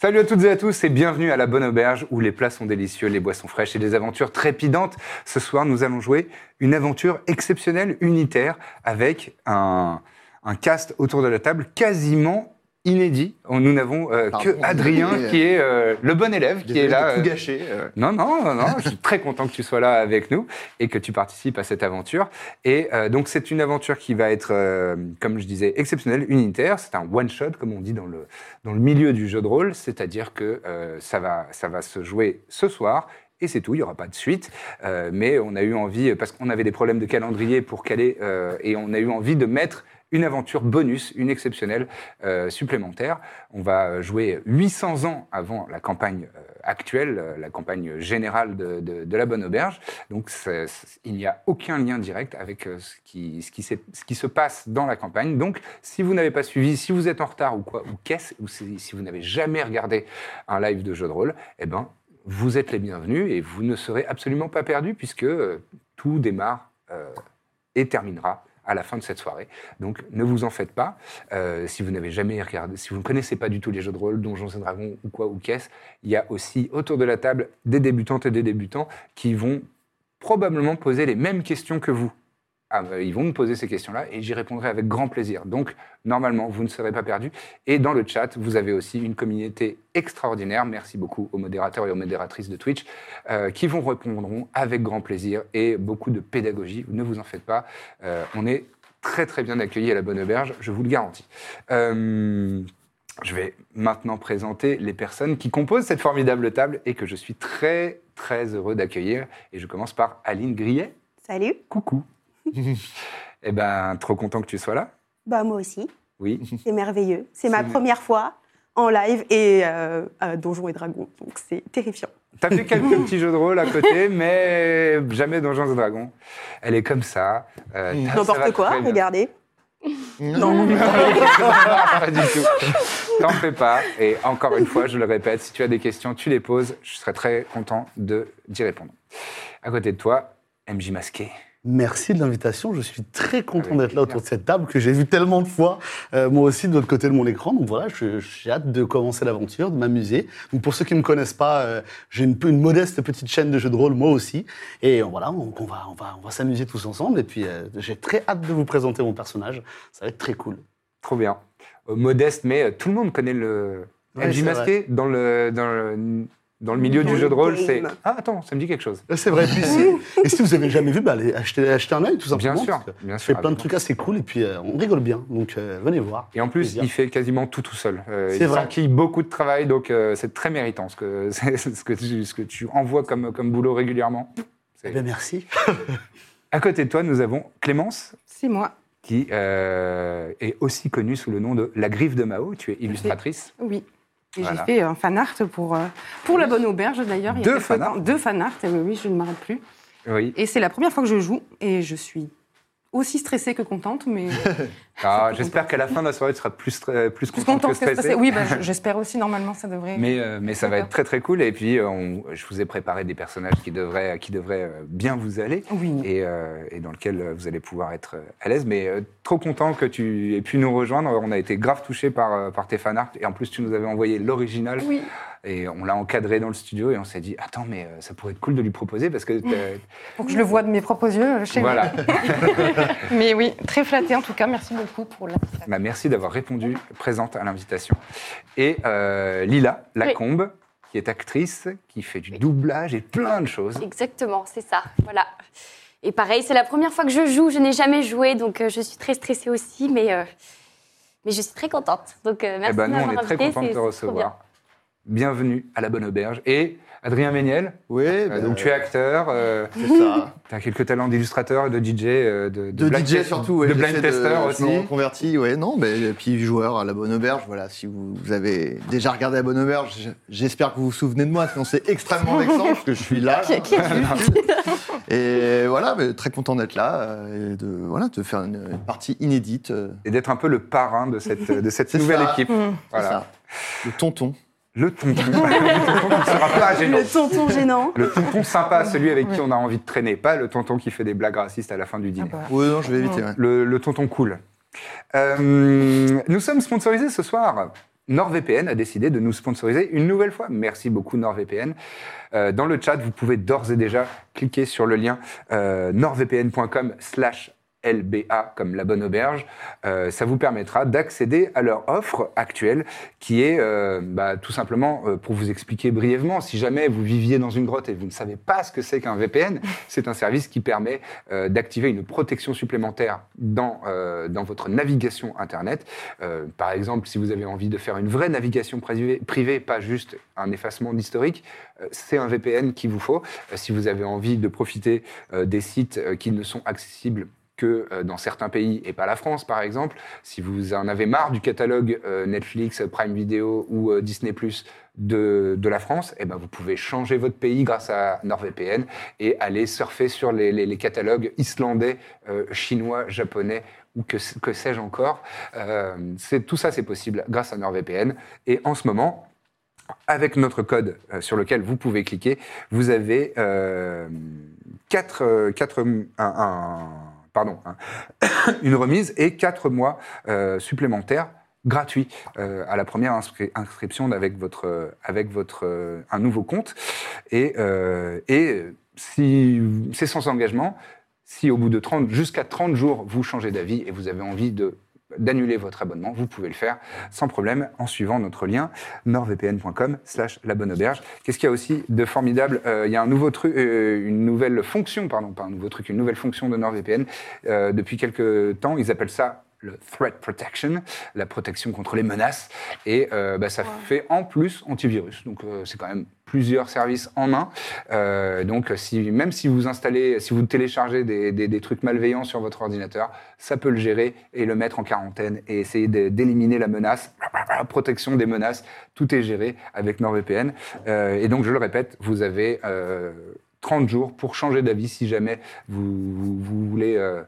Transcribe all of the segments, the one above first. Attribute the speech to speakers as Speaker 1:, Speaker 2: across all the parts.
Speaker 1: Salut à toutes et à tous et bienvenue à la Bonne Auberge où les plats sont délicieux, les boissons fraîches et des aventures trépidantes. Ce soir, nous allons jouer une aventure exceptionnelle, unitaire, avec un, un cast autour de la table quasiment inédit. Nous n'avons euh, que
Speaker 2: Pardon.
Speaker 1: Adrien
Speaker 2: Mais, euh,
Speaker 1: qui est euh, le bon élève, qui est là.
Speaker 2: tout
Speaker 1: euh,
Speaker 2: gâché.
Speaker 1: Non, non, non, non, je suis très content que tu sois là avec nous et que tu participes à cette aventure. Et euh, donc, c'est une aventure qui va être, euh, comme je disais, exceptionnelle, unitaire. C'est un one-shot, comme on dit dans le, dans le milieu du jeu de rôle, c'est-à-dire que euh, ça, va, ça va se jouer ce soir. Et c'est tout, il n'y aura pas de suite. Euh, mais on a eu envie, parce qu'on avait des problèmes de calendrier pour caler, euh, et on a eu envie de mettre une aventure bonus, une exceptionnelle euh, supplémentaire. On va jouer 800 ans avant la campagne euh, actuelle, euh, la campagne générale de, de- de la Bonne Auberge. Donc c'est- c'est- il n'y a aucun lien direct avec euh, ce qui, ce, qui s'est- ce qui se passe dans la campagne. Donc si vous n'avez pas suivi, si vous êtes en retard ou quoi, ou qu'est-ce, ou si, si vous n'avez jamais regardé un live de jeu de rôle, eh ben vous êtes les bienvenus et vous ne serez absolument pas perdus puisque euh, tout démarre euh, et terminera à la fin de cette soirée. Donc ne vous en faites pas. Euh, si vous n'avez jamais regardé, si vous ne connaissez pas du tout les jeux de rôle, Donjons et Dragons ou quoi ou qu'est-ce, il y a aussi autour de la table des débutantes et des débutants qui vont probablement poser les mêmes questions que vous. Ah, bah, ils vont me poser ces questions-là et j'y répondrai avec grand plaisir. Donc, normalement, vous ne serez pas perdu. Et dans le chat, vous avez aussi une communauté extraordinaire. Merci beaucoup aux modérateurs et aux modératrices de Twitch euh, qui vont répondront avec grand plaisir et beaucoup de pédagogie. Ne vous en faites pas. Euh, on est très très bien accueillis à la Bonne Auberge, je vous le garantis. Euh, je vais maintenant présenter les personnes qui composent cette formidable table et que je suis très très heureux d'accueillir. Et je commence par Aline Grillet.
Speaker 3: Salut.
Speaker 1: Coucou. eh ben, trop content que tu sois là.
Speaker 3: Bah moi aussi.
Speaker 1: Oui.
Speaker 3: C'est merveilleux. C'est ma
Speaker 1: C'est-
Speaker 3: première fois en live et euh, à Donjons et Dragons, donc c'est terrifiant.
Speaker 1: T'as fait quelques petits jeux de rôle à côté, mais jamais Donjons et Dragons. Elle est comme ça. Euh,
Speaker 4: Hmm.
Speaker 2: Mm.
Speaker 1: ça va
Speaker 3: N'importe quoi,
Speaker 1: très bien.
Speaker 3: regardez.
Speaker 2: Non.
Speaker 1: pas du tout. T'en fais pas. Et encore une fois, je le répète, si tu as des questions, tu les poses. Je serais très content de- d'y répondre. À côté de toi, MJ Masqué.
Speaker 4: Merci de l'invitation. Je suis très content
Speaker 1: Avec
Speaker 4: d'être
Speaker 1: plaisir.
Speaker 4: là autour de cette table que j'ai vue tellement de fois, euh, moi aussi de l'autre côté de mon écran. Donc voilà, je- j'ai hâte de commencer l'aventure, de m'amuser. Donc pour ceux qui me connaissent pas, euh, j'ai une, peu- une modeste petite chaîne de jeux de rôle moi aussi. Et euh, voilà, on, on va, on va, on va s'amuser tous ensemble. Et puis euh, j'ai très hâte de vous présenter mon personnage. Ça va être très cool.
Speaker 1: Trop bien. Euh, Modeste, mais euh, tout le monde connaît le
Speaker 4: Ouais,
Speaker 1: MJ
Speaker 4: c'est
Speaker 1: Masqué dans le, dans le, dans le milieu
Speaker 3: Dans
Speaker 1: du
Speaker 3: le
Speaker 1: jeu de rôle.
Speaker 3: game.
Speaker 1: C'est Ah, attends, ça me dit quelque chose.
Speaker 4: Là, Euh, C'est vrai. Et, puis, si, et si vous avez jamais vu, bah, allez acheter, acheter un œil tout
Speaker 1: Bien
Speaker 4: simplement.
Speaker 1: sûr,
Speaker 4: parce que
Speaker 1: bien
Speaker 4: Je fais
Speaker 1: sûr.
Speaker 4: plein de
Speaker 1: absolument.
Speaker 4: trucs assez cool et puis euh, on rigole bien. Donc euh, venez voir.
Speaker 1: Et en plus,
Speaker 4: Plaisir.
Speaker 1: il fait quasiment tout tout seul. Euh,
Speaker 4: C'est
Speaker 1: il
Speaker 4: vrai.
Speaker 1: s'enquille beaucoup de travail, donc euh, c'est très méritant ce que, ce que, tu, ce que tu envoies comme, comme boulot régulièrement.
Speaker 4: Eh ben, merci.
Speaker 1: À côté de toi, nous avons Clémence,
Speaker 5: C'est moi,
Speaker 1: qui euh, est aussi connue sous le nom de La Griffe de Mao. Tu es illustratrice.
Speaker 5: oui. Et
Speaker 1: Voilà.
Speaker 5: J'ai fait un fan art pour, euh, pour la Bonne Auberge d'ailleurs. il y a
Speaker 1: Deux
Speaker 5: quelques
Speaker 1: fan art.
Speaker 5: temps. Deux fan art, mais oui, je ne m'arrête plus.
Speaker 1: Oui.
Speaker 5: Et c'est la première fois que je joue et je suis aussi stressée que contente, mais
Speaker 1: Ah, J'espère qu'à la fin de la soirée, tu seras plus, stra- plus
Speaker 5: plus
Speaker 1: contente que
Speaker 5: contente que
Speaker 1: stressée.
Speaker 5: stressée. Oui, bah, je- j'espère aussi, normalement, ça devrait.
Speaker 1: Mais, euh, mais ça va
Speaker 5: D'accord.
Speaker 1: être très très cool. Et puis, euh, on- je vous ai préparé des personnages qui devraient, qui devraient euh, bien vous aller
Speaker 5: Oui.
Speaker 1: et, euh, et dans lequel euh, vous allez pouvoir être euh, à l'aise. Mais euh, trop content que tu aies pu nous rejoindre. On a été grave touchés par, euh, par tes fanarts. Et en plus, tu nous avais envoyé l'original.
Speaker 5: Oui.
Speaker 1: Et on l'a encadré dans le studio et on s'est dit Attends, mais euh, ça pourrait être cool de lui proposer parce que. t'as-
Speaker 5: Pour que Euh, je le vois de mes propres yeux chez moi.
Speaker 1: voilà.
Speaker 5: Mais oui, très flattée en tout cas. Merci beaucoup pour la.
Speaker 1: Bah, merci d'avoir répondu présente à l'invitation. Et euh, Lila Lacombe, qui est actrice, qui fait du doublage et plein de choses.
Speaker 6: Exactement, c'est ça. Voilà. Et pareil, c'est la première fois que je joue. Je n'ai jamais joué, donc euh, je suis très stressée aussi, mais, euh, mais je suis très contente. Donc euh, merci
Speaker 1: Eh ben,
Speaker 6: de
Speaker 1: nous, on est
Speaker 6: m'avoir
Speaker 1: très
Speaker 6: invitée,
Speaker 1: contents de
Speaker 6: c'est-
Speaker 1: te
Speaker 6: c'est trop bien.
Speaker 1: recevoir. Bienvenue à la Bonne Auberge. Et Adrien Méniel.
Speaker 4: Oui,
Speaker 1: Euh,
Speaker 4: ben,
Speaker 1: donc tu es acteur, euh,
Speaker 4: c'est ça.
Speaker 1: tu as quelques talents d'illustrateur, de DJ, euh, de,
Speaker 2: De,
Speaker 1: blind
Speaker 2: DJ
Speaker 1: test-
Speaker 2: surtout, ouais,
Speaker 1: de
Speaker 2: j'essaie
Speaker 1: blind tester
Speaker 2: Je me
Speaker 1: aussi.
Speaker 2: reconvertis, ouais, non, mais et puis joueur à la Bonne Auberge, voilà, si vous, vous avez déjà regardé la Bonne Auberge, j- j'espère que vous vous souvenez de moi, sinon c'est extrêmement vexant parce que je suis là. et voilà, mais très content d'être là euh, et de voilà, de faire une, une partie inédite. euh,
Speaker 1: Et d'être un peu le parrain de cette, de cette
Speaker 2: C'est
Speaker 1: nouvelle
Speaker 2: ça.
Speaker 1: équipe.
Speaker 6: Mmh.
Speaker 2: c'est
Speaker 1: Voilà.
Speaker 2: ça. Le tonton.
Speaker 1: Le tonton. le tonton qui ne sera pas gênant.
Speaker 3: Le tonton
Speaker 7: Hein
Speaker 3: gênant.
Speaker 1: Le tonton sympa, celui avec qui on a envie de traîner, pas le tonton qui fait des blagues racistes à la fin du dîner.
Speaker 2: Oui, non, je vais éviter. ouais.
Speaker 1: le, le tonton cool. Euh, nous sommes sponsorisés ce soir. NordVPN a décidé de nous sponsoriser une nouvelle fois. Merci beaucoup NordVPN. Euh, dans le chat, vous pouvez d'ores et déjà cliquer sur le lien euh, nordvpn.com slash LBA comme la bonne auberge. Euh, ça vous permettra d'accéder à leur offre actuelle qui est euh, bah, tout simplement, euh, pour vous expliquer brièvement, si jamais vous viviez dans une grotte et vous ne savez pas ce que c'est qu'un VPN, c'est un service qui permet euh, d'activer une protection supplémentaire dans, euh, dans votre navigation Internet. Euh, par exemple, si vous avez envie de faire une vraie navigation privée, privée pas juste un effacement d'historique, euh, c'est un VPN qu'il vous faut. Euh, si vous avez envie de profiter euh, des sites euh, qui ne sont accessibles que euh, dans certains pays et pas la France par exemple, si vous en avez marre du catalogue euh, Netflix, Prime Video ou euh, Disney Plus de, de la France, eh ben vous pouvez changer votre pays grâce à NordVPN et aller surfer sur les, les- les catalogues islandais, euh, chinois, japonais ou que, que sais-je encore. Euh, c'est- tout ça c'est possible grâce à NordVPN et en ce moment avec notre code euh, sur lequel vous pouvez cliquer, vous avez euh, quatre, euh, quatre- un- un- pardon, un- une remise et quatre mois euh, supplémentaires gratuits euh, à la première inscri- inscription avec votre, euh, avec votre, euh, un nouveau compte. Et, euh, et euh, si c'est sans engagement, si au bout de 30, jusqu'à 30 jours, vous changez d'avis et vous avez envie de d'annuler votre abonnement, vous pouvez le faire sans problème en suivant notre lien nordvpn.com slash la bonne auberge. Qu'est-ce qu'il y a aussi de formidable Euh, Il y a un nouveau truc, euh, une nouvelle fonction, pardon, pas un nouveau truc, une nouvelle fonction de NordVPN. Euh, depuis quelques temps, ils appellent ça le threat protection, la protection contre les menaces, et euh, bah, ça fait en plus antivirus. Donc euh, c'est quand même plusieurs services en un. Euh, donc si, même si vous installez, si vous téléchargez des, des- des trucs malveillants sur votre ordinateur, ça peut le gérer et le mettre en quarantaine et essayer de- d'éliminer la menace. Protection des menaces, tout est géré avec NordVPN. Euh, et donc je le répète, vous avez euh, 30 jours pour changer d'avis si jamais vous, vous- vous voulez euh,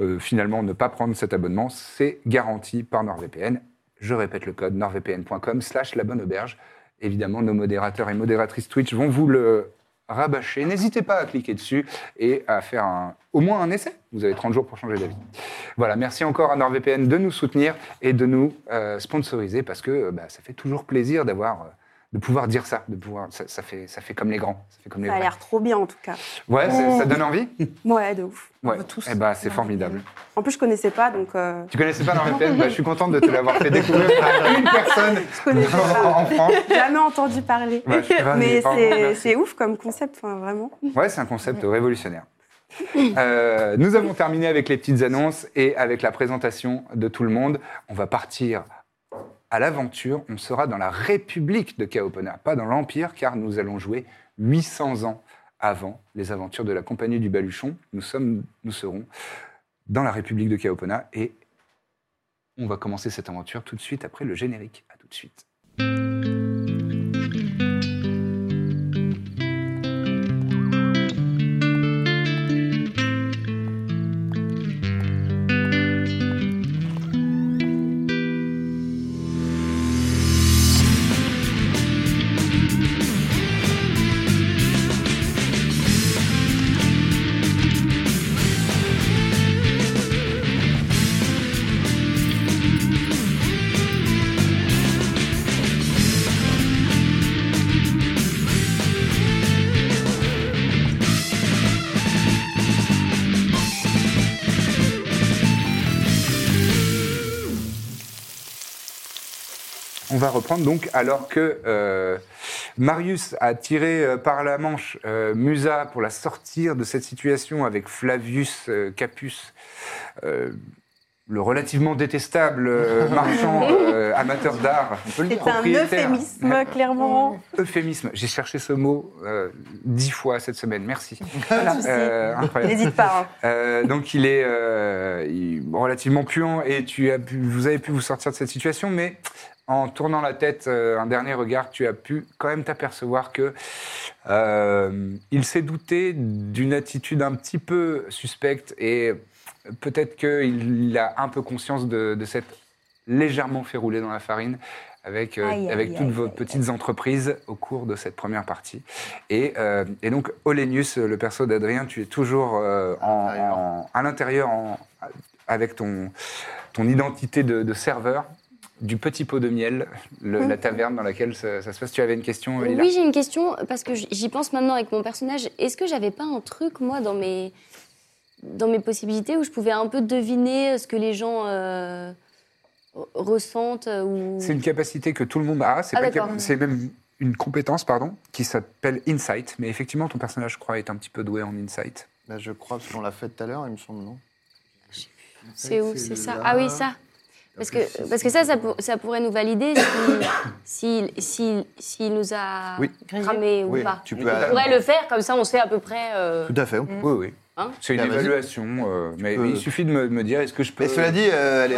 Speaker 1: euh, finalement ne pas prendre cet abonnement. C'est garanti par NordVPN. Je répète le code nordvpn.com slash la bonne auberge. Évidemment, nos modérateurs et modératrices Twitch vont vous le rabâcher. N'hésitez pas à cliquer dessus et à faire un- au moins un essai. Vous avez 30 jours pour changer d'avis. Voilà, merci encore à NordVPN de nous soutenir et de nous euh, sponsoriser parce que euh, bah, ça fait toujours plaisir d'avoir... euh, de pouvoir dire ça, de pouvoir, ça, ça fait, ça fait comme les grands, ça fait comme les
Speaker 3: Ça a
Speaker 1: vrais.
Speaker 3: l'air trop bien en tout cas.
Speaker 1: Ah, Ouais, c'est- ça donne envie
Speaker 3: Ouais, de ouf.
Speaker 1: Ouais.
Speaker 5: Oh. va tous
Speaker 1: Eh ben, c'est
Speaker 5: dans
Speaker 1: formidable.
Speaker 3: En plus, je connaissais pas, donc euh,
Speaker 1: Tu connaissais pas NordVPN bah, Je suis contente de te l'avoir fait découvrir à une personne
Speaker 3: je connaissais pas.
Speaker 1: en France.
Speaker 3: Jamais entendu parler.
Speaker 1: Ouais, je suis ravi,
Speaker 3: mais
Speaker 1: pardon,
Speaker 3: c'est-
Speaker 1: merci.
Speaker 3: c'est ouf comme concept, enfin, vraiment.
Speaker 1: Ouais, c'est un concept révolutionnaire. Euh, nous avons terminé avec les petites annonces et avec la présentation de tout le monde. On va partir à l'aventure. On sera dans la République de Kaopona, pas dans l'Empire, car nous allons jouer 800 ans avant les aventures de la Compagnie du Baluchon. Nous, sommes, nous serons dans la République de Kaopona et on va commencer cette aventure tout de suite après le générique. À tout de suite. On va reprendre donc alors que euh, Marius a tiré euh, par la manche euh, Musa pour la sortir de cette situation avec Flavius euh, Capus. euh, le relativement détestable euh, marchand euh, amateur d'art.
Speaker 3: C'est un
Speaker 1: propriétaire.
Speaker 3: euphémisme, clairement.
Speaker 1: Euphémisme. J'ai cherché ce mot euh, dix fois cette semaine. Merci.
Speaker 3: Pas de souci.
Speaker 1: Euh, incroyable.
Speaker 3: N'hésite pas. hein.
Speaker 1: Euh, donc il est euh, il- relativement puant et tu as pu- vous avez pu vous sortir de cette situation, mais en tournant la tête, euh, un dernier regard, tu as pu quand même t'apercevoir que euh, il s'est douté d'une attitude un petit peu suspecte et peut-être qu'il a un peu conscience de, de cette légèrement fait rouler dans la farine avec, euh,
Speaker 3: Aïe, aïe,
Speaker 1: avec toutes
Speaker 3: aïe,
Speaker 1: vos
Speaker 3: aïe,
Speaker 1: petites entreprises au cours de cette première partie. Et, euh, et donc, Olenius, le perso d'Adrien, tu es toujours euh, en-
Speaker 2: l'intérieur.
Speaker 1: en- à l'intérieur en- avec ton, ton identité de, de serveur du petit pot de miel, le- la taverne dans laquelle ça, ça se passe. Tu avais une question, Lila
Speaker 6: Oui, j'ai une question, parce que j'y pense maintenant avec mon personnage. Est-ce que j'avais pas un truc, moi, dans mes, dans mes possibilités, où je pouvais un peu deviner ce que les gens euh, ressentent euh, ou...
Speaker 1: C'est une capacité que tout le monde a. C'est
Speaker 6: Ah,
Speaker 1: pas
Speaker 6: d'accord.
Speaker 1: cap- c'est même une compétence, pardon, qui s'appelle insight. Mais effectivement, ton personnage, je crois, est un petit peu doué en insight.
Speaker 2: Bah, je crois parce qu'on l'a fait tout à l'heure, il me semble, non
Speaker 6: C'est où C'est ça Ah oui, ça. Parce que, parce que ça, ça, pour- ça pourrait nous valider s'il si, si, s'il nous a
Speaker 2: Oui.
Speaker 6: cramé ou
Speaker 2: Oui,
Speaker 6: pas.
Speaker 2: tu
Speaker 1: Mais
Speaker 2: peux.
Speaker 1: tout à
Speaker 6: On pourrait le faire, comme ça on sait à peu près... euh,
Speaker 2: Tout à fait.
Speaker 1: Oui, oui.
Speaker 6: Hein
Speaker 1: C'est une
Speaker 2: Ah, vas-y.
Speaker 1: évaluation. euh, mais
Speaker 2: peux-
Speaker 1: il suffit de me, me dire, est-ce que je peux.
Speaker 2: Mais cela dit, euh, elle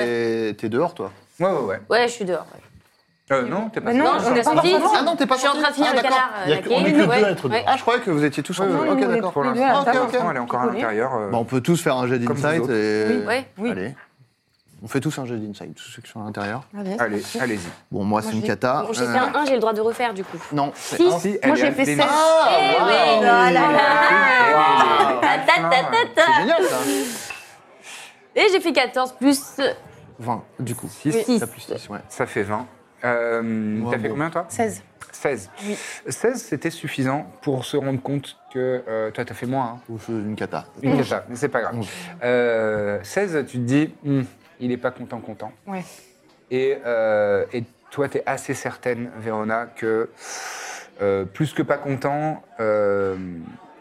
Speaker 2: est- t'es dehors, toi
Speaker 1: Ouais, ouais, ouais.
Speaker 6: Ouais, je suis dehors.
Speaker 1: Euh, non, t'es pas
Speaker 5: Mais non,
Speaker 1: sûr.
Speaker 6: Non, on est
Speaker 5: pas
Speaker 6: sorti.
Speaker 5: forcément.
Speaker 2: Ah non, t'es pas
Speaker 6: Je suis en
Speaker 2: sorti
Speaker 6: train de finir
Speaker 2: Ah,
Speaker 6: le
Speaker 2: d'accord.
Speaker 6: canard. euh,
Speaker 4: Il y a
Speaker 6: la
Speaker 4: que-
Speaker 6: quai,
Speaker 4: on est que deux
Speaker 6: ouais,
Speaker 4: à être
Speaker 6: ouais.
Speaker 2: Ah, je croyais que vous étiez tous ensemble.
Speaker 5: non,
Speaker 2: Ok,
Speaker 5: nous, on est
Speaker 2: d'accord.
Speaker 1: Pour
Speaker 5: Oui,
Speaker 1: l'instant,
Speaker 5: oui,
Speaker 1: pour
Speaker 2: ok,
Speaker 1: l'instant,
Speaker 2: ok.
Speaker 1: elle est encore à
Speaker 5: Rigoler.
Speaker 1: l'intérieur. euh,
Speaker 2: Bah, on peut tous faire un jeu
Speaker 1: Comme vous
Speaker 2: d'insight.
Speaker 1: autres.
Speaker 2: Et...
Speaker 5: Oui, ouais, oui.
Speaker 2: Allez. On fait tous un jeu d'insight, tous ceux qui sont à l'intérieur.
Speaker 5: Allez.
Speaker 1: Allez, allez-y.
Speaker 2: Bon, moi, c'est
Speaker 5: Ah, Moi,
Speaker 2: une
Speaker 5: j'ai-
Speaker 2: cata.
Speaker 6: Bon, j'ai
Speaker 2: Euh,
Speaker 6: fait un 1, j'ai le droit de refaire du coup.
Speaker 2: Non, c'est
Speaker 6: Si.
Speaker 2: un.
Speaker 1: Si,
Speaker 5: Moi,
Speaker 1: elle
Speaker 5: j'ai
Speaker 1: est
Speaker 5: fait
Speaker 1: affilée.
Speaker 5: sept.
Speaker 6: Eh
Speaker 2: wow.
Speaker 6: ouais.
Speaker 3: Ah là là.
Speaker 1: Elle est affilée.
Speaker 2: euh, C'est génial, ça.
Speaker 6: Et j'ai fait 14 plus...
Speaker 2: 20, du coup.
Speaker 1: Six.
Speaker 6: Six.
Speaker 2: T'as plus 6, ouais.
Speaker 1: Ça fait 20. Euh,
Speaker 2: Ouais,
Speaker 1: T'as fait
Speaker 2: bon.
Speaker 1: combien, toi
Speaker 5: 16.
Speaker 1: 16. 16, c'était suffisant pour se rendre compte que. euh, toi, t'as fait moins. hein.
Speaker 2: Ou c'est une cata.
Speaker 1: Une cata, mais c'est pas grave.
Speaker 2: Onze.
Speaker 1: Euh, 16, tu te dis, Hmm, il est pas content, content.
Speaker 5: Ouais.
Speaker 1: Et, euh, et toi, tu es assez certaine, Vérona, que euh, plus que pas content, euh,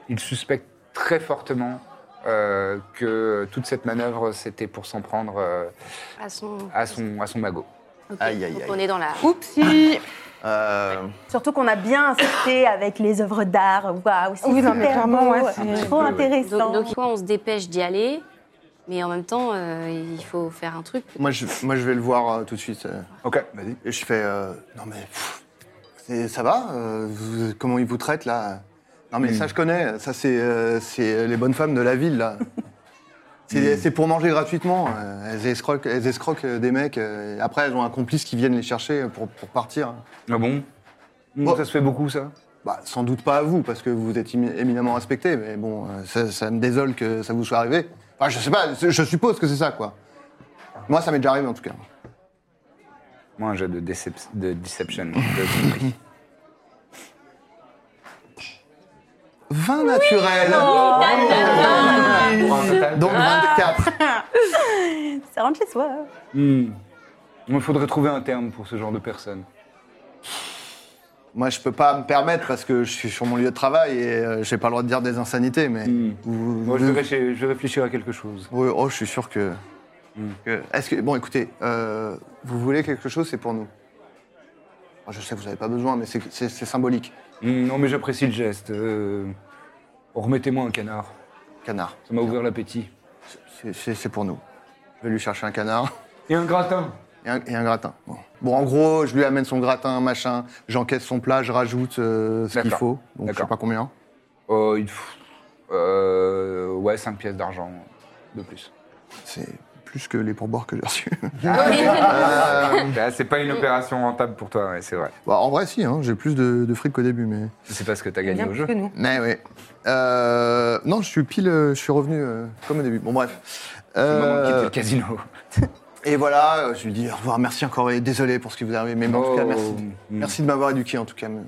Speaker 1: il suspecte très fortement euh, que toute cette manœuvre, c'était pour s'en prendre euh,
Speaker 6: À son...
Speaker 1: à, son, à son magot.
Speaker 6: Ok,
Speaker 2: Aïe, aïe,
Speaker 6: donc
Speaker 2: aïe.
Speaker 6: on est dans la...
Speaker 5: Oupsie
Speaker 2: Euh,
Speaker 3: Surtout qu'on a bien assisté avec les œuvres d'art. Waouh, c'est
Speaker 5: Oui, non, mais
Speaker 3: super
Speaker 5: clairement,
Speaker 3: beau.
Speaker 5: ouais, c'est-
Speaker 3: trop
Speaker 1: Ouais, ouais.
Speaker 3: intéressant.
Speaker 6: Donc, donc, quoi, on se dépêche d'y aller, mais en même temps, euh, il faut faire un truc.
Speaker 2: moi, je, moi, je vais le voir euh, tout de suite. euh,
Speaker 1: Ok, vas-y.
Speaker 2: Et je fais. euh, non, mais. pff, c'est- ça va euh, vous- Comment ils vous traitent, là Non, mais
Speaker 1: Mm.
Speaker 2: ça, je connais. Ça, c'est euh, c'est les bonnes femmes de la ville, là.
Speaker 1: Hmm.
Speaker 2: C'est c'est pour manger gratuitement. euh, Elles escroquent, elles escroquent euh, des mecs. euh, et Après, elles ont un complice qui viennent les chercher euh, pour, pour partir.
Speaker 1: Ah bon Hmm,
Speaker 2: Bon.
Speaker 1: Ça se fait beaucoup, ça
Speaker 2: Bah, sans doute pas à vous, parce que vous êtes imi- éminemment respecté, mais bon, euh, ça, ça me désole que ça vous soit arrivé. Enfin, je sais pas, c'est- je suppose que c'est ça, quoi. Moi, ça m'est déjà arrivé, en tout cas.
Speaker 1: Moi, un jeu de, décep- de deception. de tromperie.
Speaker 2: 20 naturels
Speaker 1: Pour un total de-
Speaker 2: Oh. Donc 24.
Speaker 3: Ça rentre chez soi. hein.
Speaker 1: Hmm. Il faudrait trouver un terme pour ce genre de personne.
Speaker 2: Moi, je peux pas me permettre, parce que je suis sur mon lieu de travail et euh, j'ai pas le droit de dire des insanités, mais...
Speaker 1: Hmm.
Speaker 2: vous-
Speaker 1: Moi, je
Speaker 2: vous-
Speaker 1: vais, réfléchir- je vais réfléchir à quelque chose.
Speaker 2: Oui, oh, je suis sûr que...
Speaker 1: Hmm.
Speaker 2: que- Est-ce que... Bon, écoutez, euh, vous voulez quelque chose, c'est pour nous. Enfin, Je sais que vous avez pas besoin, mais c'est c'est- c'est symbolique.
Speaker 1: Hmm, non, mais j'apprécie le geste. Euh, Remettez-moi un canard.
Speaker 2: Canard.
Speaker 1: Ça m'a ouvert l'appétit.
Speaker 2: C'est- C'est c'est pour nous. Je vais lui chercher un canard
Speaker 1: Et un gratin.
Speaker 2: et un, et un gratin. Bon. Bon, en gros, je lui amène son gratin, machin. J'encaisse son plat, je rajoute euh, ce qu'il
Speaker 1: D'accord.
Speaker 2: faut. Donc, je sais
Speaker 1: D'accord.
Speaker 2: pas combien.
Speaker 1: Oh, il faut- euh, ouais, 5 pièces d'argent de plus.
Speaker 2: C'est plus que les pourboires que j'ai reçus.
Speaker 1: Bah, c'est pas une opération rentable pour toi, ouais, c'est vrai.
Speaker 2: Bah, en vrai, si, hein, j'ai plus de, de fric qu'au début, mais.
Speaker 1: C'est parce que t'as gagné
Speaker 5: Bien
Speaker 1: au
Speaker 5: plus
Speaker 1: jeu.
Speaker 5: que nous.
Speaker 2: Mais oui. Euh, non, je suis pile, euh, je suis revenu euh, comme au début. Bon, bref.
Speaker 1: C'est le moment de
Speaker 2: Euh,
Speaker 1: quitter le casino.
Speaker 2: et voilà, euh, je lui dis au revoir, merci encore et désolé pour ce qui vous est arrivé, mais en tout cas,
Speaker 1: Oh.
Speaker 2: merci. de- Merci de m'avoir éduqué, en tout cas. mais-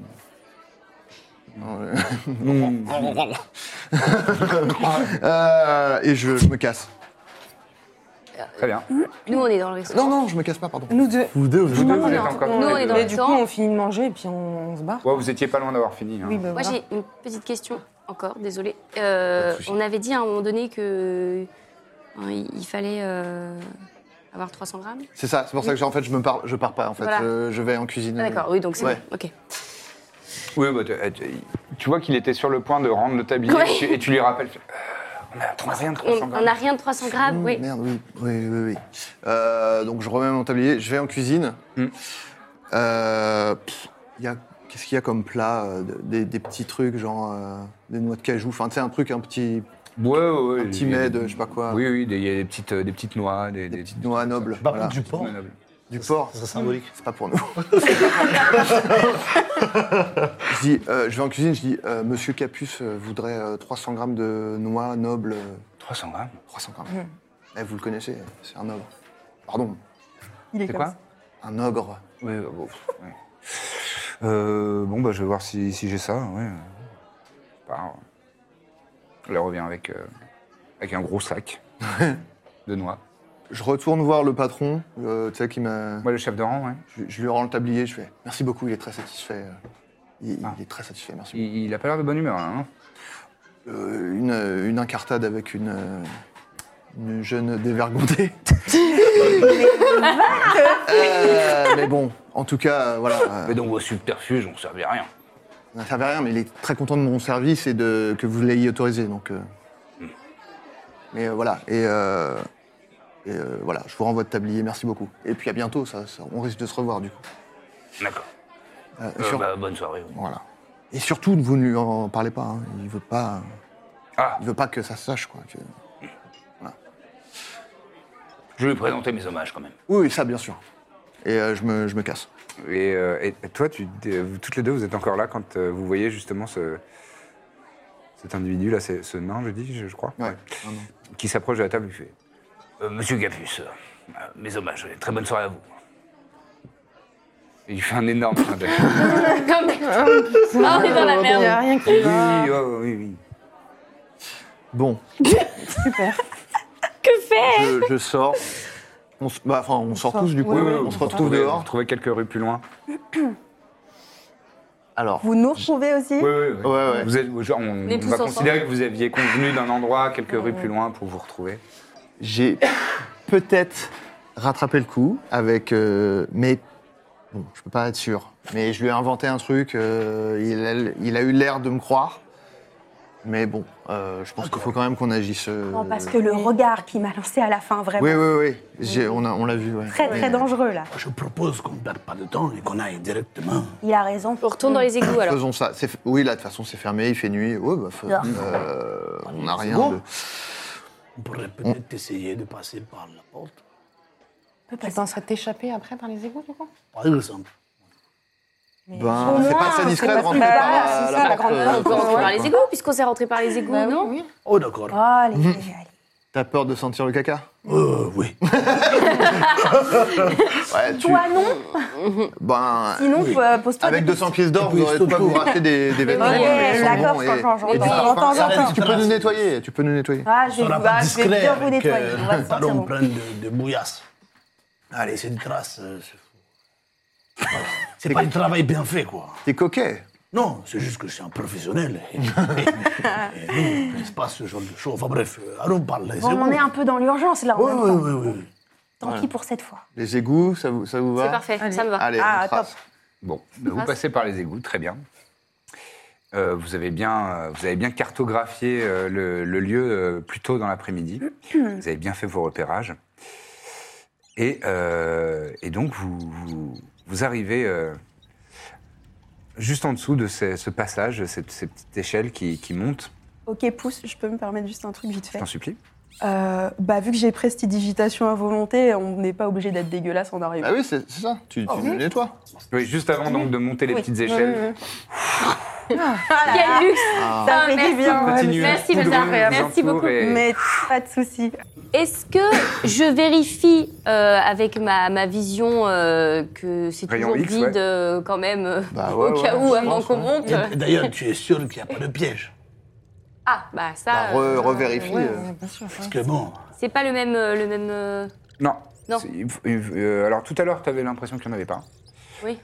Speaker 1: Mm.
Speaker 2: Non, euh,
Speaker 1: Hmm.
Speaker 2: euh, et je, je me casse.
Speaker 1: Très bien.
Speaker 6: Nous, on est dans le restaurant.
Speaker 2: Non, non, je me casse pas, pardon.
Speaker 5: Nous deux.
Speaker 4: Vous deux, vous
Speaker 1: Vous deux,
Speaker 4: deux.
Speaker 1: vous êtes
Speaker 5: non,
Speaker 1: encore
Speaker 5: non,
Speaker 1: tous
Speaker 6: nous,
Speaker 1: les
Speaker 6: on
Speaker 1: deux.
Speaker 5: Mais
Speaker 6: est dans le
Speaker 5: du coup,
Speaker 6: temps.
Speaker 5: on finit de manger et puis on, on se barre.
Speaker 1: Ouais, vous étiez pas loin d'avoir fini. hein.
Speaker 5: Oui, bah,
Speaker 6: Moi,
Speaker 5: voilà.
Speaker 6: j'ai une petite question encore, désolée. Euh,
Speaker 2: Pas de souci.
Speaker 6: on avait dit à un moment donné que hein, il il fallait euh, Avoir 300 grammes
Speaker 2: C'est ça, c'est pour ça que j'ai- en fait, je me pars, je pars pas en fait,
Speaker 6: Voilà.
Speaker 2: je, je vais en cuisine.
Speaker 6: Ah, D'accord, oui, donc c'est
Speaker 2: Ouais.
Speaker 6: bon. Ok.
Speaker 1: Oui, bah, tu- euh, tu- tu vois qu'il était sur le point de rendre le tablier
Speaker 6: Ouais.
Speaker 1: et, tu, et tu lui rappelles. euh, on n'a rien de 300
Speaker 6: On on
Speaker 1: grammes.
Speaker 6: n'a rien de 300 grammes, oui.
Speaker 2: Mmh, Merde, oui, oui, oui. oui. Euh, donc je remets mon tablier, je vais en cuisine.
Speaker 1: Mm.
Speaker 2: Euh, pff, il y a- Qu'est-ce qu'il y a comme plat euh, de- des, des petits trucs, genre euh, des noix de cajou, enfin tu sais, un truc, un petit,
Speaker 1: Ouais, ouais,
Speaker 2: un
Speaker 1: ouais,
Speaker 2: petit
Speaker 1: il y a
Speaker 2: mets
Speaker 1: des-
Speaker 2: de je sais pas quoi,
Speaker 1: Oui, oui, des- il y a des petites, euh, des petites noix, des,
Speaker 2: des
Speaker 1: des
Speaker 2: petites noix nobles.
Speaker 4: Par
Speaker 2: voilà.
Speaker 4: contre, du porc,
Speaker 1: nobles.
Speaker 2: Du porc,
Speaker 4: c'est symbolique.
Speaker 2: c'est pas pour nous. je, dis, euh, je vais en cuisine, je dis euh, Monsieur Capus euh, voudrait euh, 300 grammes de noix nobles. euh,
Speaker 1: 300 grammes
Speaker 2: 300 grammes.
Speaker 3: Mm.
Speaker 2: Eh, vous le connaissez, c'est un ogre. Pardon,
Speaker 3: Il est
Speaker 1: C'est
Speaker 3: comme
Speaker 1: quoi
Speaker 3: ça.
Speaker 2: un ogre.
Speaker 1: Oui, bah, bon, pff, ouais. Euh, bon, bah, je vais voir si, si j'ai ça. Ouais. Bah, C'est pas grave. Elle revient avec, euh, avec un gros sac de noix.
Speaker 2: Je retourne voir le patron, euh, tu sais, qui m'a.
Speaker 1: Moi, le chef de rang, ouais.
Speaker 2: Je, je lui rends le tablier, je fais merci beaucoup, il est très satisfait. euh, Il, il
Speaker 1: Ah.
Speaker 2: est très satisfait, merci.
Speaker 1: Il, il a pas l'air de bonne humeur, là, hein
Speaker 2: Euh, une, euh, une incartade avec une, euh, une jeune dévergondée. Euh, mais bon, en tout cas, euh, voilà. euh,
Speaker 1: Mais donc, vos subterfuges, on servait à rien.
Speaker 2: on n'a servi à rien, mais il est très content de mon service et de, que vous l'ayez autorisé. Donc, euh.
Speaker 1: Hmm.
Speaker 2: Mais euh, voilà, et, euh, et, euh, voilà, je vous renvoie de tablier, merci beaucoup. Et puis à bientôt, ça, ça- on risque de se revoir du coup.
Speaker 1: D'accord.
Speaker 2: Euh, et
Speaker 1: Euh,
Speaker 2: sur-
Speaker 1: bah, bonne soirée.
Speaker 2: Voilà. Et surtout, vous ne lui en parlez pas. hein. Il veut pas,
Speaker 1: Ah,
Speaker 2: il veut pas que ça se sache, quoi. que-
Speaker 1: je lui ai présenté mes hommages, quand même.
Speaker 2: Oui, oui, ça, bien sûr. Et euh, je, me, je me casse.
Speaker 1: Et, euh, et toi, tu, euh, vous- toutes les deux, vous êtes encore là quand euh, vous voyez justement ce, cet individu là, ce, ce nain, je dis, je, je crois,
Speaker 2: Ouais.
Speaker 1: ouais, qui s'approche de la table et qui fait Euh, Monsieur Gapus, euh, euh, mes hommages, et très bonne soirée à vous. Et il fait un énorme clin d'œil.
Speaker 6: Comme- Ah, on est dans la
Speaker 3: Il n'y
Speaker 6: merde.
Speaker 3: a rien
Speaker 1: Oui,
Speaker 3: qui va.
Speaker 1: oui, oh, oui, oui.
Speaker 2: Bon,
Speaker 3: Super.
Speaker 6: Que fait
Speaker 2: je, je sors. On se- bah, enfin, on sort
Speaker 3: sort.
Speaker 2: tous du coup.
Speaker 3: Ouais, ouais,
Speaker 2: on se retrouve
Speaker 1: trouvez-
Speaker 2: dehors.
Speaker 1: Vous trouvez quelques rues plus loin.
Speaker 2: Alors,
Speaker 3: Vous nous retrouvez aussi
Speaker 1: Oui, oui, oui.
Speaker 2: Ouais, ouais.
Speaker 1: Vous êtes- genre, on,
Speaker 6: On est
Speaker 1: on
Speaker 6: tous
Speaker 1: va
Speaker 6: ensemble.
Speaker 1: considérer que vous aviez convenu d'un endroit quelques rues plus loin pour vous retrouver.
Speaker 2: j'ai peut-être rattrapé le coup avec. euh, mais bon, je peux pas être sûr. Mais je lui ai inventé un truc. euh, il, a, il a eu l'air de me croire. Mais bon, euh, je pense qu'il faut quand même qu'on agisse. euh,
Speaker 3: Non, parce que le regard qui m'a lancé à la fin, vraiment,
Speaker 2: Oui, oui, oui. J'ai- On, a- on l'a vu, ouais.
Speaker 3: très très
Speaker 2: Ouais.
Speaker 3: dangereux là.
Speaker 4: Je propose qu'on ne perde pas de temps et qu'on aille directement.
Speaker 3: Il a raison.
Speaker 6: On retourne dans les égouts alors.
Speaker 2: Faisons ça. C'est f- Oui, là, de toute façon, c'est fermé, il fait nuit. Ouais, bah, fais- euh, on n'a rien de...
Speaker 4: On pourrait peut-être essayer de passer par la porte,
Speaker 5: Tu penserais t'échapper après dans les égouts, du coup
Speaker 4: par exemple.
Speaker 2: Euh. Ben, c'est pas assez discret de
Speaker 3: plus
Speaker 2: rentrer par
Speaker 3: mal,
Speaker 2: la,
Speaker 3: c'est
Speaker 2: la
Speaker 3: ça, la
Speaker 2: porte.
Speaker 3: grande
Speaker 2: euh,
Speaker 6: On peut rentrer par
Speaker 2: quoi.
Speaker 6: les égouts, puisqu'on s'est rentré par les égouts,
Speaker 3: Bah
Speaker 6: non
Speaker 4: Oh, d'accord.
Speaker 3: Oh, allez, allez, allez.
Speaker 2: T'as peur de sentir le caca
Speaker 4: Euh, oui.
Speaker 1: Ah,
Speaker 2: Ouais, tu...
Speaker 3: Toi non
Speaker 2: Ben,
Speaker 3: Sinon, euh, pose-toi
Speaker 2: avec
Speaker 3: des
Speaker 2: 200 pièces d'or,
Speaker 4: Et
Speaker 2: vous
Speaker 4: puis,
Speaker 2: aurez de quoi
Speaker 4: surtout-
Speaker 2: vous racheter des, des vêtements.
Speaker 6: oui,
Speaker 2: et
Speaker 3: la
Speaker 2: jambon
Speaker 3: coiffe, quand j'en
Speaker 2: et du
Speaker 3: entends,
Speaker 2: parfum.
Speaker 3: j'entends,
Speaker 2: Ça reste-
Speaker 3: j'entends.
Speaker 2: Tu peux nous nettoyer, tu peux nous nettoyer.
Speaker 3: Ah, je
Speaker 4: On
Speaker 3: vais,
Speaker 4: sera
Speaker 3: bah,
Speaker 4: pas
Speaker 3: je vais bien
Speaker 4: discret
Speaker 3: vous
Speaker 4: avec
Speaker 3: nettoyer.
Speaker 4: euh,
Speaker 3: on va
Speaker 4: le
Speaker 3: se sentir
Speaker 4: talon
Speaker 3: bon.
Speaker 4: plein de, de bouillasse. Allez, c'est une trace. euh, c'est Voilà. C'est pas du travail bien fait, quoi.
Speaker 2: T'es coquet.
Speaker 4: Non, c'est juste que je suis un professionnel. Et, et- et nous, on ne pas ce genre de choses. Enfin bref, euh, allons parler. les
Speaker 3: Bon, on en est un peu dans l'urgence là. en
Speaker 4: Oui,
Speaker 3: même
Speaker 4: oui,
Speaker 3: temps.
Speaker 4: oui, oui.
Speaker 3: Tant pis pour cette fois.
Speaker 2: Les égouts, ça vous, ça vous va
Speaker 6: C'est parfait, ça me va. Ah.
Speaker 2: Allez,
Speaker 3: Ah,
Speaker 2: on trace.
Speaker 1: Bon, bah, vous
Speaker 6: Trace.
Speaker 1: passez par les égouts, très bien. Euh, vous, avez bien euh, vous avez bien cartographié euh, le, le lieu euh, plus tôt dans l'après-midi. vous avez bien fait vos repérages. Et, euh, et donc, vous, vous, vous arrivez euh, juste en dessous de ce, ce passage, cette, cette petite échelle qui, qui monte,
Speaker 7: Ok, pouce, je peux me permettre juste un truc vite
Speaker 1: je
Speaker 7: fait.
Speaker 1: t'en supplie.
Speaker 7: Euh, bah, vu que j'ai prestidigitation à volonté, on n'est pas obligé d'être dégueulasse en arrivant. Oh,
Speaker 2: Ah oui, c'est c'est ça. Tu, tu
Speaker 6: Oh.
Speaker 2: nous nettoies.
Speaker 1: Oui, juste avant donc, de monter les petites échelles,
Speaker 8: Ah.
Speaker 6: Quel luxe
Speaker 2: Ah.
Speaker 3: Ça fait
Speaker 6: merci.
Speaker 3: du bien.
Speaker 1: on Ah. continue.
Speaker 6: Merci,
Speaker 1: poudreux,
Speaker 6: madame.
Speaker 1: vous
Speaker 6: Merci
Speaker 1: entoure
Speaker 6: beaucoup.
Speaker 1: et-
Speaker 3: Mais pas de soucis.
Speaker 6: Est-ce que je vérifie euh, avec ma, ma vision euh, que c'est
Speaker 1: Rayon
Speaker 6: toujours
Speaker 1: X,
Speaker 6: vide
Speaker 1: ouais.
Speaker 6: euh, quand même euh,
Speaker 2: Bah
Speaker 6: au
Speaker 2: ouais,
Speaker 6: cas
Speaker 2: ouais,
Speaker 6: où
Speaker 2: je
Speaker 6: avant
Speaker 2: pense,
Speaker 6: qu'on
Speaker 2: ouais.
Speaker 6: monte
Speaker 4: Et D'ailleurs, tu es sûr qu'il n'y a pas de piège.
Speaker 6: Ah bah ça
Speaker 2: Bah,
Speaker 6: euh,
Speaker 2: re- Revérifie. euh.
Speaker 4: Parce que bon,
Speaker 6: c'est pas le même euh, le même euh,
Speaker 1: Non.
Speaker 6: Non.
Speaker 1: C'est- il faut- il faut- euh, alors tout à l'heure, tu avais l'impression qu'il n'y en avait pas.
Speaker 6: Oui.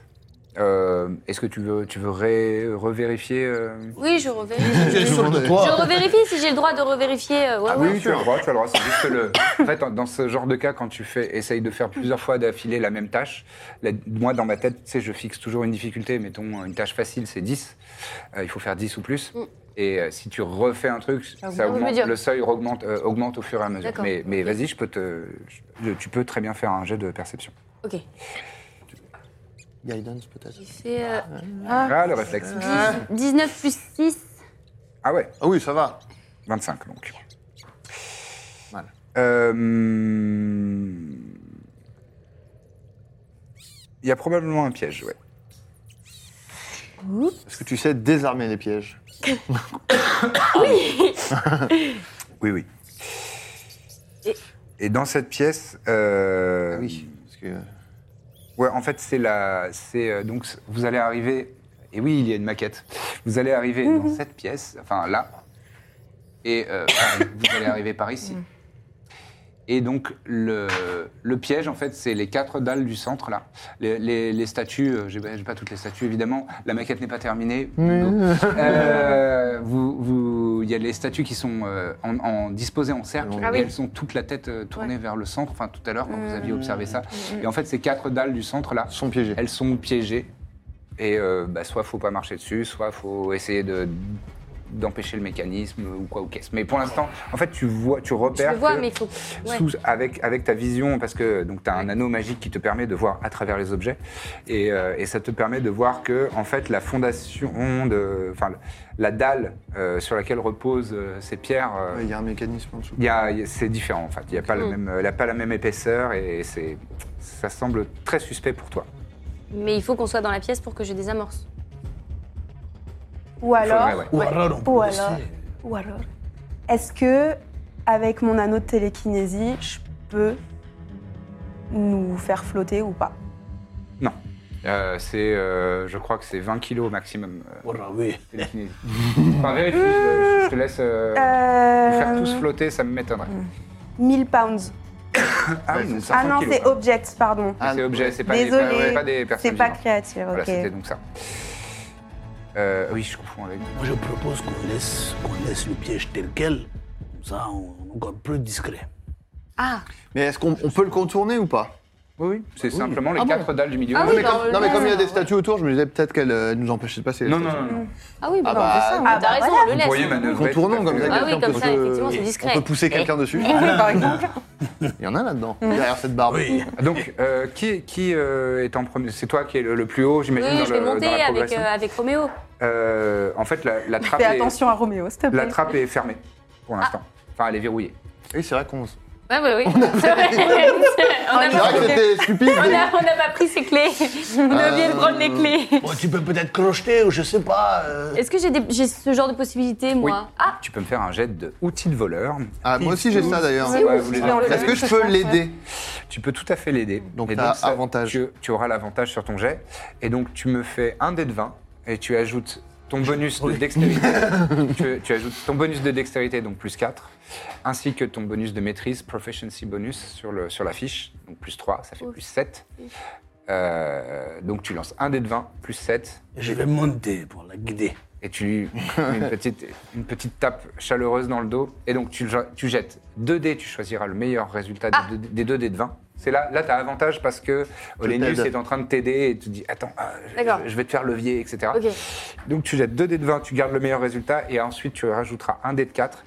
Speaker 1: Euh, Est-ce que tu veux, tu veux ré- revérifier euh
Speaker 6: Oui, je revérifie.
Speaker 2: Je demandais.
Speaker 6: Je revérifie si j'ai le droit de revérifier. euh, ouais,
Speaker 1: Ah
Speaker 6: ouais.
Speaker 1: oui, oui, tu as le droit, tu as le droit. C'est juste que le. En fait, dans ce genre de cas, quand tu fais, essayes de faire plusieurs fois d'affilée la même tâche, la- moi, dans ma tête, tu sais, je fixe toujours une difficulté. Mettons, une tâche facile, c'est 10. Euh, il faut faire 10 ou plus.
Speaker 6: Mm.
Speaker 1: Et euh, si tu refais un truc, ça
Speaker 6: augmente.
Speaker 1: augmente,
Speaker 6: Je veux Ah, dire-
Speaker 1: le seuil augmente, euh, augmente au fur et à mesure.
Speaker 6: D'accord.
Speaker 1: Mais, mais vas-y, je peux te, je- tu peux très bien faire un jet de perception.
Speaker 6: Ok.
Speaker 2: Guidance peut-être.
Speaker 6: J'ai fait euh,
Speaker 1: Ah, le réflexe.
Speaker 6: 19 plus 6.
Speaker 1: Ah ouais,
Speaker 2: Ah oui, ça va.
Speaker 1: 25 donc.
Speaker 2: Voilà.
Speaker 1: Euh, Il y a probablement un piège, ouais.
Speaker 2: Est-ce que tu sais désarmer les pièges
Speaker 1: Oui, oui. Et dans cette pièce, euh,
Speaker 2: Ah Parce que... euh,
Speaker 1: ouais, en fait, c'est la, c'est euh, donc c- vous allez arriver. Et oui, il y a une maquette. Vous allez arriver dans cette pièce, enfin là, et euh, par- vous allez arriver par ici. Et donc le, le piège, en fait, c'est les quatre dalles du centre là. Les, les- les statues, euh, j'ai j'ai pas toutes les statues évidemment. La maquette n'est pas terminée. Euh, vous, vous- il y a les statues qui sont euh, en, en- disposées en cercle.
Speaker 2: Ah
Speaker 1: et
Speaker 6: oui. Mmh.
Speaker 1: Elles sont toute la tête euh, tournée vers le centre. Enfin, tout à l'heure quand vous aviez observé ça. Et en fait, ces quatre dalles du centre là,
Speaker 2: Sont piégés.
Speaker 1: elles sont piégées. Et euh, bah, soit faut pas marcher dessus, soit faut essayer de d'empêcher le mécanisme ou quoi ou qu'est-ce. Mais pour l'instant, en fait, tu vois, tu
Speaker 6: Je
Speaker 1: repères.
Speaker 6: le vois,
Speaker 1: que-
Speaker 6: mais il faut. ouais.
Speaker 1: sous- avec, avec ta vision, parce que tu as un anneau magique qui te permet de voir à travers les objets, et, euh, et ça te permet de voir que, en fait, la fondation, de, enfin, la dalle euh, sur laquelle reposent euh, ces pierres, euh,
Speaker 2: Ouais, Il y a un mécanisme en dessous.
Speaker 1: il y a- il y a- c'est différent, en fait. Il n'y a, pas le
Speaker 6: Mm.
Speaker 1: même- elle a pas la même épaisseur, et c'est- ça semble très suspect pour toi.
Speaker 6: Mais il faut qu'on soit dans la pièce pour que je désamorce.
Speaker 7: Ou alors,
Speaker 1: faudrait, ouais.
Speaker 4: Ou alors, on peut
Speaker 7: Ou
Speaker 4: laisser-
Speaker 7: alors, ou alors, est-ce que avec mon anneau de télékinésie, je peux nous faire flotter ou pas
Speaker 1: Euh, c'est, euh, je crois que c'est 20 kilos maximum. euh,
Speaker 4: Ou alors, oui.
Speaker 1: télékinésie. Enfin, vérifie, je, je te laisse euh, vous faire
Speaker 7: euh,
Speaker 1: tous flotter, ça me m'étonnerait.
Speaker 7: 1000 pounds.
Speaker 1: Ah
Speaker 2: Ouais,
Speaker 1: oui,
Speaker 2: c'est
Speaker 1: donc 500
Speaker 2: ça.
Speaker 7: Ah non,
Speaker 1: kilos.
Speaker 7: c'est object, pardon.
Speaker 2: Ah,
Speaker 1: c'est objet, c'est pas, des-
Speaker 7: Désolée,
Speaker 1: pas- pas des personnes.
Speaker 7: C'est pas
Speaker 1: vivantes.
Speaker 7: créature,
Speaker 1: Voilà,
Speaker 7: ok.
Speaker 1: c'était donc ça. Euh, oui, je confonds avec.
Speaker 4: Moi, je propose qu'on laisse, qu'on laisse le piège tel quel. Comme ça, on on est encore plus discret.
Speaker 6: Ah,
Speaker 2: Mais est-ce qu'on on peut le contourner ou pas
Speaker 1: Oui, oui, c'est simplement les quatre dalles du milieu.
Speaker 6: Ah
Speaker 2: non,
Speaker 6: oui,
Speaker 2: mais
Speaker 6: bah,
Speaker 2: comme,
Speaker 6: on
Speaker 2: non, mais
Speaker 6: le
Speaker 2: comme il y a
Speaker 6: laisse,
Speaker 2: des statues autour, je me disais peut-être qu'elles euh, nous empêchaient de passer. les
Speaker 1: non, non,
Speaker 2: statues.
Speaker 1: non, non.
Speaker 6: ah oui, bah,
Speaker 2: Ah
Speaker 6: non, on
Speaker 2: bah,
Speaker 6: fait ça.
Speaker 2: ah
Speaker 6: Ah,
Speaker 7: bah,
Speaker 6: t'as raison,
Speaker 7: voilà.
Speaker 6: on le laisse.
Speaker 1: pourriez manœuvrer.
Speaker 2: Contournons
Speaker 1: tout à
Speaker 2: comme
Speaker 1: fait.
Speaker 2: ça.
Speaker 6: Ah oui,
Speaker 2: quelqu'un
Speaker 6: comme
Speaker 2: peut
Speaker 6: ça,
Speaker 2: se-
Speaker 6: effectivement, c'est discret.
Speaker 2: On peut pousser quelqu'un dessus.
Speaker 7: Par exemple.
Speaker 2: Il y en a là-dedans, derrière cette barbe.
Speaker 1: Donc, euh, qui, qui euh, est en premier C'est toi qui es le, le plus haut, j'imagine,
Speaker 6: Oui,
Speaker 1: dans,
Speaker 6: je
Speaker 1: le-
Speaker 6: vais
Speaker 1: dans
Speaker 6: monter
Speaker 1: la
Speaker 6: avec,
Speaker 1: progression.
Speaker 6: euh, avec Roméo.
Speaker 1: Euh, en fait, la, la trappe
Speaker 7: Fais
Speaker 1: est,
Speaker 7: attention à Roméo, s'il te plaît. Ah.
Speaker 1: la trappe est fermée pour l'instant. Enfin, elle est verrouillée.
Speaker 2: Oui, c'est vrai qu'on. s-
Speaker 6: Ouais, ouais, oui. C'est vrai. on
Speaker 2: C'est vrai
Speaker 6: n'a
Speaker 2: Ah, que
Speaker 6: pas,
Speaker 2: c'était stupide.
Speaker 6: on a- on n'a pas pris ses clés. On a oublié de prendre les
Speaker 2: Euh,
Speaker 6: clés.
Speaker 4: Bon, tu peux peut-être crocheter ou je sais pas. euh,
Speaker 6: Est-ce que j'ai des- j'ai ce genre de possibilité,
Speaker 1: Oui.
Speaker 6: moi Ah,
Speaker 1: Tu peux me faire un jet de outils de voleur.
Speaker 2: Ah, moi aussi j'ai ça d'ailleurs.
Speaker 1: Ouais, vous les avez.
Speaker 2: Est-ce que je peux l'aider
Speaker 1: Tu peux tout à fait l'aider.
Speaker 2: Donc,
Speaker 1: Et
Speaker 2: t'as
Speaker 1: ça,
Speaker 2: avantage.
Speaker 1: Tu, tu auras l'avantage sur ton jet. Et donc, tu me fais un dé de 20 et tu ajoutes ton bonus de dextérité. tu, tu ajoutes ton bonus de dextérité, donc plus 4, ainsi que ton bonus de maîtrise, proficiency bonus, sur, le, sur la fiche. Donc plus 3, ça fait plus 7. Euh, donc, tu lances un dé de 20, plus 7.
Speaker 4: Je vais monter pour la guider.
Speaker 1: Et tu lui mets une petite, une petite tape chaleureuse dans le dos. Et donc, tu, le- tu jettes deux dés, tu choisiras le meilleur résultat
Speaker 6: Ah.
Speaker 1: des deux- des deux dés de 20. C'est là, là, tu as avantage parce que Olenus
Speaker 2: t'aide.
Speaker 1: est en train de t'aider et tu dis Attends, euh, je-
Speaker 6: D'accord.
Speaker 1: je, vais te faire levier, etc.
Speaker 6: ok.
Speaker 1: Donc, tu jettes deux dés de 20, tu gardes le meilleur résultat et ensuite tu rajouteras un dé de 4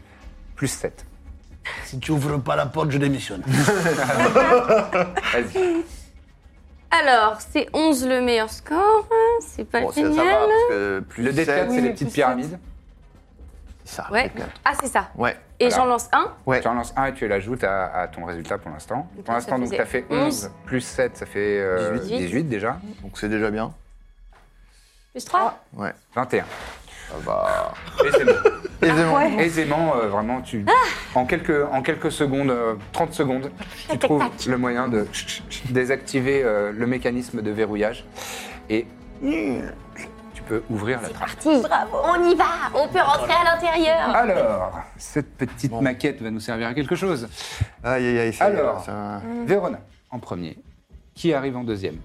Speaker 1: plus 7.
Speaker 4: Si tu ouvres pas la porte, je démissionne.
Speaker 1: Ah Vas-y.
Speaker 6: Alors, c'est 11 le meilleur score. hein, C'est pas
Speaker 2: Bon, ça, ça
Speaker 6: génial.
Speaker 2: va, parce que plus
Speaker 1: Le dé de 4,
Speaker 2: sept,
Speaker 1: c'est les
Speaker 6: oui,
Speaker 1: petites
Speaker 6: plus sept.
Speaker 1: pyramides.
Speaker 2: ça.
Speaker 6: ouais. Ah, c'est ça.
Speaker 2: Ouais.
Speaker 6: Et
Speaker 1: Voilà.
Speaker 6: j'en lance un.
Speaker 2: Ouais.
Speaker 1: Tu en lances un et tu l'ajoutes à, à ton résultat pour l'instant.
Speaker 6: Donc,
Speaker 1: Pour
Speaker 6: ça
Speaker 1: l'instant, donc,
Speaker 6: faisait
Speaker 1: tu as fait
Speaker 6: 11.
Speaker 1: 11 plus 7, ça fait euh,
Speaker 6: 18.
Speaker 1: 18 déjà.
Speaker 2: Donc c'est déjà bien.
Speaker 6: Plus 3.
Speaker 2: Ouais.
Speaker 1: 21.
Speaker 2: Ça va.
Speaker 1: Et c'est bon.
Speaker 2: Aisément.
Speaker 6: Ah,
Speaker 7: Ouais.
Speaker 1: Aisément, euh, vraiment, tu, en, quelques, en quelques secondes, euh, 30 secondes, tu trouves le moyen de désactiver euh, le mécanisme de verrouillage et tu peux ouvrir la trappe.
Speaker 6: Bravo. On y va. On peut rentrer à
Speaker 1: Ah,
Speaker 6: l'intérieur.
Speaker 1: Alors, cette petite maquette va nous servir à quelque chose.
Speaker 2: Aïe, aïe, aïe. ça-
Speaker 1: Alors. Mm.
Speaker 2: ça-
Speaker 1: Vérona, en premier. Qui arrive en deuxième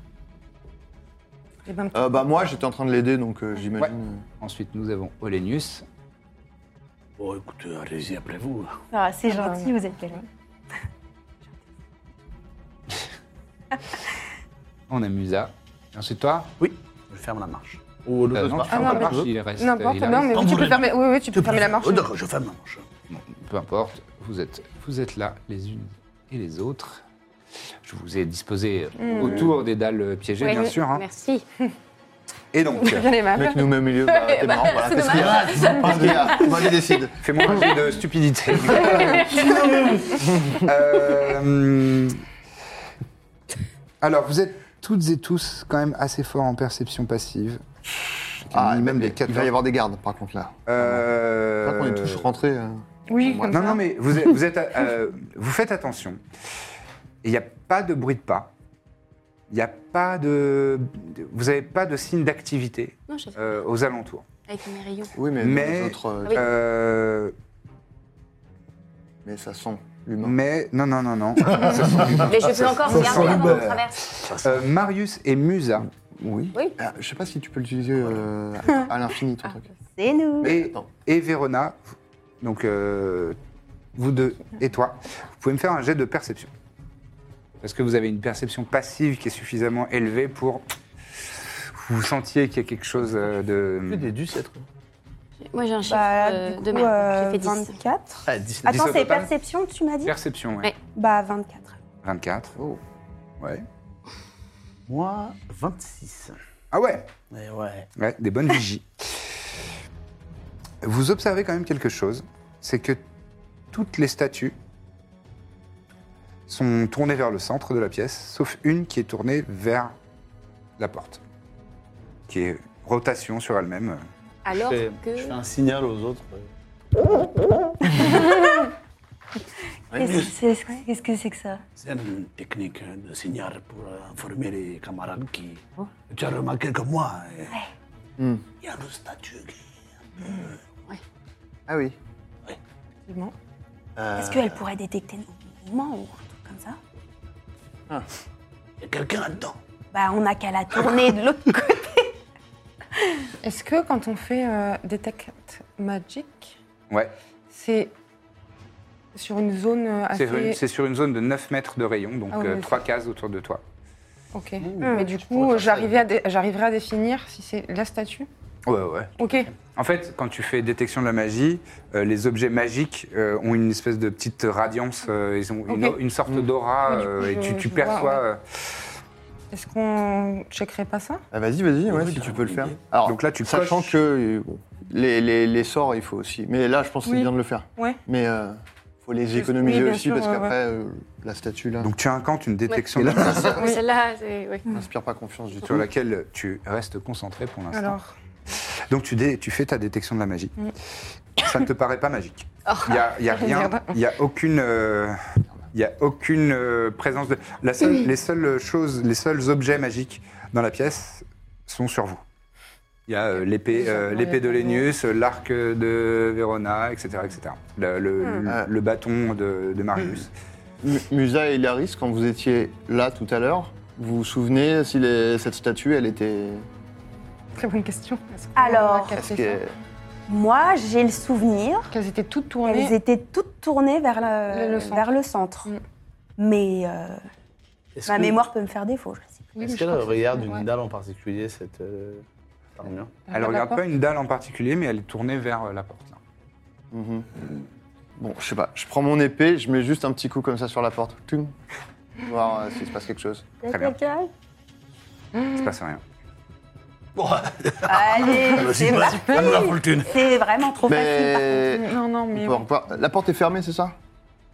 Speaker 5: Et ben,
Speaker 2: Euh, bah, moi, j'étais en train de l'aider, donc euh, j'imagine.
Speaker 1: Ensuite, nous avons Olenius.
Speaker 4: Bon, écoutez, allez-y, appelez-vous.
Speaker 8: Ah, c'est gentil, vous êtes calme.
Speaker 1: On a Musa. Ensuite, toi
Speaker 4: Oui, je ferme la marche. Ou le
Speaker 1: Euh,
Speaker 4: passe
Speaker 1: non,
Speaker 4: pas.
Speaker 1: tu
Speaker 5: Ah,
Speaker 1: fermes
Speaker 5: non,
Speaker 1: la
Speaker 5: mais-
Speaker 1: marche, il reste.
Speaker 5: N'importe,
Speaker 1: il
Speaker 5: non,
Speaker 1: arrive.
Speaker 5: mais oui,
Speaker 4: Pas
Speaker 5: tu peux
Speaker 4: brûler.
Speaker 9: Euh,
Speaker 5: fermer, oui, oui, tu peux fermer la marche.
Speaker 4: Oh, D'accord, je ferme la marche.
Speaker 1: Bon, peu importe, vous êtes, vous êtes là les unes et les autres. Je vous ai disposé
Speaker 5: Mm.
Speaker 1: autour des dalles piégées,
Speaker 6: Ouais,
Speaker 1: bien
Speaker 6: mais-
Speaker 1: sûr. hein.
Speaker 6: Merci.
Speaker 1: Et donc,
Speaker 5: Bien aimable.
Speaker 2: Avec nous même au milieu, bah, t'es
Speaker 5: bah,
Speaker 2: marrant, voilà.
Speaker 5: c'est
Speaker 2: Qu'est-ce qu'il y a Qu'est-ce qu'il y a Moi, je décide.
Speaker 1: fais-moi un jet de stupidité. Euh, alors, vous êtes toutes et tous quand même assez forts en perception passive.
Speaker 2: Ah,
Speaker 1: même
Speaker 2: même
Speaker 1: des
Speaker 2: Il
Speaker 1: 14.
Speaker 2: va y avoir des gardes, par contre, là.
Speaker 1: Euh,
Speaker 2: Là, qu'on est tous rentrés. euh.
Speaker 5: Oui, comme
Speaker 1: Non,
Speaker 5: ça.
Speaker 1: non, mais vous, êtes- vous, êtes, euh, vous faites attention. Il n'y a pas de bruit de pas. Il n'y a pas de. Vous n'avez pas de signe d'activité
Speaker 6: Non, je sais.
Speaker 1: euh, aux alentours.
Speaker 6: Avec mes rayons.
Speaker 2: Oui, mais,
Speaker 1: Mais-
Speaker 2: les autres, euh,
Speaker 6: Ah oui.
Speaker 1: Euh,
Speaker 2: mais ça sent l'humain.
Speaker 1: mais. Non, non, non, non.
Speaker 6: Mais je peux encore regarder
Speaker 1: sent
Speaker 6: avant
Speaker 1: le
Speaker 6: qu'on
Speaker 1: beurre.
Speaker 6: traverse.
Speaker 1: Euh, Marius et Musa.
Speaker 2: Oui.
Speaker 6: Oui.
Speaker 2: Ah, je sais pas si tu peux l'utiliser euh, à l'infini, ton truc.
Speaker 8: C'est nous.
Speaker 2: Mais
Speaker 1: Et,
Speaker 2: attends.
Speaker 1: et Verona. Donc, euh, vous deux et toi. Vous pouvez me faire un jet de perception. Parce que vous avez une perception passive qui est suffisamment élevée pour. Vous sentiez qu'il y a quelque chose euh, de.
Speaker 2: Que des dux, être.
Speaker 6: Moi, j'ai un chiffre
Speaker 7: Bah,
Speaker 6: euh,
Speaker 7: du coup,
Speaker 6: de merde.
Speaker 7: euh,
Speaker 6: J'ai fait 10.
Speaker 7: 24.
Speaker 4: Ah, dix-
Speaker 1: Attends.
Speaker 7: Attends,
Speaker 1: au
Speaker 7: c'est
Speaker 1: total
Speaker 7: perception, tu m'as dit
Speaker 1: Perception, ouais.
Speaker 6: Ouais.
Speaker 7: Bah, 24.
Speaker 1: 24.
Speaker 2: Oh.
Speaker 1: Ouais.
Speaker 4: Moi, 26.
Speaker 1: Ah ouais,
Speaker 4: Et ouais.
Speaker 1: ouais Des bonnes vigies. Vous observez quand même quelque chose, c'est que toutes les statues sont tournées vers le centre de la pièce, sauf une qui est tournée vers la porte, qui est rotation sur elle-même.
Speaker 6: Alors
Speaker 4: je, fais,
Speaker 6: que.
Speaker 4: je fais un signal aux autres.
Speaker 8: Qu'est-ce c'est- c'est- qu'est-ce que c'est que ça
Speaker 4: C'est une technique de signal pour euh, informer les camarades qui.
Speaker 6: Oh.
Speaker 4: Tu as remarqué que moi, euh, il
Speaker 2: Hmm.
Speaker 4: y a le statut qui.
Speaker 2: Ah oui.
Speaker 5: Effectivement.
Speaker 4: Euh,
Speaker 7: Est-ce qu'elle pourrait détecter nos mouvements ou un truc comme ça
Speaker 5: Ah.
Speaker 4: il y a quelqu'un là-dedans.
Speaker 7: Bah, on n'a qu'à la tourner de l'autre côté.
Speaker 5: Est-ce que quand on fait euh, Detect Magic,
Speaker 1: Ouais,
Speaker 5: c'est sur une zone euh,
Speaker 1: c'est sur, une-
Speaker 5: assez.
Speaker 1: c'est sur une zone de 9 mètres de rayon, donc
Speaker 5: Ah oui,
Speaker 1: euh,
Speaker 5: oui.
Speaker 1: trois cases autour de toi.
Speaker 5: Ok.
Speaker 4: Mmh.
Speaker 5: Mais du
Speaker 4: Je pourrais
Speaker 5: coup,
Speaker 4: faire ça.
Speaker 5: j'arrivais à dé- j'arriverai à définir si c'est la statue.
Speaker 1: Ouais, ouais.
Speaker 5: Ok.
Speaker 1: En fait, quand tu fais détection de la magie, euh, les objets magiques euh, ont une espèce de petite radiance, euh, ils ont une,
Speaker 5: Ok. Mm.
Speaker 1: une sorte d'aura,
Speaker 5: Oui, du coup,
Speaker 1: euh, et
Speaker 5: je-
Speaker 1: tu, tu
Speaker 5: je
Speaker 1: perçois.
Speaker 5: vois,
Speaker 1: euh,
Speaker 5: Est-ce qu'on checkerait pas ça
Speaker 2: Ah, vas-y, vas-y, ouais,
Speaker 4: Oui,
Speaker 2: si
Speaker 4: c'est
Speaker 2: tu peux le
Speaker 4: une
Speaker 2: faire.
Speaker 4: idée.
Speaker 2: Alors,
Speaker 1: Donc là, tu
Speaker 2: sachant
Speaker 1: coches.
Speaker 2: que euh, bon, les, les, les sorts, il faut aussi. Mais là, je pense que c'est
Speaker 5: Oui.
Speaker 2: bien de le faire.
Speaker 5: Ouais.
Speaker 2: Mais euh, faut les
Speaker 5: Oui,
Speaker 2: économiser
Speaker 5: bien
Speaker 2: aussi
Speaker 5: sûr,
Speaker 2: parce
Speaker 5: ouais,
Speaker 2: qu'après, euh, la statue là,
Speaker 1: Donc tu incantes une détection
Speaker 2: Et
Speaker 1: de
Speaker 2: là,
Speaker 1: la magie
Speaker 6: Ah, mais Celle-là, c'est. ouais.
Speaker 2: n'inspire pas confiance du tout.
Speaker 1: sur laquelle tu restes concentré pour l'instant.
Speaker 5: Alors.
Speaker 1: Donc tu, dé- tu fais ta détection de la magie.
Speaker 5: Mm.
Speaker 1: Ça ne te paraît pas magique. Il n'y a, Oh. il y a rien,
Speaker 5: Merde.
Speaker 1: il n'y a aucune, euh, il y a aucune euh, présence de... La seule, les seules choses, les seuls objets magiques dans la pièce sont sur vous. Il y a euh, l'épée, euh, l'épée de Lénius, euh, l'arc de Verona, etc. etc. Le, le-
Speaker 6: Ah.
Speaker 2: Ah.
Speaker 1: le- le bâton de, de Marius.
Speaker 2: Mu- Musa et Hilaris, quand vous étiez là tout à l'heure, vous vous souvenez si les- cette statue, elle était.
Speaker 5: Très bonne question. Est-ce qu'on
Speaker 7: Alors,
Speaker 5: a capté
Speaker 2: Est-ce
Speaker 5: ça
Speaker 2: que.
Speaker 7: Moi, j'ai le souvenir
Speaker 5: Qu'elles étaient toutes
Speaker 7: Elles
Speaker 5: tournées.
Speaker 7: étaient toutes tournées vers la-
Speaker 5: Le- le centre.
Speaker 7: vers le centre.
Speaker 5: Mm.
Speaker 7: Mais euh,
Speaker 4: Est-ce
Speaker 7: ma
Speaker 4: que-
Speaker 7: mémoire peut me faire défaut, je sais.
Speaker 5: Oui, mais
Speaker 4: Est-ce
Speaker 5: je
Speaker 4: qu'elle
Speaker 5: crois que
Speaker 4: regarde
Speaker 5: c'est-
Speaker 4: une
Speaker 5: ouais.
Speaker 4: dalle en particulier, cette euh, armure
Speaker 6: Ah,
Speaker 1: Elle ne regarde pas une dalle en particulier, mais elle est tournée vers euh, la porte. là.
Speaker 2: Mhm. Bon, je sais pas. Je prends mon épée, je mets juste un petit coup comme ça sur la porte. Toum. Voir euh, s'il se passe quelque chose.
Speaker 1: Très bien. Il se passe rien.
Speaker 7: Mmh.
Speaker 1: Ah, bah,
Speaker 7: Allez, c'est
Speaker 4: vas-y,
Speaker 7: parti.
Speaker 4: donne-nous la fortune.
Speaker 7: C'est vraiment trop
Speaker 2: Mais.
Speaker 5: Non, non,
Speaker 2: on
Speaker 5: mais.
Speaker 2: peut encore- La porte est fermée, c'est ça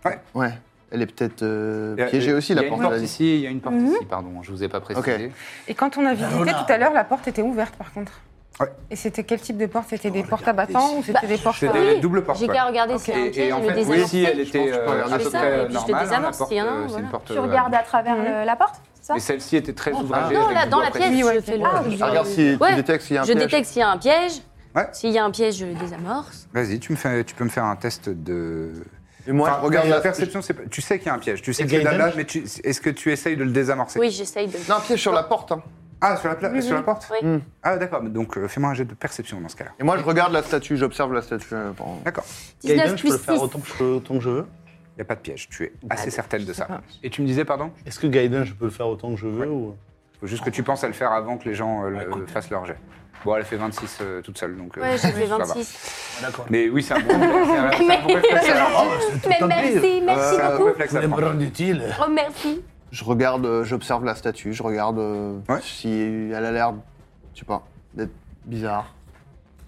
Speaker 1: Ouais.
Speaker 2: Ouais. Elle est peut-être euh,
Speaker 1: Il y a-
Speaker 2: piégée aussi,
Speaker 1: il y a
Speaker 2: la
Speaker 1: une
Speaker 2: porte.
Speaker 1: porte
Speaker 2: vas-y.
Speaker 1: ici, il y a une porte
Speaker 6: Mhm.
Speaker 1: ici, pardon, je vous ai pas précisé.
Speaker 2: Ok.
Speaker 5: Et quand on a visité
Speaker 4: Verona.
Speaker 5: tout à l'heure, la porte était ouverte par contre.
Speaker 1: Ouais.
Speaker 5: Et c'était quel type de porte C'était des
Speaker 4: Oh,
Speaker 5: portes à
Speaker 4: regardez
Speaker 5: battants
Speaker 4: ici.
Speaker 5: ou c'était des portes.
Speaker 1: C'est
Speaker 5: euh,
Speaker 1: des doubles portes.
Speaker 6: J'ai
Speaker 1: ouais.
Speaker 6: qu'à regarder si c'est un
Speaker 1: Et, et
Speaker 6: piège,
Speaker 1: en
Speaker 6: je le
Speaker 1: fait, oui, si
Speaker 6: désamorcer.
Speaker 1: elle était
Speaker 2: Je pense que tu peux
Speaker 1: euh,
Speaker 2: regarder
Speaker 1: à peu près
Speaker 6: ça, et
Speaker 1: euh,
Speaker 6: puis je te
Speaker 1: normale, hein, la
Speaker 6: désamorce,
Speaker 1: porte,
Speaker 6: il y en a un,
Speaker 1: euh, c'est
Speaker 6: voilà.
Speaker 1: une porte.
Speaker 7: Tu regardes à travers
Speaker 5: Mhm.
Speaker 7: le- la porte, c'est ça
Speaker 1: Mais celle-ci était très ouvragée.
Speaker 6: Oh, Non,
Speaker 1: avec
Speaker 6: là,
Speaker 1: du
Speaker 6: dans
Speaker 1: bois
Speaker 6: la
Speaker 1: précis.
Speaker 6: pièce,
Speaker 5: ouais,
Speaker 6: je
Speaker 5: c'est
Speaker 6: fais le.
Speaker 5: bon.
Speaker 6: je-
Speaker 2: Ah, regarde si
Speaker 6: Ouais.
Speaker 2: tu détectes s'il y a un
Speaker 6: Je
Speaker 2: piège.
Speaker 6: détecte s'il y a un piège.
Speaker 1: Ouais.
Speaker 6: S'il y a un piège, je le désamorce.
Speaker 1: Vas-y, tu, me fais- tu peux me faire un test de.
Speaker 2: Et moi, euh,
Speaker 1: Enfin,
Speaker 2: je regarde
Speaker 1: la
Speaker 2: la
Speaker 1: perception. c'est pas- Tu sais qu'il y a un piège. Tu sais
Speaker 4: Et
Speaker 1: que c'est
Speaker 4: Gaiden
Speaker 1: là, mais tu- est-ce que tu essayes de le désamorcer
Speaker 6: Oui, j'essaye de.
Speaker 2: Non, un piège sur la porte. hein. Mm.
Speaker 1: Ah, sur la, pla-
Speaker 6: Oui,
Speaker 1: sur
Speaker 6: oui.
Speaker 1: la porte
Speaker 6: Oui.
Speaker 1: Ah, d'accord. Donc, euh, fais-moi un jet de perception dans ce cas-là.
Speaker 2: Hmm. Et moi, je regarde la statue, j'observe la statue. euh, bon.
Speaker 1: D'accord.
Speaker 4: Gaiden,
Speaker 6: 19
Speaker 4: je peux
Speaker 6: plus
Speaker 4: le
Speaker 6: 6.
Speaker 4: faire autant que je, peux- autant que je veux.
Speaker 1: Il n'y a pas de piège. Tu es assez
Speaker 5: Bah,
Speaker 1: certaine de
Speaker 5: je sais
Speaker 1: ça.
Speaker 5: pas.
Speaker 1: Et tu me disais, pardon
Speaker 4: Est-ce que Gaiden, je peux le faire autant que je veux ou... Bah,
Speaker 1: Il faut juste que tu penses à le faire avant que les gens euh, le- fassent leur jet. Bon, elle fait 26 euh, toute seule, donc. euh,
Speaker 6: Ouais, j'ai fait
Speaker 1: ça va.
Speaker 6: 26.
Speaker 4: D'accord.
Speaker 1: Mais oui, c'est un bon c'est un- c'est un bon réflexe. alors.
Speaker 6: Mais merci, merci
Speaker 1: C'est un bon
Speaker 6: beaucoup.
Speaker 1: Euh, réflexe à prendre.
Speaker 4: utile.
Speaker 6: Oh, merci.
Speaker 2: Je regarde, euh, j'observe la statue, je regarde euh,
Speaker 1: Ouais.
Speaker 2: si elle a l'air, je sais pas, d'être bizarre.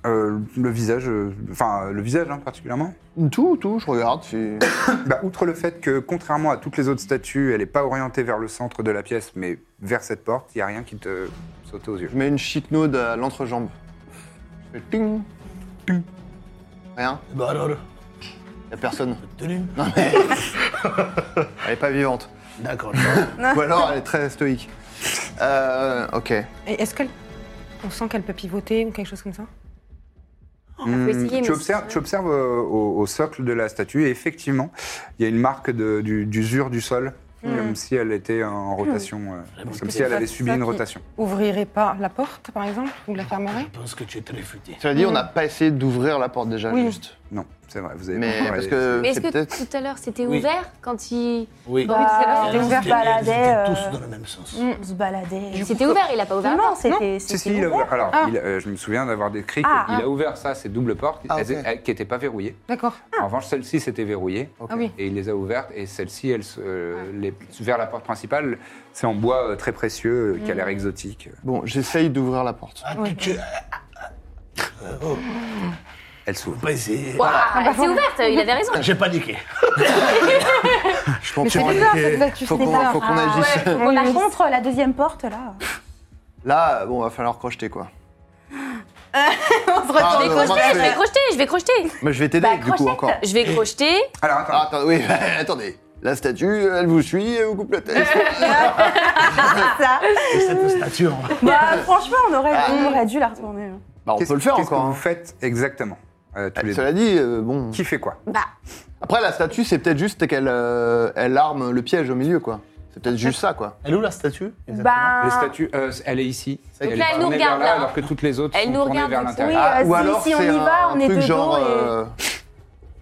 Speaker 1: Euh, le visage, euh, enfin, le visage hein, particulièrement.
Speaker 2: Tout, tout, je regarde. si-
Speaker 1: Bah, outre le fait que, contrairement à toutes les autres statues, elle n'est pas orientée vers le centre de la pièce, mais vers cette porte, il n'y a rien qui te saute aux yeux.
Speaker 2: Je mets une chicnaude à l'entrejambe. Je fais ting, ting. Rien,
Speaker 4: Bah alors,
Speaker 2: y a personne.
Speaker 4: tenue.
Speaker 2: Elle est pas vivante.
Speaker 4: D'accord.
Speaker 2: Ou alors elle est très stoïque. Euh, ok.
Speaker 5: Et est-ce qu'elle. On sent qu'elle peut pivoter ou quelque chose comme ça
Speaker 1: Hmm,
Speaker 6: essayer,
Speaker 1: tu,
Speaker 6: mais
Speaker 1: observes,
Speaker 6: c'est-
Speaker 1: tu observes euh, au, au socle de la statue, et effectivement, il y a une marque de- du- d'usure du sol, comme si elle était en rotation, euh,
Speaker 2: Ah,
Speaker 1: comme si elle avait subi
Speaker 5: ça
Speaker 1: une
Speaker 5: qui-
Speaker 1: rotation.
Speaker 5: Ouvrirait pas la porte, par exemple, ou la fermerait
Speaker 4: pense que tu es très futé.
Speaker 2: Cela dit, on n'a pas essayé d'ouvrir la porte déjà,
Speaker 5: Oui.
Speaker 2: juste.
Speaker 1: Non, c'est vrai, vous avez pas
Speaker 2: Mais
Speaker 1: encore
Speaker 2: parce
Speaker 1: allé-
Speaker 2: que
Speaker 6: Mais est-ce
Speaker 2: c'est
Speaker 6: que
Speaker 2: peut-être.
Speaker 6: tout à l'heure c'était
Speaker 4: Oui.
Speaker 6: ouvert quand il.
Speaker 4: Oui. Ah.
Speaker 5: Bah,
Speaker 7: Bah,
Speaker 5: c'était
Speaker 7: on
Speaker 5: ouvert.
Speaker 7: se baladait. euh,
Speaker 4: le même sens.
Speaker 7: On se baladait. Du
Speaker 6: C'était
Speaker 7: coup,
Speaker 6: ouvert, il a pas ouvert.
Speaker 7: Non,
Speaker 6: la
Speaker 7: non,
Speaker 6: porte, Ah, non
Speaker 7: c'était
Speaker 1: Si,
Speaker 7: c'était
Speaker 1: si, il a ouvert. Alors,
Speaker 5: Ah.
Speaker 1: il- euh, je me souviens d'avoir décrit
Speaker 7: Ah,
Speaker 1: qu'il a ouvert ça, ces doubles portes,
Speaker 2: Ah,
Speaker 1: elles-
Speaker 2: ok.
Speaker 1: elles- qui n'étaient pas verrouillées.
Speaker 5: D'accord.
Speaker 1: En revanche, celle-ci s'était verrouillée.
Speaker 5: Ah oui.
Speaker 1: Et il les a ouvertes, et celle-ci, elle, se-
Speaker 7: Ah.
Speaker 1: euh, les- vers la porte principale, c'est en bois euh, très précieux, euh, qui a
Speaker 7: Mm.
Speaker 1: l'air exotique.
Speaker 2: Bon, j'essaye d'ouvrir la porte.
Speaker 4: Ah, euh, oh.
Speaker 5: Hmm.
Speaker 1: Elle s'ouvre.
Speaker 2: Ah,
Speaker 6: Waouh, c'est ouverte, il avait raison.
Speaker 4: Ah, J'ai paniqué.
Speaker 2: Je
Speaker 5: Mais c'est
Speaker 2: comprends.
Speaker 5: bizarre, cette statue,
Speaker 2: Faut
Speaker 5: c'est
Speaker 2: qu'on
Speaker 5: bizarre.
Speaker 2: faut qu'on agisse.
Speaker 7: Ah, On la contre la deuxième porte là.
Speaker 2: Là, bon, va falloir crocheter quoi.
Speaker 7: On se
Speaker 2: Ah,
Speaker 6: Je vais
Speaker 2: non, moi,
Speaker 6: crocheter,
Speaker 2: je
Speaker 6: je
Speaker 2: fais-
Speaker 6: vais crocheter, je vais crocheter.
Speaker 2: Mais je vais t'aider
Speaker 6: Bah,
Speaker 2: du coup encore.
Speaker 6: crochette, je vais crocheter.
Speaker 1: Alors, attends.
Speaker 2: Ah, attends, oui, attendez. La statue, elle vous suit et vous coupe la tête.
Speaker 7: ça.
Speaker 4: Et cette statue.
Speaker 1: hein
Speaker 7: Bah, franchement, on aurait, on aurait dû la retourner. hein.
Speaker 2: bah, on
Speaker 1: Qu'est-ce-
Speaker 2: peut le faire
Speaker 1: qu'est-ce
Speaker 2: encore.
Speaker 1: que
Speaker 2: hein.
Speaker 1: vous faites exactement euh, tous
Speaker 2: Euh,
Speaker 1: les deux
Speaker 2: Cela dit, euh, bon.
Speaker 1: Qui fait quoi
Speaker 6: Bah.
Speaker 2: Après, la statue, c'est peut-être juste qu'elle euh, elle arme le piège au milieu, quoi. C'est peut-être juste ça, quoi.
Speaker 4: Elle est où la statue exactement
Speaker 1: Les
Speaker 7: Bah,
Speaker 1: statues, euh, elle est ici.
Speaker 4: Donc
Speaker 1: elle
Speaker 6: là,
Speaker 1: est
Speaker 6: elle nous
Speaker 1: tournée
Speaker 6: regarde,
Speaker 1: vers là,
Speaker 6: là.
Speaker 1: alors que toutes les autres
Speaker 6: Elle
Speaker 1: sont
Speaker 6: nous
Speaker 1: tournées
Speaker 6: regarde,
Speaker 1: vers
Speaker 6: donc c'est-
Speaker 7: oui,
Speaker 6: oui,
Speaker 1: l'intérieur.
Speaker 7: euh,
Speaker 2: ou
Speaker 7: si,
Speaker 2: alors,
Speaker 7: si on
Speaker 2: c'est
Speaker 7: y
Speaker 2: un,
Speaker 7: va, on est
Speaker 2: truc
Speaker 7: dedans.
Speaker 2: genre.
Speaker 7: et-
Speaker 2: euh,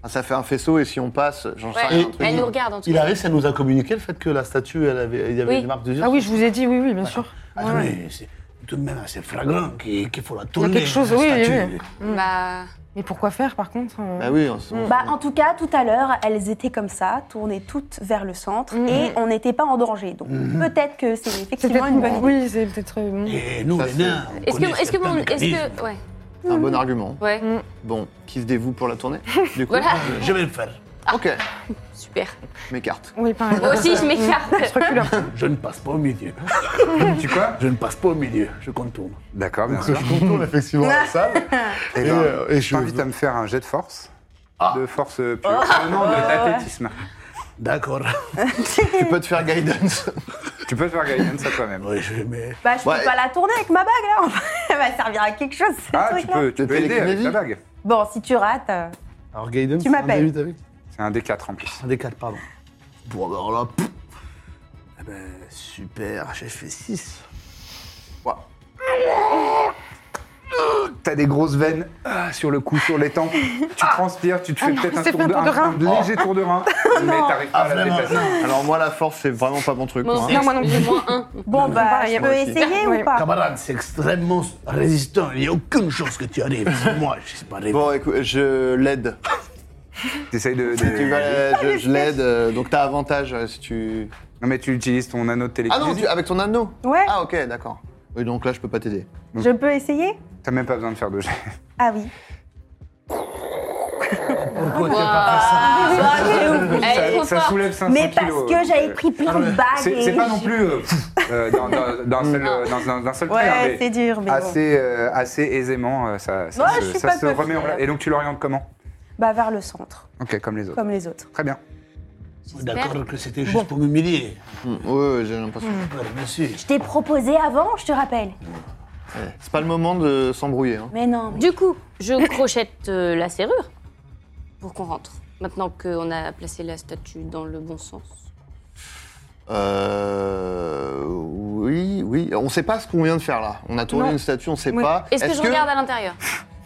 Speaker 2: ah, ça fait un faisceau et si on passe, j'en sais
Speaker 6: Ouais,
Speaker 2: rien, un truc.
Speaker 6: Elle nous regarde en tout
Speaker 4: Il
Speaker 6: cas.
Speaker 4: arrive, ça nous a communiqué le fait que la statue, elle avait, il y avait
Speaker 6: Oui.
Speaker 4: une marque de Ah
Speaker 5: Ah oui, je vous ai dit, oui, oui, bien sûr. Ouais, ouais.
Speaker 4: c'est tout de même assez flagrant qu'il faut la
Speaker 5: tourner, quelque chose, la oui, oui, statue. oui.
Speaker 6: Bah.
Speaker 5: Mais pourquoi faire, par contre euh,
Speaker 2: Bah oui, on s- on-
Speaker 7: Bah, en tout cas, tout à l'heure, elles étaient comme ça, tournées toutes vers le centre,
Speaker 5: Mhm.
Speaker 7: et on n'était pas en danger. Donc peut-être que c'est
Speaker 5: C'est
Speaker 7: effectivement
Speaker 5: peut-être
Speaker 7: une bonne idée.
Speaker 5: Oui, c'est peut-être. euh, bon.
Speaker 1: Eh,
Speaker 4: Et nous,
Speaker 2: Ça, les nains,
Speaker 6: Est-ce que, est-ce que mon, est-ce que, ouais,
Speaker 5: mm.
Speaker 2: c'est
Speaker 5: Mhm.
Speaker 2: un bon argument.
Speaker 6: ouais,
Speaker 2: Bon, qui se dévoue pour la tournée Du coup,
Speaker 6: voilà,
Speaker 4: Ah, Je vais le faire.
Speaker 2: ok,
Speaker 6: Ah, super.
Speaker 2: je m'écarte.
Speaker 5: Oui, pareil.
Speaker 6: Moi aussi, je
Speaker 5: Je
Speaker 6: m'écarte.
Speaker 5: recule un peu.
Speaker 4: Je ne passe pas au milieu.
Speaker 1: Tu quoi
Speaker 4: Je ne passe pas au milieu. Je contourne.
Speaker 1: D'accord, bien
Speaker 2: euh,
Speaker 1: sûr.
Speaker 4: Je contourne effectivement la salle.
Speaker 1: Eh
Speaker 4: Et,
Speaker 1: ben,
Speaker 4: euh,
Speaker 1: je
Speaker 4: et je-
Speaker 1: t'invite à me faire un jet de force.
Speaker 4: Ah.
Speaker 1: De force pure. Euh, non, de- d'athlétisme.
Speaker 4: D'accord.
Speaker 2: Tu peux te faire guidance.
Speaker 1: Tu peux te faire guidance à toi-même.
Speaker 4: Oui, je mets.
Speaker 7: Bah, je
Speaker 2: Ouais.
Speaker 7: peux pas la tourner avec ma bague là. Elle va servir à quelque chose. ce
Speaker 1: Ah, tu
Speaker 7: truc-là.
Speaker 1: peux, tu
Speaker 2: De
Speaker 1: peux aider avec
Speaker 2: télékinésie
Speaker 1: ta bague.
Speaker 7: Bon, si tu rates, euh,
Speaker 4: Alors, Gaiden,
Speaker 7: Tu m'appelles.
Speaker 4: Un, D8 avec
Speaker 1: C'est un D4 en plus.
Speaker 4: un des quatre, pardon. Bon, alors là. pff. Eh ben, super, j'ai fait 6.
Speaker 1: T'as des grosses veines ah, sur le cou, sur les tempes. Tu transpires, tu te fais
Speaker 5: non,
Speaker 1: peut-être
Speaker 5: il
Speaker 1: un,
Speaker 5: s'est
Speaker 1: tour
Speaker 5: fait un
Speaker 1: de-
Speaker 5: tour de
Speaker 1: un-
Speaker 5: rein.
Speaker 1: un léger tour de rein. mais t'arrives pas à la
Speaker 4: Ah, vraiment
Speaker 1: dépasser.
Speaker 2: Alors, moi, la force, c'est vraiment pas mon truc.
Speaker 6: Moi
Speaker 2: moi,
Speaker 6: aussi,
Speaker 2: hein.
Speaker 5: Non, moi non plus.
Speaker 6: j'ai moins un.
Speaker 7: bon, bah,
Speaker 5: pareil,
Speaker 7: je
Speaker 5: moi
Speaker 7: peux
Speaker 5: aussi.
Speaker 7: essayer
Speaker 5: Oui.
Speaker 7: ou pas
Speaker 4: Camarade, c'est extrêmement résistant. Il n'y a aucune chance que tu arrives. C'est moi, je sais pas arriver.
Speaker 2: Bon, écoute, je l'aide.
Speaker 1: T'essayes de. de-
Speaker 2: Tu vas- je je l'aide, euh, donc t'as avantage euh, si tu.
Speaker 1: Non, mais tu utilises ton anneau de
Speaker 2: Ah non,
Speaker 1: télékinésie.
Speaker 2: tu- avec ton anneau
Speaker 7: Ouais,
Speaker 2: Ah ok, d'accord. Oui, donc là, je peux pas t'aider.
Speaker 7: je peux essayer
Speaker 1: T'as même pas besoin de faire de jet.
Speaker 7: Ah oui.
Speaker 4: Pourquoi tu as pas fait ça
Speaker 6: Elle est
Speaker 1: ça,
Speaker 6: trop
Speaker 1: ça
Speaker 6: forte.
Speaker 1: soulève 500
Speaker 7: Mais parce
Speaker 1: kilos,
Speaker 7: que
Speaker 1: euh,
Speaker 7: j'avais pris plein de bagues.
Speaker 1: C'est
Speaker 7: et-
Speaker 1: c'est pas non plus euh, pff, euh, d'un- d'un d'un seul, euh, d'un- d'un- d'un seul trait, hein,
Speaker 7: Ouais,
Speaker 1: mais
Speaker 7: c'est dur, mais bon.
Speaker 1: assez, euh, assez aisément, euh, ça, ça
Speaker 7: Ouais, je
Speaker 1: se,
Speaker 7: suis
Speaker 1: ça
Speaker 7: pas
Speaker 1: se
Speaker 7: peu
Speaker 1: remet en
Speaker 7: fière.
Speaker 1: place. Et donc tu l'orientes comment
Speaker 7: Bah, vers le centre,
Speaker 1: Ok, comme les autres.
Speaker 7: comme les autres.
Speaker 1: Très bien.
Speaker 4: D'accord que c'était juste pour m'humilier.
Speaker 2: Oui, Hmm, ouais, j'ai l'impression.
Speaker 4: Ouais, Bien sûr.
Speaker 7: Je t'ai proposé avant, je te rappelle.
Speaker 2: C'est pas le moment de s'embrouiller. hein.
Speaker 7: Mais non, mais-
Speaker 6: Du coup, je crochette euh, la serrure pour qu'on rentre. Maintenant qu'on a placé la statue dans le bon sens.
Speaker 2: Euh... ou- Oui, oui. On ne sait pas ce qu'on vient de faire là. On a tourné
Speaker 5: Non.
Speaker 2: une statue, on ne sait
Speaker 5: Oui.
Speaker 2: pas.
Speaker 6: Est-ce que je regarde à l'intérieur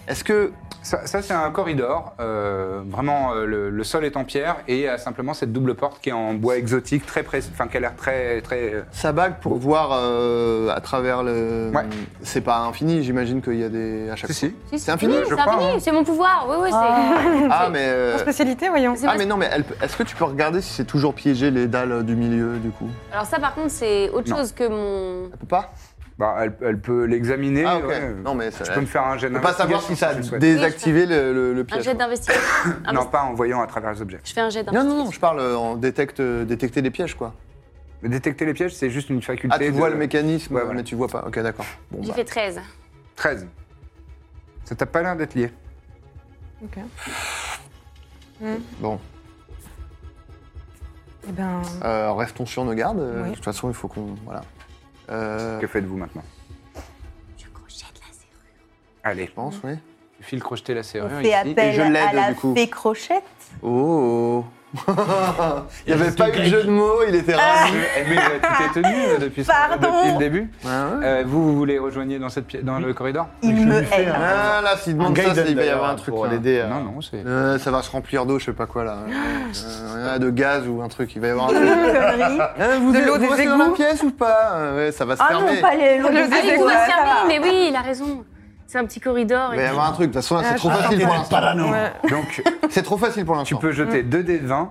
Speaker 2: Est-ce que
Speaker 1: Ça, ça, c'est un corridor. euh, vraiment, euh, le, le sol est en pierre et euh, simplement cette double porte qui est en bois exotique, très pré- enfin, qui a l'air très, très. euh,
Speaker 2: sa bague pour voir euh, à travers le.
Speaker 1: Ouais.
Speaker 2: C'est pas infini, j'imagine qu'il y a des. À chaque
Speaker 1: Si, si.
Speaker 6: Si, si.
Speaker 2: C'est infini,
Speaker 1: je
Speaker 6: C'est
Speaker 1: crois,
Speaker 6: infini,
Speaker 1: hein.
Speaker 6: c'est mon pouvoir. Oui, oui, c'est.
Speaker 2: Ah, mais. euh,
Speaker 5: En spécialité, voyons.
Speaker 6: c'est
Speaker 2: Ah,
Speaker 6: pas-
Speaker 2: mais non, mais elle- est-ce que tu peux regarder si c'est toujours piégé les dalles euh, du milieu, du coup Ah,
Speaker 6: Alors, ça, par contre, c'est autre
Speaker 1: Non.
Speaker 6: chose que mon.
Speaker 2: Elle peut pas
Speaker 1: Bah, elle, elle peut l'examiner.
Speaker 2: Ah, ok.
Speaker 1: ouais.
Speaker 2: Non, mais ça-
Speaker 1: tu peux me faire un jet
Speaker 2: On peut pas savoir si ça
Speaker 1: d'investigation, si
Speaker 2: a
Speaker 1: tu le souhaites.
Speaker 2: désactivé le, le- le
Speaker 6: Un
Speaker 2: piège.
Speaker 6: jet d'investigation. Ah,
Speaker 1: Non,
Speaker 6: mais-
Speaker 1: pas en voyant à travers les objets.
Speaker 6: Je fais un jet
Speaker 2: Non,
Speaker 6: d'investigation.
Speaker 2: non, non, je parle euh, en détecte, détecter les pièges, quoi.
Speaker 1: Mais détecter les pièges, c'est juste une faculté.
Speaker 2: Ah, tu
Speaker 1: de-
Speaker 2: vois le mécanisme,
Speaker 1: Ouais, voilà.
Speaker 2: mais tu vois pas. Ok, d'accord. Bon,
Speaker 6: J'ai
Speaker 2: bah.
Speaker 6: fait 13.
Speaker 1: 13. Ça t'a pas l'air d'être lié.
Speaker 5: Ok.
Speaker 2: bon.
Speaker 5: Mm. Eh ben,
Speaker 2: Euh, restons sur nos gardes. euh,
Speaker 5: Oui.
Speaker 2: De toute façon, il faut qu'on... Voilà. Euh,
Speaker 1: Que faites-vous maintenant
Speaker 6: Je crochète la serrure.
Speaker 1: Allez,
Speaker 2: je pense, oui.
Speaker 1: il file crocheter la serrure
Speaker 7: On
Speaker 1: ici.
Speaker 7: fait
Speaker 2: Et je
Speaker 7: appel à
Speaker 2: l'aide,
Speaker 7: la
Speaker 2: du coup.
Speaker 7: fée crochette.
Speaker 2: Oh Il n'y avait pas eu de jeu de mots, il était ravi.
Speaker 1: Eh, Mais euh, tu t'es tenu euh, depuis, ce-
Speaker 7: Pardon.
Speaker 1: depuis le début
Speaker 2: Ah, ouais.
Speaker 1: Euh, Vous, vous voulez rejoignez dans, cette pi- dans le corridor
Speaker 4: Je
Speaker 7: Il
Speaker 4: lui
Speaker 7: me
Speaker 4: fais
Speaker 7: hait.
Speaker 4: un-
Speaker 2: Ah, là, s'il demande ça,
Speaker 4: Gaiden,
Speaker 2: c'est- il va y
Speaker 4: d'ailleurs,
Speaker 2: avoir un truc.
Speaker 4: pour
Speaker 2: là.
Speaker 4: l'aider à-
Speaker 1: Non, non, c'est.
Speaker 2: Euh, ça va se remplir d'eau, je sais pas quoi
Speaker 7: Ah,
Speaker 2: là. Euh, euh, de gaz ou un truc, il va y avoir un truc.
Speaker 7: Connerie.
Speaker 2: Euh, vous
Speaker 5: De
Speaker 2: êtes-
Speaker 5: l'eau
Speaker 2: vous
Speaker 5: des
Speaker 2: restez dans la
Speaker 5: égouts
Speaker 2: pièce ou pas Euh, ouais, Ça va se
Speaker 7: Ah
Speaker 2: fermer.
Speaker 7: non, pas les l'eau
Speaker 5: Le
Speaker 7: des
Speaker 5: désert,
Speaker 7: égouts,
Speaker 6: Ah,
Speaker 5: ouais,
Speaker 7: ça
Speaker 6: va se
Speaker 7: va.
Speaker 6: fermer, mais oui, il a raison. C'est un petit corridor.
Speaker 2: Il va
Speaker 6: et-
Speaker 2: y avoir un truc, de toute façon là, c'est trop facile pour l'instant.
Speaker 4: Parano.
Speaker 5: ouais.
Speaker 1: Donc,
Speaker 2: C'est trop facile pour
Speaker 1: tu
Speaker 2: l'instant.
Speaker 1: peux jeter
Speaker 7: mm.
Speaker 1: 2 dés de 20,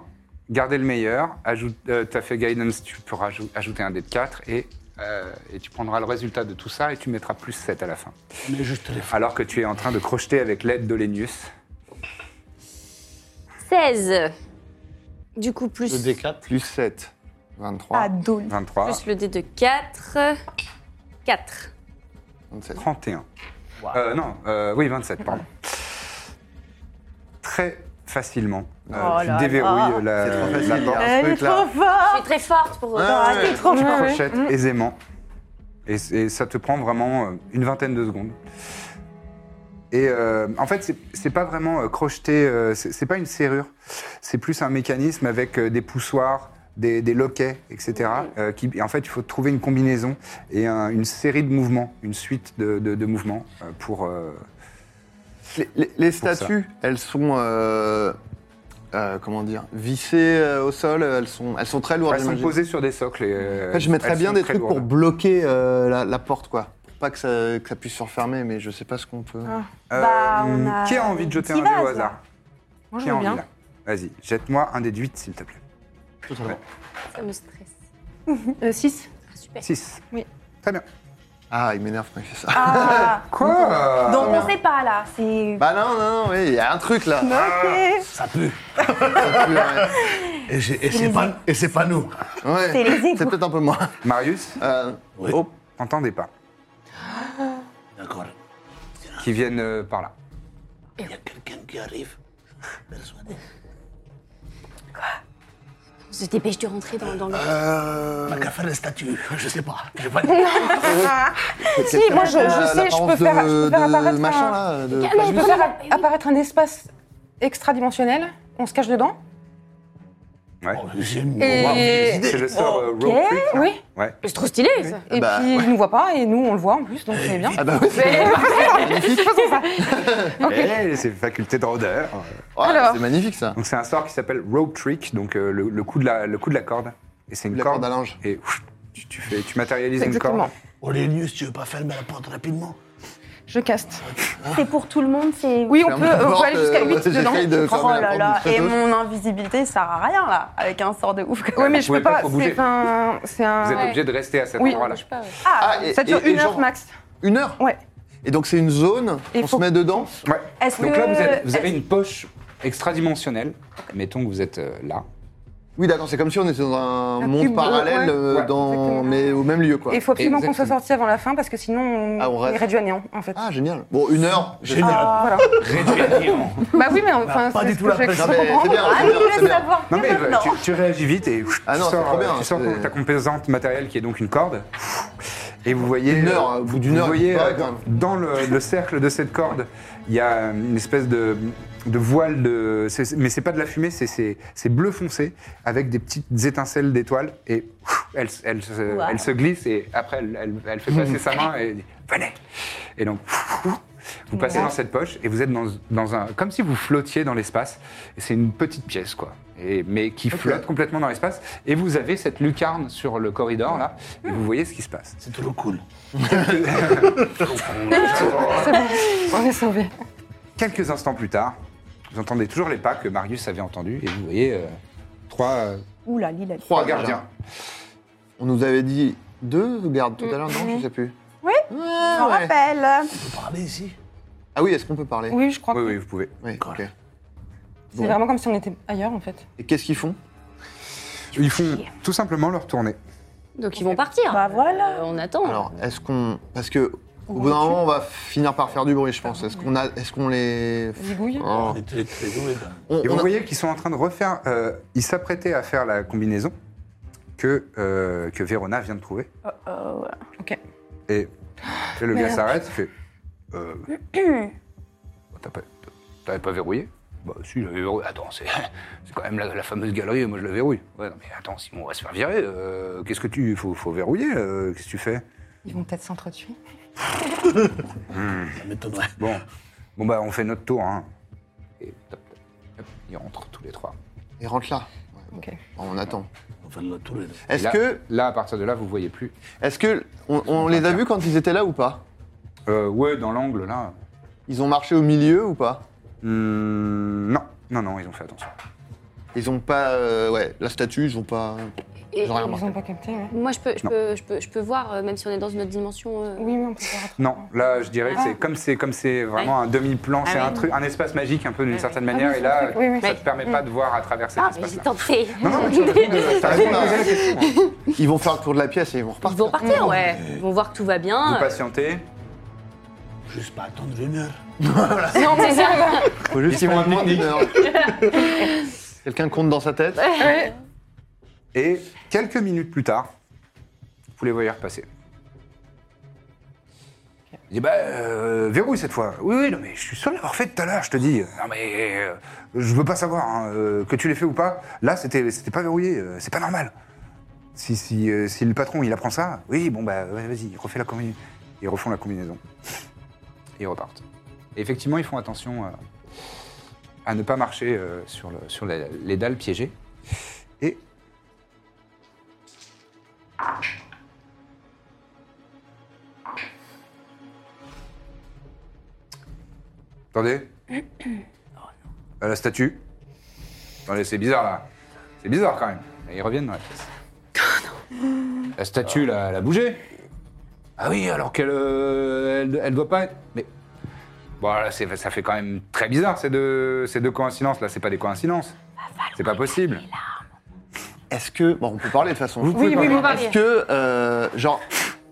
Speaker 1: garder le meilleur, ajoute, euh, t'as fait guidance, tu peux rajou- ajouter un dé de 4 et, euh, et tu prendras le résultat de tout ça et tu mettras plus 7 à la fin.
Speaker 4: Mais juste les
Speaker 1: Alors que tu es en train de crocheter avec l'aide d'Olenius.
Speaker 6: 16. Du coup, plus,
Speaker 4: le D4.
Speaker 2: Plus 7, 23,
Speaker 7: Ah, dole.
Speaker 1: 23,
Speaker 6: plus le dé de 4. 4.
Speaker 2: 27.
Speaker 1: 31. Euh, non, euh, oui, 27, pardon. Très facilement, euh,
Speaker 7: Oh
Speaker 1: tu
Speaker 7: là
Speaker 1: déverrouilles
Speaker 2: C'est trop
Speaker 1: la,
Speaker 2: facile, hein.
Speaker 1: la
Speaker 2: Ah, il y a
Speaker 1: porte.
Speaker 2: un
Speaker 7: Elle est
Speaker 2: truc là.
Speaker 7: trop forte.
Speaker 6: Je suis très forte pour.
Speaker 2: Ah, ouais.
Speaker 7: T'es trop
Speaker 1: Tu
Speaker 7: forte.
Speaker 1: crochettes
Speaker 6: Mm.
Speaker 1: aisément. Et, et ça te prend vraiment euh, une vingtaine de secondes. Et euh, en fait, c'est- c'est pas vraiment euh, crocheter, euh, c'est c'est pas une serrure. C'est plus un mécanisme avec euh, des poussoirs, des, des loquets, etc. euh, qui, et en fait, il faut trouver une combinaison et un- une série de mouvements, une suite de, de- de mouvements euh, pour. euh,
Speaker 2: Les, les- les
Speaker 1: Pour ça.
Speaker 2: statues, elles sont. euh, euh, comment dire Vissées euh, au sol, elles sont, elles sont très lourdes.
Speaker 1: elles sont
Speaker 2: j'imagine.
Speaker 1: posées sur des socles. Et, euh,
Speaker 2: En fait, je mettrais
Speaker 1: elles
Speaker 2: bien
Speaker 1: sont
Speaker 2: des
Speaker 1: très
Speaker 2: trucs pour
Speaker 1: lourdes.
Speaker 2: bloquer euh, la, la porte, quoi. Pour pas que ça, que ça puisse se refermer, mais je sais pas ce qu'on peut.
Speaker 1: Euh,
Speaker 7: Bah, on a
Speaker 1: Qui a envie de jeter
Speaker 7: petit
Speaker 1: un dé au
Speaker 7: vase, là.
Speaker 1: hasard
Speaker 5: Moi, je
Speaker 1: Qui a
Speaker 5: veux
Speaker 1: envie
Speaker 5: bien.
Speaker 1: là Vas-y, jette-moi un dé de 8, s'il te plaît.
Speaker 6: Ça me stresse.
Speaker 5: 6.
Speaker 6: Ah, super.
Speaker 1: 6.
Speaker 5: Oui.
Speaker 1: Très bien.
Speaker 2: Ah, il m'énerve quand il fait ça.
Speaker 7: Ah,
Speaker 1: Quoi
Speaker 7: donc on sait pas là, c'est.
Speaker 2: Bah non, non, non, oui, il y a un truc
Speaker 7: Bah,
Speaker 2: là. Ah.
Speaker 7: Ok,
Speaker 4: Ça pue.
Speaker 7: hein.
Speaker 2: Ouais.
Speaker 4: Et, j'ai- et c'est pas, et c'est pas nous.
Speaker 2: Ouais.
Speaker 7: C'est les égouts.
Speaker 2: C'est peut-être un peu moins.
Speaker 1: Marius,
Speaker 2: Euh,
Speaker 4: Oui.
Speaker 1: oh, t'entendais pas,
Speaker 4: D'accord.
Speaker 1: qui viennent euh, par là.
Speaker 4: Il y a quelqu'un qui arrive. Persuadé.
Speaker 6: On se dépêche de rentrer dans, dans le.
Speaker 2: Euh.
Speaker 4: On a qu'à faire la statue. Je sais pas. Je vais pas
Speaker 5: Si, moi, je, je sais, je peux
Speaker 2: euh, L'apparence de,
Speaker 5: faire, je peux faire
Speaker 2: de
Speaker 5: apparaître
Speaker 2: machin
Speaker 5: un...
Speaker 2: là. de-
Speaker 6: Ah non,
Speaker 5: Je peux faire app- apparaître un espace extra-dimensionnel. On se cache dedans.
Speaker 1: Ouais.
Speaker 2: Oh,
Speaker 4: J'ai
Speaker 5: Et...
Speaker 1: C'est le sort euh, road trip.
Speaker 5: Oui.
Speaker 1: Ouais.
Speaker 6: C'est trop stylé, ça.
Speaker 5: Et
Speaker 2: Bah,
Speaker 5: puis, il nous voit pas, et nous, on le voit en plus, donc c'est bien.
Speaker 2: Ah bah oui, c'est
Speaker 1: Eh, c'est faculté de rôdeur.
Speaker 2: Ouais,
Speaker 5: Alors.
Speaker 2: c'est magnifique ça.
Speaker 1: Donc c'est un sort qui s'appelle rope trick, donc euh, le, le coup de la, le coup de la corde. Et c'est une
Speaker 2: La
Speaker 1: corde.
Speaker 2: corde à linge.
Speaker 1: et ouf, tu, tu fais, tu matérialises une
Speaker 5: Exactement.
Speaker 1: corde.
Speaker 4: Olénius, tu veux pas fermer la porte rapidement
Speaker 5: Je caste.
Speaker 7: c'est pour tout le monde, c'est.
Speaker 5: Oui, on
Speaker 2: Ferme
Speaker 5: peut,
Speaker 2: la
Speaker 5: on peut
Speaker 2: porte,
Speaker 5: aller jusqu'à
Speaker 2: euh,
Speaker 5: 8 dedans.
Speaker 2: j'essaye de
Speaker 7: Oh
Speaker 2: fermer la
Speaker 7: là
Speaker 2: porte
Speaker 7: là,
Speaker 2: doucement.
Speaker 7: et mon invisibilité ça sert à rien là, avec un sort de ouf. comme-
Speaker 5: Oui, mais
Speaker 1: Vous
Speaker 5: je
Speaker 1: pouvez
Speaker 5: peux
Speaker 1: pas
Speaker 5: pas.
Speaker 1: trop bouger.
Speaker 5: C'est un. C'est
Speaker 1: Vous êtes
Speaker 5: un.
Speaker 1: obligé de rester à cet
Speaker 5: Oui.
Speaker 1: endroit-là.
Speaker 7: Ah,
Speaker 2: Ah, et-
Speaker 5: Ça dure
Speaker 2: et- et
Speaker 5: une heure
Speaker 2: genre-
Speaker 5: max.
Speaker 2: Une heure
Speaker 5: Ouais.
Speaker 2: Et donc c'est une zone,
Speaker 5: Et
Speaker 2: on
Speaker 5: faut-
Speaker 2: se met dedans.
Speaker 1: Ouais.
Speaker 7: Est-ce
Speaker 1: Donc
Speaker 7: que-
Speaker 1: là, vous, êtes- vous avez
Speaker 7: est-ce-
Speaker 1: une poche extra-dimensionnelle. Mettons que vous êtes euh, là.
Speaker 2: Oui, d'accord, c'est comme si on était dans un,
Speaker 5: Un
Speaker 2: monde
Speaker 5: cube,
Speaker 2: parallèle,
Speaker 5: ouais.
Speaker 2: euh,
Speaker 1: Ouais.
Speaker 2: dans...
Speaker 5: Exactement.
Speaker 2: mais au même lieu quoi.
Speaker 5: Et il faut absolument qu'on soit
Speaker 1: Exactement.
Speaker 5: sorti avant la fin parce que sinon on,
Speaker 2: Ah, on reste.
Speaker 5: est réduit à néant en fait.
Speaker 2: Ah, génial. Bon, une heure. je-
Speaker 4: Génial.
Speaker 5: Ah, Voilà. bah oui, mais enfin,
Speaker 4: pas
Speaker 5: c'est
Speaker 4: du
Speaker 5: ce
Speaker 4: tout
Speaker 5: que
Speaker 4: la
Speaker 5: j'ai
Speaker 4: pression.
Speaker 2: Non, mais c'est
Speaker 5: compris.
Speaker 2: bien,
Speaker 7: Ah,
Speaker 2: c'est
Speaker 7: mais
Speaker 2: bien,
Speaker 7: tu
Speaker 2: c'est
Speaker 7: veux
Speaker 2: bien.
Speaker 7: savoir
Speaker 1: Non mais
Speaker 7: que
Speaker 2: euh,
Speaker 7: maintenant.
Speaker 1: tu, tu réagis vite et
Speaker 2: Ah non,
Speaker 1: tu
Speaker 2: c'est
Speaker 1: sors,
Speaker 2: trop bien,
Speaker 1: tu sors ton-
Speaker 2: c'est-
Speaker 1: ta composante matérielle qui est donc une corde Et vous voyez,
Speaker 2: Une heure, hein, au bout d'une
Speaker 1: vous
Speaker 2: heure,
Speaker 1: voyez,
Speaker 2: pas
Speaker 1: euh,
Speaker 2: grave.
Speaker 1: dans le, le cercle de cette corde, il y a une espèce de, de voile de, c'est- mais c'est pas de la fumée, c'est- c'est c'est bleu foncé avec des petites étincelles d'étoiles et ouf, elle, elle se,
Speaker 8: Wow.
Speaker 1: elle se glisse et après elle, elle- elle fait passer sa main et dit venez. Et donc vous passez dans cette poche et vous êtes dans, dans un, comme si vous flottiez dans l'espace. Et C'est une petite pièce quoi, et, mais qui flotte complètement dans l'espace. Et vous avez cette lucarne sur le corridor là et vous voyez ce qui se passe.
Speaker 4: C'est toujours cool.
Speaker 5: On est sauvés.
Speaker 1: Quelques instants plus tard, vous entendez toujours les pas que Marius avait entendus et vous voyez euh, trois, euh,
Speaker 7: Ouh là, Lila.
Speaker 1: trois
Speaker 2: Trois
Speaker 1: gardiens.
Speaker 2: On nous avait dit deux gardes tout à l'heure, non Je sais plus.
Speaker 7: Oui,
Speaker 2: Ouais,
Speaker 7: Je me
Speaker 2: ouais.
Speaker 7: rappelle.
Speaker 4: Parlez ici.
Speaker 2: Ah oui, est-ce qu'on peut parler
Speaker 5: Oui, je crois
Speaker 1: Oui,
Speaker 5: que
Speaker 1: oui, vous pouvez.
Speaker 2: Oui, ok.
Speaker 5: c'est vraiment comme si on était ailleurs en fait.
Speaker 2: Et qu'est-ce qu'ils font
Speaker 1: Ils font tout simplement leur tournée.
Speaker 6: Donc ils vont partir.
Speaker 7: Bah voilà.
Speaker 6: Euh, on attend.
Speaker 2: Alors, est-ce qu'on. Parce que. Au bout d'un moment, on va finir par faire du bruit, je pense. Est-ce qu'on a, est-ce qu'on les,
Speaker 5: Zigouille.
Speaker 2: Oh.
Speaker 4: On est très, très doués, quand même.
Speaker 2: on,
Speaker 1: Et
Speaker 2: on
Speaker 1: vous
Speaker 2: a-
Speaker 1: voyez qu'ils sont en train de refaire. euh, ils s'apprêtaient à faire la combinaison que, euh, que Verona vient de trouver.
Speaker 7: Euh, ouais.
Speaker 1: Et, et le gars s'arrête, il fait. Euh, T'as pas, t'avais pas verrouillé Bah si, j'avais verrouillé. Attends, c'est, c'est quand même la, la fameuse galerie, moi je la verrouille. Ouais, non mais attends, sinon on va se faire virer. euh, qu'est-ce que tu... Faut, faut verrouiller, euh, qu'est-ce que tu fais
Speaker 5: Ils vont peut-être s'entretuer.
Speaker 4: Ça m'étonnerait.
Speaker 1: Hmm. Bon, bon bah on fait notre tour. Hein. Et top, top, top, ils rentrent tous les trois.
Speaker 2: Ils rentrent là. Ouais, bon.
Speaker 5: Ok.
Speaker 2: On attend.
Speaker 4: Enfin, de la tous les deux.
Speaker 1: Et
Speaker 2: Est-ce
Speaker 1: là-
Speaker 2: que,
Speaker 1: Là, à partir de là, vous voyez plus.
Speaker 2: est-ce que, on, on les a vus quand ils étaient là ou pas
Speaker 1: Euh, ouais, dans l'angle, là.
Speaker 2: Ils ont marché au milieu ou pas
Speaker 1: Hmm, non, non, non, ils ont fait attention.
Speaker 2: Ils ont pas, euh, ouais, la statue, ils ont pas.
Speaker 6: Et-
Speaker 2: Ils ont rien
Speaker 5: Ils
Speaker 2: remarqué.
Speaker 5: ont pas capté. ouais.
Speaker 6: Moi, je peux, je,
Speaker 1: Non.
Speaker 6: peux, je, peux, je peux voir, euh, même si on est dans une autre dimension. euh,
Speaker 5: Oui, oui, on peut pas rattraper.
Speaker 1: Non, là, je dirais que c'est comme c'est comme c'est vraiment un demi-plan, c'est un truc, un espace magique un peu d'une certaine manière. et là,
Speaker 5: oui, oui.
Speaker 1: ça te permet pas de voir à travers cet
Speaker 6: Ah, mais j'ai
Speaker 1: espace-là.
Speaker 6: tenté.
Speaker 1: Non, non, tu as raison de poser la question. hein.
Speaker 2: Ils vont faire le tour de la pièce et ils vont
Speaker 6: Ils
Speaker 2: repartir.
Speaker 6: vont partir, ouais. Ils vont voir que tout va bien.
Speaker 1: Vous patientez.
Speaker 4: Juste pas attendre une heure.
Speaker 6: Non, mais ça.
Speaker 2: Faut juste
Speaker 1: Ils font un
Speaker 2: moins d'une
Speaker 1: pique-nique.
Speaker 2: heure. Quelqu'un compte dans sa tête.
Speaker 1: Et quelques minutes plus tard, vous les voyez repasser. Il dit bah euh, verrouille cette fois. Oui oui non mais je suis sûr de l'avoir fait tout à l'heure. Je te dis non mais euh, je veux pas savoir hein, euh, que tu l'aies fait ou pas. Là c'était c'était pas verrouillé. euh, c'est pas normal. Si si euh, si le patron il apprend ça, oui bon bah ouais, vas-y refais la combinaison. Ils refont la combinaison. Et ils repartent. Et effectivement ils font attention euh, à ne pas marcher euh, sur le- sur la- les dalles piégées. Et Attendez. Euh, la statue. Attendez, c'est bizarre là. C'est bizarre quand même. Et ils reviennent dans la pièce. La statue, là, elle a bougé. Ah oui, alors qu'elle euh, elle, elle doit pas être. Mais. Bon, là, c'est- ça fait quand même très bizarre ces deux, ces deux coïncidences. Là, c'est pas des coïncidences. C'est pas possible.
Speaker 2: Est-ce que, bon, on peut parler de toute façon.
Speaker 1: pouvez pas-
Speaker 2: Est-ce que, euh, genre,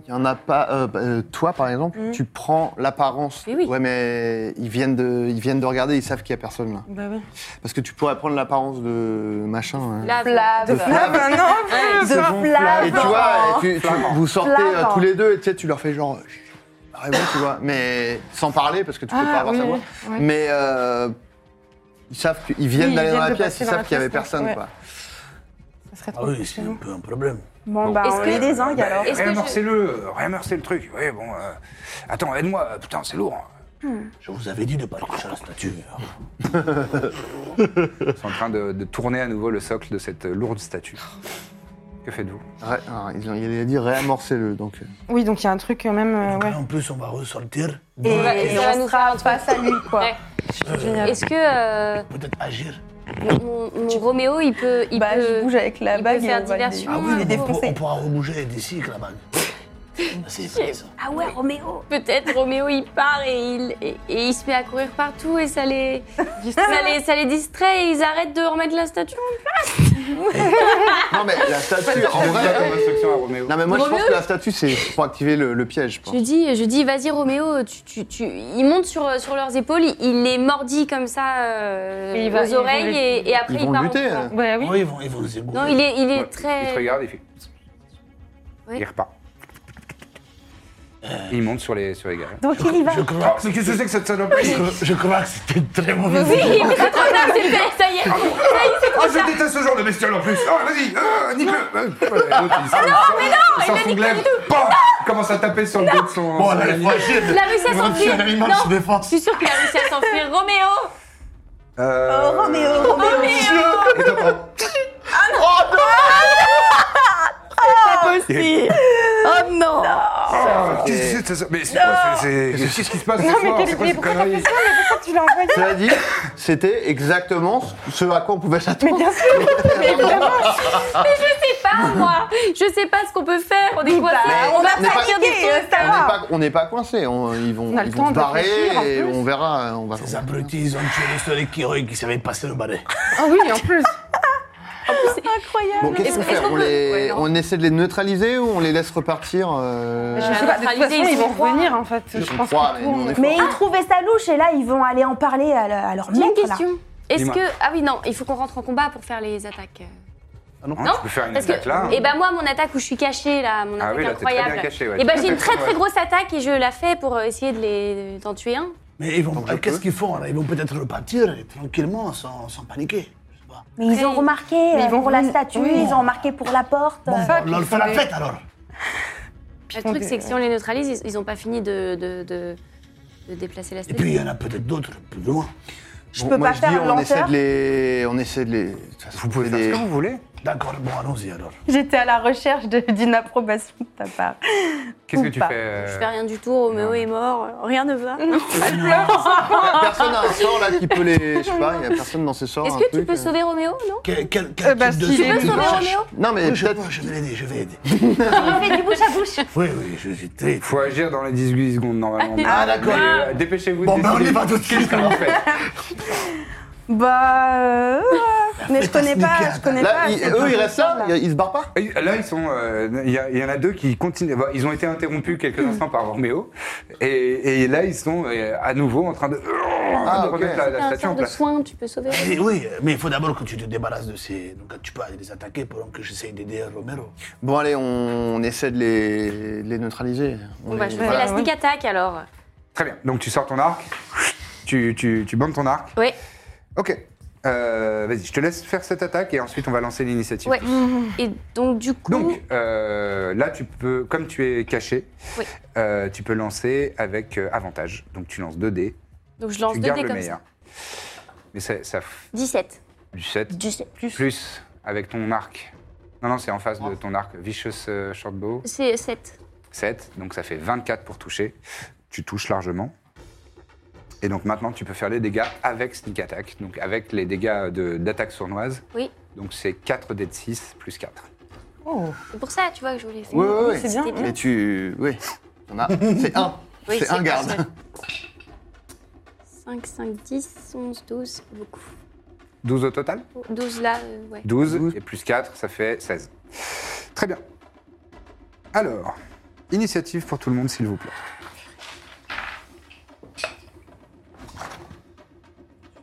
Speaker 2: il y en a pas. euh, bah, euh, toi, par exemple,
Speaker 5: Mm.
Speaker 2: tu prends l'apparence.
Speaker 5: Eh
Speaker 6: Oui, oui.
Speaker 2: Ouais, mais ils viennent de, ils viennent de regarder, ils savent qu'il y a personne là.
Speaker 5: Bah oui.
Speaker 2: Parce que tu pourrais prendre l'apparence de machin. hein.
Speaker 6: Là,
Speaker 7: Flav.
Speaker 2: De Flav.
Speaker 7: non,
Speaker 2: Second
Speaker 7: Flav.
Speaker 2: Et tu vois, et tu- tu- vous sortez euh,
Speaker 7: Flavre.
Speaker 2: tous les deux et tu sais, tu leur fais genre.
Speaker 4: euh,
Speaker 2: Chut, Arrête-vous, tu vois. Mais sans parler, parce que tu peux
Speaker 5: Ah,
Speaker 2: pas avoir
Speaker 5: oui,
Speaker 2: sa voix.
Speaker 5: oui, oui.
Speaker 2: Mais euh, ils savent qu'ils viennent
Speaker 5: Oui,
Speaker 2: d'aller
Speaker 5: ils
Speaker 2: dans
Speaker 5: viennent
Speaker 2: la
Speaker 5: de
Speaker 2: pièce,
Speaker 5: passer
Speaker 2: ils
Speaker 5: dans
Speaker 2: savent
Speaker 5: la
Speaker 2: qu'il y avait
Speaker 5: pièce,
Speaker 2: personne,
Speaker 5: ouais.
Speaker 2: quoi.
Speaker 5: Ça serait
Speaker 4: Ah
Speaker 5: trop
Speaker 4: oui,
Speaker 5: possible.
Speaker 4: c'est un peu un problème.
Speaker 7: Bon, bah,
Speaker 6: Est-ce
Speaker 7: on
Speaker 6: que-
Speaker 7: les désingue
Speaker 1: Bah,
Speaker 7: alors.
Speaker 6: Est-ce que
Speaker 1: Réamorcez-le, réamorcez le truc. Oui, bon. euh, Attends, aide-moi. Putain, c'est lourd.
Speaker 4: Je vous avais dit de pas toucher à la statue.
Speaker 1: Ils sont en train de, de tourner à nouveau le socle de cette lourde statue. Que faites-vous
Speaker 2: Ré- ah, ils ont- il a dit réamorcez-le, donc. euh,
Speaker 5: Oui, donc il y a un truc euh, même. euh, ouais.
Speaker 4: En plus, on va ressortir.
Speaker 7: Et, bah,
Speaker 4: Donc,
Speaker 6: va-
Speaker 7: et
Speaker 6: ça va
Speaker 7: on
Speaker 6: nous
Speaker 7: sera
Speaker 6: faire un
Speaker 7: en
Speaker 6: truc.
Speaker 7: face à lui, quoi.
Speaker 6: Ouais.
Speaker 5: Génial.
Speaker 6: Est-ce que euh,
Speaker 4: Peut-être agir.
Speaker 6: mon, mon- mon Roméo, il peut. Il
Speaker 7: bah,
Speaker 6: peut...
Speaker 7: je bouge avec la
Speaker 6: il
Speaker 7: bague
Speaker 6: peut
Speaker 7: et
Speaker 9: euh,
Speaker 6: faire
Speaker 7: on va
Speaker 6: diversion.
Speaker 7: les-
Speaker 6: Ah
Speaker 4: Ah
Speaker 6: oui,
Speaker 4: oui,
Speaker 7: les
Speaker 4: mais on, pourra-
Speaker 7: défoncer.
Speaker 4: on pourra rebouger d'ici avec la bague. Ah, c'est c'est ça.
Speaker 6: Ah ouais, Roméo Peut-être Roméo, il part et il, et, et il se met à courir partout et ça les, ça les, ça les distrait et ils arrêtent de remettre la statue.
Speaker 2: Non, mais la statue, en vrai.
Speaker 1: instruction à Roméo.
Speaker 2: Non, mais moi, je pense
Speaker 6: Roméo.
Speaker 2: que la statue, c'est pour activer le, le piège, je
Speaker 6: Je
Speaker 2: pense.
Speaker 6: lui dis, je dis vas-y Roméo, tu, tu, tu... ils montent sur, sur leurs épaules, il, il les mordit comme ça euh,
Speaker 5: Et il va-
Speaker 6: aux
Speaker 5: ils vont
Speaker 6: oreilles
Speaker 5: les-
Speaker 6: et, et après
Speaker 2: Ils
Speaker 6: il
Speaker 2: vont
Speaker 6: part
Speaker 2: le buter.
Speaker 6: en courant.
Speaker 2: hein.
Speaker 5: Bah oui.
Speaker 4: Oui, ils vont, ils vont nous ébouler.
Speaker 6: Non, il est, il est
Speaker 1: Ouais. Il te
Speaker 6: très...
Speaker 1: regarde et il fait.
Speaker 6: Ouais.
Speaker 1: Il repart. Il monte sur les, sur les garages.
Speaker 7: Donc il y va.
Speaker 4: Je crois,
Speaker 1: Mais qu'est-ce que c'est que cette saloperie
Speaker 4: je, je crois que c'était une très mauvaise
Speaker 6: Oui,
Speaker 4: idée.
Speaker 6: mais c'est trop tard, c'est fait, ça y est.
Speaker 1: Ah, je déteste ce genre de bestiole en plus Ah, vas-y, euh,
Speaker 6: Ah,
Speaker 1: nique-le Euh, voilà, l'autre, il sort- il sort- il sort son glaive, pam Il commence à taper sur le dos de son...
Speaker 4: Bon,
Speaker 1: son
Speaker 4: la
Speaker 1: ami.
Speaker 6: Il a réussi à s'enfuir.
Speaker 4: un animal
Speaker 6: Non.
Speaker 4: se
Speaker 6: Je
Speaker 4: défense.
Speaker 6: suis sûre qu'il a réussi à s'enfuir. Roméo
Speaker 1: Euh,
Speaker 7: Oh,
Speaker 4: Et t'as pas-
Speaker 6: Ah
Speaker 2: Oh,
Speaker 7: Ah,
Speaker 3: Aussi. Oh non
Speaker 1: ah, qu'est-ce que c'est que ça- Mais c'est quoi c'est- c'est- Qu'est-ce qui se passe ce soir C'est quoi cette connerie
Speaker 5: Pourquoi tu l'as envoyé
Speaker 2: Cela dit, c'était exactement ce à quoi on pouvait s'attendre.
Speaker 6: Mais évidemment Mais je sais pas, moi Je sais pas ce qu'on peut faire, on est coincés, on va
Speaker 2: on n'est
Speaker 6: pas
Speaker 2: pas- euh,
Speaker 6: dire des choses, ça
Speaker 2: On n'est
Speaker 6: va
Speaker 2: pas, on n'est pas coincé. On- Ils vont,
Speaker 5: On a
Speaker 2: ils
Speaker 5: le
Speaker 2: vont
Speaker 5: temps
Speaker 2: se
Speaker 5: de réfléchir, en
Speaker 2: barrer et
Speaker 5: plus.
Speaker 2: on verra. On va.
Speaker 4: Les abrutis, ils ont tué le seul écureuil qui savait passer le balai.
Speaker 5: Ah oui, en plus.
Speaker 2: Bon, qu'est-ce
Speaker 6: Est-ce
Speaker 2: qu'on
Speaker 6: qu'on- est-ce
Speaker 2: fait
Speaker 6: qu'on
Speaker 2: on,
Speaker 6: peut-
Speaker 2: les-
Speaker 6: ouais, non.
Speaker 2: on essaie de les neutraliser ou on les laisse repartir euh,
Speaker 5: Je sais pas, de toute façon,
Speaker 6: neutraliser,
Speaker 5: ils vont
Speaker 6: ils sont
Speaker 5: revenir en fait.
Speaker 2: Ils
Speaker 5: Je
Speaker 2: sont
Speaker 5: pense
Speaker 2: trois,
Speaker 5: qu'ils
Speaker 2: mais nous, on
Speaker 5: tournent.
Speaker 2: est fort.
Speaker 7: Mais ils trouvaient ça louche et là ils vont aller en parler à, la- à leur
Speaker 6: J'ai une
Speaker 7: maître. là.
Speaker 6: question. Est-ce
Speaker 1: Dis-moi.
Speaker 6: que... Ah oui, non, il faut qu'on rentre en combat pour faire les attaques.
Speaker 1: Hein,
Speaker 4: ah
Speaker 6: Non,
Speaker 1: Tu peux faire une
Speaker 6: Parce que,
Speaker 1: attaque
Speaker 4: hein.
Speaker 1: là hein.
Speaker 6: eh ben moi, mon attaque où je suis cachée, là, mon
Speaker 1: Ah
Speaker 6: attaque
Speaker 1: oui, là, t'es très bien
Speaker 6: incroyable.
Speaker 1: cachée, ouais.
Speaker 6: Eh ben
Speaker 1: Tu
Speaker 6: j'ai une
Speaker 1: fais
Speaker 6: très
Speaker 1: ça,
Speaker 6: très
Speaker 1: ouais.
Speaker 6: grosse attaque et je la fais pour euh, essayer de les d'en tuer un.
Speaker 4: Mais ils vont, euh,
Speaker 1: je
Speaker 4: qu'est-ce
Speaker 1: peux.
Speaker 4: qu'ils font là Ils vont peut-être repartir tranquillement, sans, sans paniquer. Je sais pas.
Speaker 7: Mais ils ont
Speaker 6: Oui.
Speaker 7: remarqué
Speaker 5: Mais ils
Speaker 7: euh,
Speaker 5: vont
Speaker 7: pour la
Speaker 5: revenir-
Speaker 7: statue,
Speaker 5: oui.
Speaker 7: ils ont remarqué pour la porte.
Speaker 4: Bon,
Speaker 5: ça,
Speaker 4: on leur
Speaker 5: qu'ils
Speaker 4: fait
Speaker 5: font
Speaker 4: la
Speaker 5: des-
Speaker 4: fête alors.
Speaker 6: Le
Speaker 5: font
Speaker 6: truc,
Speaker 5: des-
Speaker 6: c'est que si on les neutralise, ils, ils ont pas fini de, de, de, de déplacer la
Speaker 4: Et
Speaker 6: statue.
Speaker 4: puis il y en a peut-être d'autres plus loin.
Speaker 7: Je peux
Speaker 2: moi,
Speaker 7: pas
Speaker 2: je
Speaker 7: faire
Speaker 2: dis, on
Speaker 7: lenteur.
Speaker 2: essaie de les, on essaie de les.
Speaker 1: Vous pouvez faire ce que vous voulez.
Speaker 4: D'accord, bon, allons-y alors.
Speaker 7: J'étais à la recherche de- d'une approbation de ta part.
Speaker 1: Qu'est-ce que
Speaker 7: Ou
Speaker 1: tu
Speaker 7: pas.
Speaker 1: fais euh,
Speaker 6: Je fais rien du tout, Roméo est mort, rien ne va.
Speaker 2: Personne n'a un sort là qui peut les. Je sais pas, il y a personne dans ces sorts.
Speaker 6: Est-ce
Speaker 2: un
Speaker 6: que tu
Speaker 2: truc,
Speaker 6: peux
Speaker 2: euh.
Speaker 6: sauver Roméo, non
Speaker 4: Quel, quel, quel
Speaker 5: Euh, bah,
Speaker 4: type de
Speaker 5: si,
Speaker 6: Tu
Speaker 4: truc
Speaker 6: peux
Speaker 4: tu
Speaker 6: sauver
Speaker 4: recherches
Speaker 6: Roméo
Speaker 2: Non mais
Speaker 4: Oui, je,
Speaker 2: peut-être.
Speaker 4: peux, je vais l'aider, je vais aider.
Speaker 8: On fait du bouche à bouche.
Speaker 4: Oui, oui, je suis très...
Speaker 1: Faut agir dans les 18 secondes normalement.
Speaker 4: Ah, d'accord.
Speaker 1: Mais, euh, Dépêchez-vous. de
Speaker 4: Bon, ben on y
Speaker 1: décider
Speaker 4: va tout de suite.
Speaker 1: Comment vous faites
Speaker 7: Bah, euh, mais je
Speaker 4: fête à
Speaker 7: connais pas,
Speaker 4: Sneaker.
Speaker 7: je connais
Speaker 2: Là,
Speaker 7: pas.
Speaker 2: ils-
Speaker 7: c'est
Speaker 2: eux, ils
Speaker 7: pas
Speaker 2: restent là.
Speaker 7: possible,
Speaker 2: Ils ils se barrent pas.
Speaker 1: Et Là, ils sont. euh, Il y, a- il y en a deux qui continuent. bah, Ils ont été interrompus quelques instants par Roméo. Et, et là, ils sont euh, à nouveau en train de, Ah, de
Speaker 2: ok.
Speaker 1: remettre la, la
Speaker 6: T'as un
Speaker 1: statue en
Speaker 6: sort de
Speaker 1: place.
Speaker 6: soin, tu peux sauver Roméo.
Speaker 4: Ah, Eh Oui, mais il faut d'abord que tu te débarrasses de ces... Donc tu peux aller les attaquer pendant que j'essaye d'aider Romero.
Speaker 2: Bon allez, on, on essaie de les, de les neutraliser. On
Speaker 6: Bon
Speaker 2: les-
Speaker 6: bah je fais
Speaker 2: voilà.
Speaker 6: la sneak attack alors.
Speaker 1: Très bien. Donc, tu sors ton arc. Tu, tu, tu bandes ton arc.
Speaker 6: Ouais,
Speaker 1: Ok. Euh, Vas-y, je te laisse faire cette attaque et ensuite on va lancer l'initiative.
Speaker 6: ouais. Et donc du coup,
Speaker 1: Donc euh, là, tu peux, comme tu es caché,
Speaker 6: Oui.
Speaker 1: euh, tu peux lancer avec euh, avantage. Donc tu lances 2 dés,
Speaker 6: donc je
Speaker 1: tu
Speaker 6: lance deux
Speaker 1: gardes
Speaker 6: dés
Speaker 1: le
Speaker 6: comme
Speaker 1: meilleur.
Speaker 6: ça.
Speaker 1: Mais ça, ça f-
Speaker 6: 17.
Speaker 1: du 7
Speaker 6: 17.
Speaker 1: plus. avec ton arc. Non, non, c'est en face de ton arc. Vicious euh, Shortbow,
Speaker 6: C'est 7.
Speaker 1: 7. Donc ça fait 24 pour toucher. Tu touches largement. Et donc maintenant, tu peux faire les dégâts avec Sneak Attack, donc avec les dégâts de- d'attaque sournoise.
Speaker 6: Oui.
Speaker 1: Donc c'est 4 dés de 6 plus 4.
Speaker 6: C'est pour ça, tu vois, que je voulais faire.
Speaker 2: Oui, oui, oui.
Speaker 6: C'était bien.
Speaker 2: Mais tu, oui, on a. C'est un.
Speaker 6: Oui,
Speaker 2: c'est un garde.
Speaker 6: 5, 5, 10, 11, 12, c'est beaucoup.
Speaker 1: 12 au total
Speaker 6: 12 là, euh, ouais.
Speaker 1: 12, et plus 4, ça fait 16. Très bien. Alors, initiative pour tout le monde, s'il vous plaît.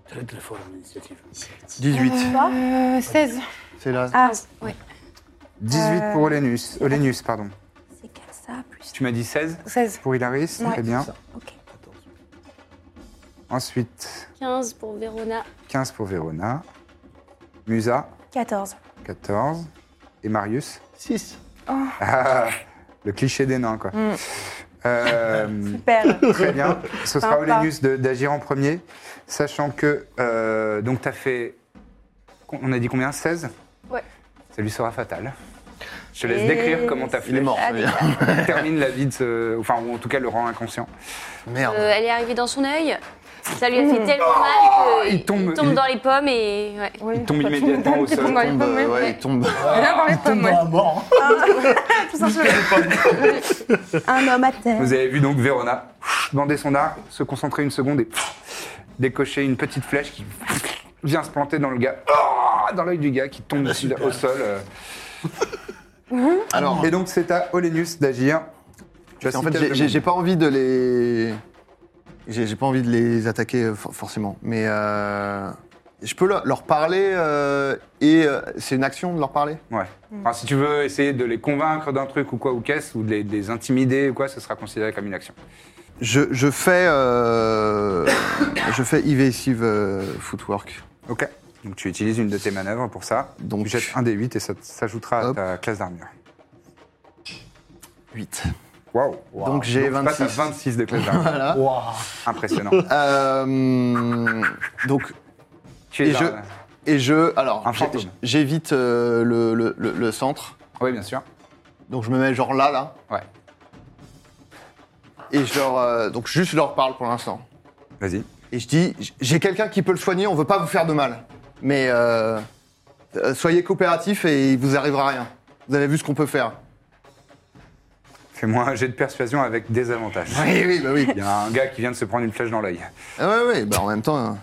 Speaker 4: Très très fort hein, en initiative.
Speaker 2: 18.
Speaker 5: Euh, 16.
Speaker 2: C'est là.
Speaker 7: Ah,
Speaker 1: 18 pour Olenus. Olenus, pardon.
Speaker 7: c'est qu'à ça, plus.
Speaker 1: Tu m'as dit 16
Speaker 5: 16.
Speaker 1: pour Hilaris,
Speaker 5: Ouais.
Speaker 1: très bien.
Speaker 7: Ok.
Speaker 1: Ensuite,
Speaker 6: 15 pour Verona.
Speaker 1: 15 pour Verona. Musa,
Speaker 7: 14.
Speaker 1: 14. Et Marius
Speaker 4: 6.
Speaker 7: Oh.
Speaker 1: Ah, Le cliché des nains, quoi.
Speaker 2: Mm.
Speaker 1: Euh,
Speaker 7: Mm. Super.
Speaker 1: Très bien. Ce sera
Speaker 7: Sympa.
Speaker 1: Olenus de- d'agir en premier, sachant que. euh, donc, tu as fait. On a dit combien 16
Speaker 6: Ouais.
Speaker 1: Ça lui sera fatal. Je te laisse
Speaker 7: Et-
Speaker 1: décrire comment ta
Speaker 2: Il est
Speaker 1: flèche
Speaker 2: mort. ça veut dire.
Speaker 1: termine la vie de ce. Enfin, ou en tout cas, le rend inconscient.
Speaker 2: Merde.
Speaker 6: Euh, elle est arrivée dans son œil. Ça lui a fait tellement mal
Speaker 1: Mmh.
Speaker 6: qu'il
Speaker 1: Oh, il tombe- il-
Speaker 6: dans les pommes et. Ouais.
Speaker 1: Il tombe immédiatement au sol.
Speaker 5: tombe dans les
Speaker 2: Il
Speaker 5: pommes,
Speaker 2: tombe,
Speaker 5: ouais.
Speaker 2: euh, ouais, il tombe. hein.
Speaker 5: Là,
Speaker 7: Ah,
Speaker 5: dans les pommes, ouais.
Speaker 4: à mort.
Speaker 7: Un homme à terre.
Speaker 1: Vous avez vu donc Verona bander son arc, se concentrer une seconde et décocher une petite flèche qui vient se planter dans le gars. Oh Dans l'œil du gars qui tombe
Speaker 2: Ah,
Speaker 1: au sol. euh.
Speaker 2: Alors,
Speaker 1: Et donc, c'est à Olenus d'agir. Tu as
Speaker 2: en
Speaker 1: cité
Speaker 2: fait,
Speaker 1: le
Speaker 2: j'ai- j'ai-
Speaker 1: monde.
Speaker 2: j'ai pas envie de les, j'ai j'ai pas envie de les attaquer euh, for- forcément. Mais euh, Je peux leur leur parler euh, et euh, c'est une action de leur parler
Speaker 1: Ouais. Enfin, si tu veux essayer de les convaincre d'un truc ou quoi, ou qu'est-ce, ou de les, de les intimider ou quoi, ce sera considéré comme une action.
Speaker 2: Je, je fais. euh, je fais evasive euh, footwork.
Speaker 1: Ok. Donc tu utilises une de tes manœuvres pour ça.
Speaker 2: Donc-
Speaker 1: Donc jette un des 8 et ça t- s'ajoutera à
Speaker 2: Hop.
Speaker 1: ta classe d'armure.
Speaker 2: 8.
Speaker 1: Waouh.
Speaker 2: Donc j'ai
Speaker 1: tu passes à
Speaker 2: 26.
Speaker 1: 26 de classe d'armure.
Speaker 2: Voilà.
Speaker 4: Waouh.
Speaker 1: Impressionnant.
Speaker 2: Euh, donc,
Speaker 1: tu es
Speaker 2: et je.
Speaker 1: dans-
Speaker 2: Et je.
Speaker 1: Un
Speaker 2: Alors, j'ai-
Speaker 1: fantôme.
Speaker 2: j'évite euh, le, le- le- le centre.
Speaker 1: Oui, bien sûr.
Speaker 2: Donc je me mets genre là, là.
Speaker 1: Ouais.
Speaker 2: Et je leur. euh, donc juste je leur parle pour l'instant.
Speaker 1: Vas-y.
Speaker 2: Et je dis j- j'ai quelqu'un qui peut le soigner, on veut pas vous faire de mal. Mais euh, euh, soyez coopératifs et il vous arrivera rien. Vous avez vu ce qu'on peut faire.
Speaker 1: Fais-moi un jet de persuasion avec des avantages.
Speaker 2: Oui, oui, bah oui.
Speaker 1: Il y a un gars qui vient de se prendre une flèche dans l'œil.
Speaker 2: Ah ouais, ouais, bah en même temps. hein.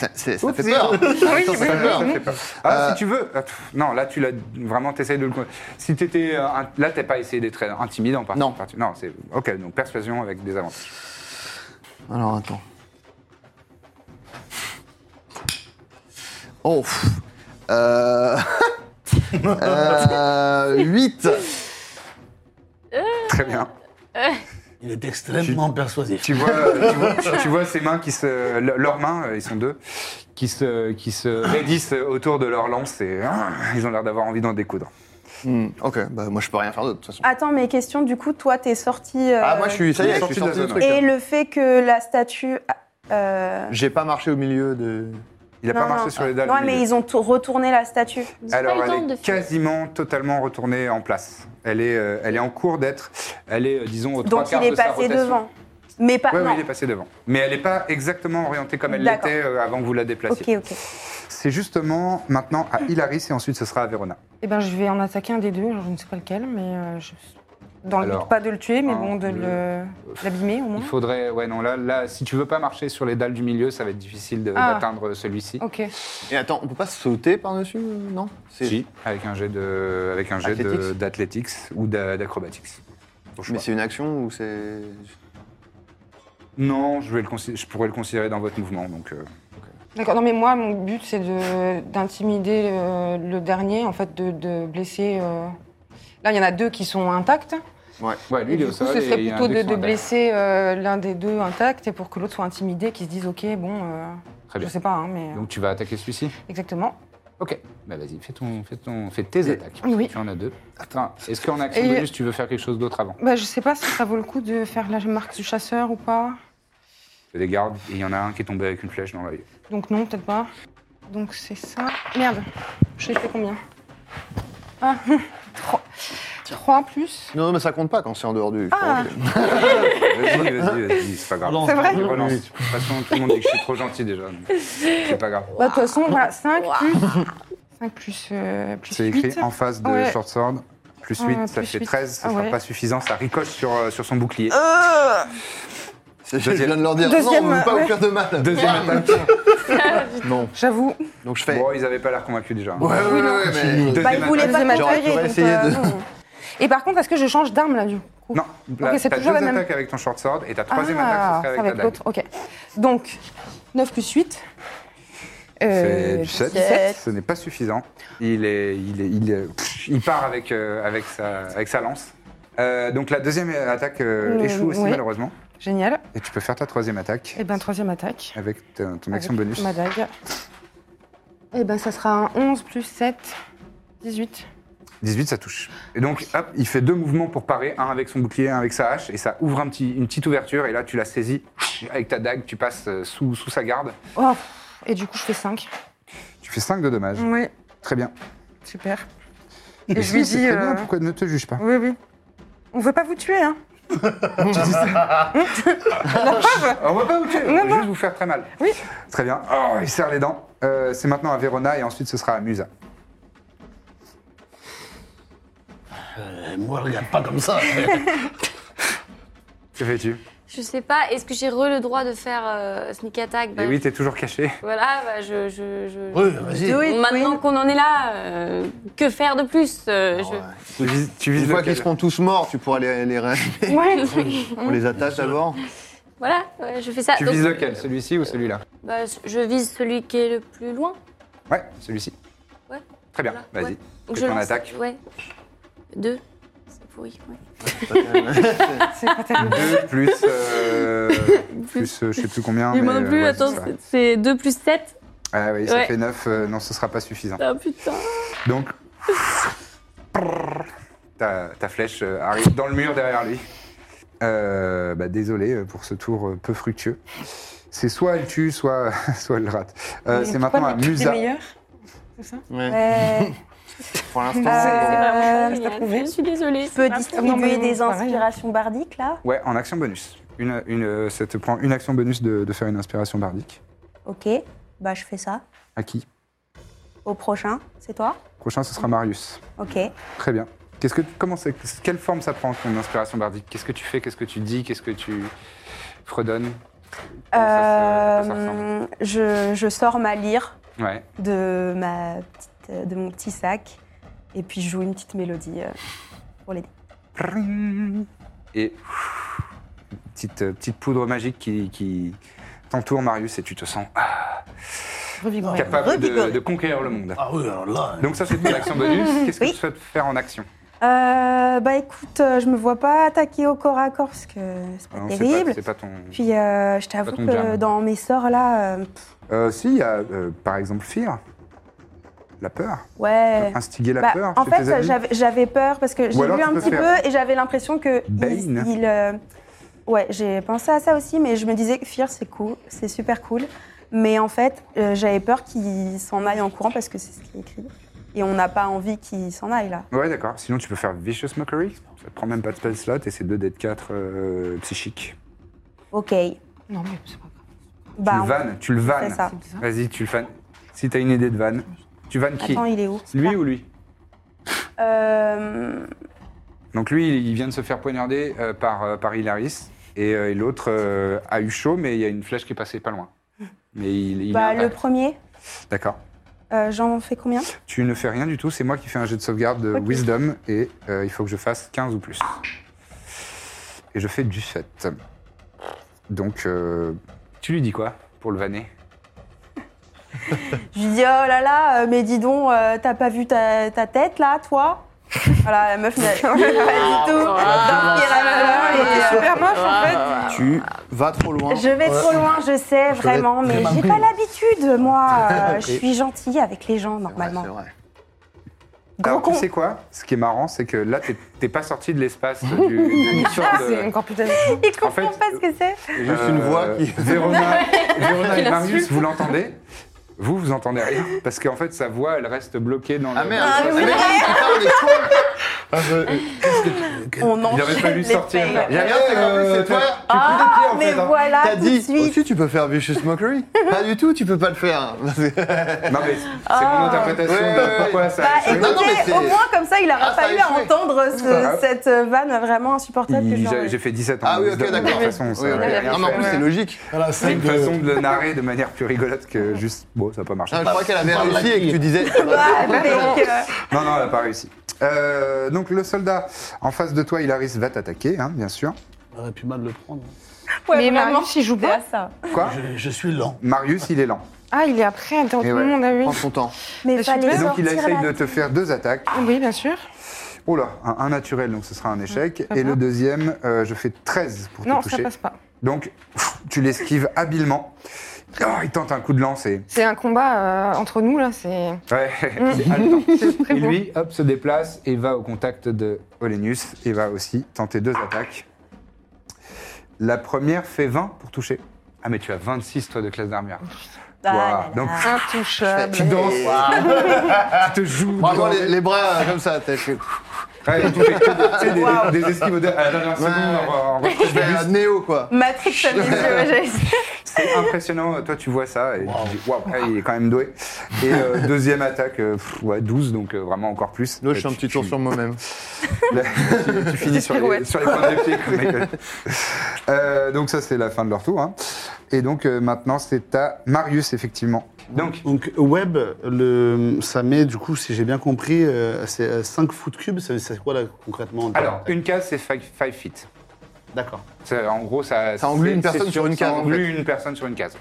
Speaker 2: Ça, c'est- ça fait
Speaker 1: Ah
Speaker 2: peur. En même temps, ça fait peur. Euh,
Speaker 1: Ça fait peur. Ah, si tu veux. Ah, pff, Non, là, tu l'as vraiment, t'essayes de le. con- Si t'étais. euh, un- Là, t'as pas essayé d'être intimidant, par
Speaker 2: Non.
Speaker 1: par- Non, c'est. Ok, donc persuasion avec des avantages.
Speaker 2: Alors attends. Oh pff. euh... 8
Speaker 1: Très bien.
Speaker 4: Euh, Il est extrêmement persuasif.
Speaker 1: Tu vois, tu vois, tu vois ces mains qui se. le- Leurs mains, euh, ils sont deux, qui se, qui se raidissent autour de leur lance et ah, ils ont l'air d'avoir envie d'en découdre.
Speaker 2: Ok, bah moi je peux rien faire d'autre de toute façon.
Speaker 7: Attends, mais question, du coup, toi, t'es sorti. euh,
Speaker 2: Ah moi je suis, ça y
Speaker 1: tu
Speaker 2: est,
Speaker 1: es
Speaker 2: je suis
Speaker 1: sorti de la
Speaker 2: sorti du
Speaker 1: zone.
Speaker 2: truc.
Speaker 7: Et le fait que la statue. euh,
Speaker 2: J'ai pas marché au milieu de.
Speaker 1: Il a
Speaker 7: Non,
Speaker 1: pas marché
Speaker 7: non.
Speaker 1: sur les dalles.
Speaker 7: Non,
Speaker 1: du
Speaker 7: mais
Speaker 1: milieu.
Speaker 7: ils ont tout- retourné la statue.
Speaker 6: J'ai pas eu
Speaker 1: Alors,
Speaker 6: le temps
Speaker 1: elle
Speaker 6: de
Speaker 1: est
Speaker 6: faire-
Speaker 1: quasiment totalement retournée en place. Elle est, euh, elle est en cours d'être. Elle est, euh, disons, au trois
Speaker 7: Donc
Speaker 1: quarts
Speaker 7: il
Speaker 1: de
Speaker 7: est
Speaker 1: sa
Speaker 7: passé
Speaker 1: rotation.
Speaker 7: devant. Mais pas.
Speaker 1: Ouais,
Speaker 7: non. Euh,
Speaker 1: ouais, il est passé devant. Mais elle n'est pas exactement orientée comme elle
Speaker 7: D'accord.
Speaker 1: l'était euh, avant que vous la déplaciez.
Speaker 7: Ok, ok.
Speaker 1: C'est justement maintenant à Hilaris et ensuite ce sera à Verona.
Speaker 5: Eh ben, je vais en attaquer un des deux, genre, je ne sais pas lequel, mais euh, je- dans le but
Speaker 1: Alors,
Speaker 5: pas de le tuer, mais
Speaker 1: un,
Speaker 5: bon, de
Speaker 1: deux.
Speaker 2: euh,
Speaker 5: le- l'abîmer au
Speaker 1: Il
Speaker 5: moins.
Speaker 1: faudrait, ouais, non, là, là, si tu veux pas marcher sur les dalles du milieu, ça va être difficile de-
Speaker 5: Ah.
Speaker 1: d'atteindre celui-ci.
Speaker 5: Ok.
Speaker 2: Et attends, on peut pas sauter par-dessus euh, Non C'est-
Speaker 1: Si, avec un jet de, avec un jet de-
Speaker 2: Athlétiques.
Speaker 1: d'athlétiques ou d'a- d'acrobatics. Ton choix.
Speaker 2: Mais c'est une action ou c'est.
Speaker 1: Non, je vais le consi- je pourrais le considérer dans votre mouvement, donc. euh,
Speaker 5: D'accord. Non, mais moi, mon but, c'est de- d'intimider euh, le dernier, en fait, de, de blesser. euh, Là, il y en a deux qui sont intacts.
Speaker 1: Ouais, lui,
Speaker 5: Et
Speaker 1: il est
Speaker 5: du
Speaker 1: au
Speaker 5: coup,
Speaker 1: sol.
Speaker 5: ce
Speaker 1: et
Speaker 5: serait
Speaker 1: il y a un
Speaker 5: plutôt
Speaker 1: dé
Speaker 5: de,
Speaker 1: qui
Speaker 5: de
Speaker 1: sont attaqués.
Speaker 5: blesser euh, l'un des deux intact et pour que l'autre soit intimidé, qu'il se dise ok, bon, euh,
Speaker 1: Très
Speaker 5: je
Speaker 1: bien.
Speaker 5: sais pas, hein, mais
Speaker 1: Donc tu vas attaquer celui-ci
Speaker 5: exactement.
Speaker 1: Ok, bah vas-y, fais, ton, fais, ton, fais tes attaques.
Speaker 5: oui.
Speaker 1: Tu en as deux. Attends, est-ce qu'en action
Speaker 5: Et- euh,
Speaker 1: bonus, tu veux faire quelque chose d'autre avant
Speaker 5: Bah, je sais pas si ça vaut le coup de faire la marque du chasseur ou pas.
Speaker 1: Il y a des gardes et il y en a un qui est tombé avec une flèche dans l'œil.
Speaker 5: Donc non, peut-être pas. Donc c'est ça. Merde, j'ai fait combien ah, 3. 3 plus
Speaker 2: Non, mais ça compte pas quand c'est en dehors du.
Speaker 1: Oh,
Speaker 5: Ah.
Speaker 1: Vas-y, vas-y, vas-y, c'est pas grave.
Speaker 4: C'est vrai
Speaker 1: Je relance. De toute façon, tout le monde dit que je suis trop gentil déjà. donc C'est pas grave.
Speaker 5: Bah, De toute façon, voilà, 5 plus... 5 plus, euh, plus
Speaker 1: C'est
Speaker 5: 8.
Speaker 1: écrit en face de
Speaker 5: Ouais.
Speaker 1: Short Sword. Plus
Speaker 5: Ah,
Speaker 1: 8, ça
Speaker 5: plus
Speaker 1: fait
Speaker 5: huit.
Speaker 1: 13, ça
Speaker 5: Ah
Speaker 1: sera
Speaker 5: ouais.
Speaker 1: pas suffisant, ça ricoche sur, euh, sur son bouclier.
Speaker 2: Ah,
Speaker 6: Ah,
Speaker 7: euh,
Speaker 2: C'est- Je viens de leur dire.
Speaker 5: Deuxième-
Speaker 2: non, on veut pas
Speaker 5: ouais.
Speaker 2: vous faire de mal.
Speaker 1: Deuxième
Speaker 2: Bam.
Speaker 1: attaque.
Speaker 2: Non.
Speaker 5: J'avoue.
Speaker 2: Donc je fais.
Speaker 1: Bon, ils avaient pas l'air convaincus déjà.
Speaker 2: Ouais, ouais, ouais, ouais, mais-
Speaker 1: Deuxième
Speaker 7: Bah, ils voulaient
Speaker 1: attaque.
Speaker 7: pas
Speaker 5: Deuxième
Speaker 2: J'aurais-
Speaker 7: t'enterrer,
Speaker 2: j'aurais
Speaker 7: donc,
Speaker 5: euh,
Speaker 2: essayé de-
Speaker 7: non.
Speaker 5: Et par contre, est-ce que je change d'arme là du coup
Speaker 1: Non, là,
Speaker 5: Ok, c'est
Speaker 1: t'as deux
Speaker 5: toujours la même.
Speaker 1: attaques avec ton short sword et ta troisième
Speaker 5: Ah,
Speaker 1: attaque, ce
Speaker 5: ça
Speaker 1: serait
Speaker 5: va
Speaker 1: avec
Speaker 5: être
Speaker 1: ta dague.
Speaker 5: l'autre. Ok. Donc 9 plus 8.
Speaker 1: C'est
Speaker 5: Euh,
Speaker 1: 17.
Speaker 5: 17.
Speaker 1: Ce n'est pas suffisant. Il, est, il, est- il, est- pff, il part avec, euh, avec, sa, avec sa lance. Euh, donc la deuxième attaque euh,
Speaker 5: Euh,
Speaker 1: échoue aussi
Speaker 5: oui.
Speaker 1: malheureusement.
Speaker 5: Génial.
Speaker 1: Et tu peux faire ta troisième attaque
Speaker 5: Et ben troisième attaque.
Speaker 1: avec ta- ton action
Speaker 5: Avec
Speaker 1: bonus.
Speaker 5: Ma dague. Et ben ça sera un 11 plus 7, 18.
Speaker 1: 18, ça touche. Et donc hop, il fait deux mouvements pour parer, un avec son bouclier, un avec sa hache, et ça ouvre un petit, une petite ouverture, et là tu la saisis avec ta dague, tu passes euh, sous, sous sa garde.
Speaker 5: Oh, et du coup, je fais 5.
Speaker 1: Tu fais 5 de dommages.
Speaker 5: Oui,
Speaker 1: Très bien.
Speaker 5: super.
Speaker 1: Mais
Speaker 5: Et je
Speaker 1: si,
Speaker 5: lui
Speaker 1: c'est
Speaker 5: dis.
Speaker 1: très bien,
Speaker 5: euh,
Speaker 1: pourquoi ne te juge pas
Speaker 5: Oui, oui. On veut pas vous tuer, hein
Speaker 1: On va pas vous tuer, on va
Speaker 5: Non, non.
Speaker 1: juste vous faire très mal.
Speaker 5: Oui.
Speaker 1: Très bien. Oh, il serre les dents. Euh, c'est maintenant à Verona et ensuite ce sera à Musa.
Speaker 4: Euh, Moi, regarde pas comme ça.
Speaker 1: Que fais-tu
Speaker 6: Je sais pas, est-ce que j'ai re le droit de faire euh, sneak attack Bah,
Speaker 1: Et oui, t'es toujours caché.
Speaker 6: Voilà, bah, je. je, je-
Speaker 4: Oui, vas-y.
Speaker 7: Do it,
Speaker 6: Maintenant
Speaker 7: Queen.
Speaker 6: qu'on en est là, euh, que faire de plus
Speaker 1: Ah
Speaker 6: euh, je-
Speaker 1: Tu vises, tu vises
Speaker 2: Une fois
Speaker 1: lequel
Speaker 2: qu'ils seront tous morts, tu pourras les, les réanimer.
Speaker 5: Ouais.
Speaker 2: On les attache d'abord.
Speaker 6: Voilà, ouais, je fais ça.
Speaker 1: Tu
Speaker 6: Donc,
Speaker 1: vises lequel Celui-ci ou celui-là
Speaker 6: bah, je vise celui qui est le plus loin.
Speaker 1: Ouais, celui-ci.
Speaker 6: Ouais.
Speaker 1: Très bien,
Speaker 6: Voilà,
Speaker 1: vas-y.
Speaker 6: ouais. Donc
Speaker 1: Fais
Speaker 6: je
Speaker 1: ton
Speaker 6: lance.
Speaker 1: attaque.
Speaker 6: Ouais. Deux. C'est pourri. ouais.
Speaker 5: C'est pas terrible.
Speaker 1: 2 plus. euh, plus, euh, je sais plus combien.
Speaker 6: Et moi
Speaker 1: mais,
Speaker 6: non plus,
Speaker 1: euh, ouais,
Speaker 6: attends,
Speaker 1: c'est ça.
Speaker 6: c'est- c'est 2 plus 7.
Speaker 1: Ah oui, ça
Speaker 6: Ouais.
Speaker 1: fait 9. non, ce sera pas suffisant.
Speaker 8: Oh,
Speaker 6: Ah putain.
Speaker 1: Donc. ta, ta flèche euh, arrive dans le mur derrière lui. Euh, bah, désolé pour ce tour euh, peu fructueux. C'est soit elle tue, soit, soit elle rate. Euh,
Speaker 5: Mais
Speaker 1: c'est
Speaker 5: pourquoi
Speaker 1: maintenant à
Speaker 5: le truc est
Speaker 1: Musa.
Speaker 5: meilleur C'est ça
Speaker 7: Ouais.
Speaker 2: Pour l'instant,
Speaker 7: Euh,
Speaker 5: je
Speaker 6: vraiment
Speaker 5: t'ai
Speaker 6: génial.
Speaker 5: prouvé.
Speaker 6: Je suis désolée.
Speaker 7: Je peux
Speaker 5: Ah,
Speaker 7: distribuer
Speaker 5: non, mais
Speaker 7: des
Speaker 6: hein.
Speaker 5: pareil.
Speaker 7: inspirations bardiques là
Speaker 1: Ouais, en action bonus. Une, une, euh, ça te prend une action bonus de, de faire une inspiration bardique.
Speaker 7: Ok, bah je fais ça.
Speaker 1: À qui
Speaker 7: Au prochain, c'est toi
Speaker 1: Prochain, ce sera Marius.
Speaker 7: Ok.
Speaker 1: Très bien. Qu'est-ce que comment c'est- quelle forme ça prend ton inspiration bardique Qu'est-ce que tu fais Qu'est-ce que tu dis Qu'est-ce que tu fredonnes Comment ça se- à quoi ça ressemble
Speaker 7: Euh, je, je sors ma lyre
Speaker 1: Ouais.
Speaker 7: de, ma petite- euh, de mon petit sac et puis je joue une petite mélodie. euh, pour l'aider.
Speaker 1: Pring. Et petite euh, petite poudre magique qui, qui t'entoure Marius et tu te sens ah,
Speaker 5: Revigorer.
Speaker 1: capable de,
Speaker 7: revigoré.
Speaker 1: de conquérir le monde.
Speaker 4: Ah oui, alors là.
Speaker 1: Donc ça c'est ton action bonus. Qu'est-ce que
Speaker 7: Oui.
Speaker 1: tu souhaites faire en action
Speaker 7: Euh, bah écoute, euh, je me vois pas attaquer au corps à corps parce que c'est pas
Speaker 1: Ah Non, c'est pas-
Speaker 7: terrible.
Speaker 1: C'est pas ton.
Speaker 7: Puis euh, je
Speaker 1: pas
Speaker 7: t'avoue
Speaker 1: ton
Speaker 7: que
Speaker 1: jam.
Speaker 7: dans mes sorts là, euh, pff,
Speaker 1: Euh, si, il y a euh, par exemple Fear, la peur,
Speaker 7: ouais.
Speaker 1: instiguer la
Speaker 7: Bah,
Speaker 1: peur.
Speaker 7: en
Speaker 1: chez
Speaker 7: fait,
Speaker 1: tes ennemis.
Speaker 7: j'avais- j'avais peur parce que j'ai
Speaker 1: alors
Speaker 7: lu
Speaker 1: tu
Speaker 7: un
Speaker 1: peux
Speaker 7: petit
Speaker 1: faire
Speaker 7: peu et j'avais l'impression que
Speaker 1: Bane.
Speaker 7: il, il, euh, ouais, j'ai pensé à ça aussi, mais je me disais que Fear c'est cool, c'est super cool, mais en fait euh, j'avais peur qu'il s'en aille en courant parce que c'est ce qui est écrit et on n'a pas envie qu'il s'en aille là.
Speaker 1: Ouais, d'accord. Sinon, tu peux faire Vicious Mockery. Ça te prend même pas de spell slot et c'est 2 d 4 psychiques.
Speaker 7: Ok,
Speaker 5: Non, mais c'est pas grave.
Speaker 1: Tu
Speaker 7: bah
Speaker 1: le vannes, tu le
Speaker 7: on fait
Speaker 1: vannes.
Speaker 7: ça.
Speaker 5: C'est bizarre.
Speaker 1: Vas-y, tu le vannes. Si t'as une idée de vanne, tu vannes qui
Speaker 7: Attends, il est où
Speaker 1: Lui ou lui
Speaker 7: Euh,
Speaker 1: Donc lui, il- il vient de se faire poignarder euh, par, euh, par Hilaris et, euh, et l'autre euh, a eu chaud, mais il y a une flèche qui est passée pas loin. Mais il, il est
Speaker 7: Bah le
Speaker 1: intact.
Speaker 7: premier,
Speaker 1: D'accord.
Speaker 7: euh, j'en fais combien
Speaker 1: Tu ne fais rien du tout, c'est moi qui fais un jet de sauvegarde de
Speaker 7: Ok.
Speaker 1: Wisdom et euh, il faut que je fasse 15 ou plus. Et je fais du 7. Donc, euh, tu lui dis quoi pour le vanner
Speaker 7: Je lui dis, oh là là, euh, mais dis donc, euh, t'as pas vu ta, ta tête là, toi Voilà, la meuf n'a pas du tout.
Speaker 2: Ah,
Speaker 1: Ah,
Speaker 5: C'est
Speaker 7: Et, euh,
Speaker 5: super moche en fait.
Speaker 2: tu vas trop loin.
Speaker 7: Je vais trop loin, je sais, vraiment, mais j'ai pas l'habitude, moi. euh, je suis gentille avec les gens, normalement.
Speaker 2: C'est vrai.
Speaker 1: Alors,
Speaker 7: con.
Speaker 1: tu sais quoi Ce qui est marrant, c'est que là, t'es- t'es pas sorti de l'espace du. du-
Speaker 5: Ah,
Speaker 1: de-
Speaker 5: c'est encore plus terrible.
Speaker 7: Ils comprennent
Speaker 1: fait,
Speaker 7: pas ce que c'est.
Speaker 1: Juste
Speaker 2: une voix qui-
Speaker 1: Vérona, Vérona et
Speaker 5: Qui
Speaker 1: Marius,
Speaker 5: l'insulte.
Speaker 1: vous l'entendez Vous, vous entendez rien. Parce qu'en fait, sa voix, elle reste bloquée dans
Speaker 2: Ah
Speaker 1: le.
Speaker 2: merde, euh, ah, merde, putain, on est con.
Speaker 7: On
Speaker 1: Il
Speaker 7: enchaîne
Speaker 1: aurait fallu
Speaker 7: les Ah,
Speaker 1: sortir.
Speaker 7: fails.
Speaker 1: Il y a rien,
Speaker 2: Euh,
Speaker 1: c'est qu'en plus, c'est toi.
Speaker 2: t'as-
Speaker 1: Tu fous des pieds, en
Speaker 7: Mais
Speaker 1: fait, hein.
Speaker 7: voilà,
Speaker 2: T'as
Speaker 7: tout de
Speaker 2: dit,
Speaker 7: suite.
Speaker 2: aussi tu peux faire Vicious Mockery Pas du tout, tu peux pas le faire.
Speaker 1: Non, mais c'est mon interprétation
Speaker 2: Ouais,
Speaker 1: de
Speaker 2: ouais, ouais.
Speaker 1: pourquoi ça.
Speaker 7: Ah. Bah,
Speaker 1: ça-
Speaker 7: écoutez,
Speaker 2: Non, non, mais c'est-
Speaker 7: au moins comme ça, il aura
Speaker 2: Ah, ça a
Speaker 7: pas eu à
Speaker 2: échoué.
Speaker 7: entendre ce-
Speaker 1: pas grave.
Speaker 7: cette euh, vanne vraiment insupportable que
Speaker 1: Il- J'ai
Speaker 7: j'aurais.
Speaker 1: j'ai fait 17 ans.
Speaker 2: Ah oui,
Speaker 1: de
Speaker 2: ok,
Speaker 1: wisdom,
Speaker 2: d'accord.
Speaker 1: De toute façon, ça
Speaker 2: Oui,
Speaker 1: aurait
Speaker 2: oui.
Speaker 1: rien
Speaker 2: Non, mais en
Speaker 1: fait.
Speaker 2: plus, c'est logique.
Speaker 4: Voilà,
Speaker 1: C'est une
Speaker 4: de-
Speaker 1: façon de le narrer de manière plus rigolote que juste. Bon, ça n'a pas marché.
Speaker 2: Non, Ah, je crois qu'elle avait réussi et que tu disais.
Speaker 7: Ah, donc, euh,
Speaker 1: Non, non, elle n'a pas réussi. Euh, donc le soldat en face de toi, Hilaris, va t'attaquer, hein, bien sûr.
Speaker 4: On aurait pu mal le prendre.
Speaker 7: ouais,
Speaker 5: Mais
Speaker 7: vraiment,
Speaker 5: Marius, il joue
Speaker 7: c'est
Speaker 5: pas.
Speaker 7: à ça.
Speaker 1: Quoi
Speaker 4: Je, je suis lent.
Speaker 1: Marius, il est lent.
Speaker 5: Ah, il est après, attends,
Speaker 1: Et
Speaker 5: tout
Speaker 1: Eh ouais.
Speaker 5: le monde ah a vu.
Speaker 2: Prends son temps.
Speaker 7: Mais
Speaker 5: Et
Speaker 7: fallait
Speaker 1: Et
Speaker 5: surtout-
Speaker 1: donc il
Speaker 7: sortir
Speaker 1: essaye
Speaker 7: la-
Speaker 1: de te faire deux attaques.
Speaker 5: Oui, bien sûr.
Speaker 1: Oh là, un, un naturel, donc ce sera un échec.
Speaker 5: Ça
Speaker 1: Et
Speaker 5: va.
Speaker 1: le deuxième, euh, je fais 13 pour
Speaker 5: Ah Non,
Speaker 1: te
Speaker 5: ça
Speaker 1: toucher.
Speaker 5: passe pas.
Speaker 1: Donc pff, tu l'esquives habilement. Oh, il tente un coup de lance et...
Speaker 5: C'est un combat euh, entre nous, là, c'est...
Speaker 1: Ouais,
Speaker 5: Mm.
Speaker 1: c'est haletant.
Speaker 5: très
Speaker 1: Et
Speaker 5: beau.
Speaker 1: lui, hop, se déplace et va au contact de Olenius et va aussi tenter deux attaques. La première fait 20 pour toucher. Ah mais tu as 26 toi de classe d'armure.
Speaker 7: Ah,
Speaker 1: Waouh.
Speaker 7: là, là.
Speaker 1: Donc
Speaker 5: Intouchable.
Speaker 1: tu danses, tu te joues.
Speaker 2: Bravo,
Speaker 1: dans-
Speaker 2: les, les bras euh, comme ça, t'as fait.
Speaker 1: Ouais, tu fais que des- tu sais, des, des, des esquives de- à la dernière seconde
Speaker 2: Ouais.
Speaker 1: en- en retrait de
Speaker 2: Ben,
Speaker 1: bus.
Speaker 2: euh, Néo, quoi.
Speaker 7: Matrix à mes yeux, ouais, j'avais-
Speaker 1: C'est impressionnant, toi tu vois ça et tu dis waouh, ouais, il est quand même doué. Et euh, deuxième attaque, euh, pff, ouais, 12, donc euh, vraiment encore plus.
Speaker 2: Là, je fais un
Speaker 1: Tu-
Speaker 2: petit tour
Speaker 1: tu-
Speaker 2: sur moi-même.
Speaker 1: Là, tu, tu finis sur les,
Speaker 5: pirouettes.
Speaker 1: sur les points de pied comme Michael. Euh, donc ça c'est la fin de leur tour. hein. Et donc euh, maintenant c'est à Marius effectivement. Donc
Speaker 4: Donc, web, le, ça met, du coup, si j'ai bien compris, euh, c'est 5 foot cubes. C'est c'est quoi, là, concrètement
Speaker 1: alors une case c'est 5 feet.
Speaker 4: D'accord.
Speaker 1: Ça, en gros, ça,
Speaker 2: Ça englue
Speaker 1: c'est-
Speaker 2: une personne
Speaker 1: c'est
Speaker 2: sur une case,
Speaker 1: Ça
Speaker 2: en
Speaker 1: englue
Speaker 2: fait.
Speaker 1: une personne sur une case.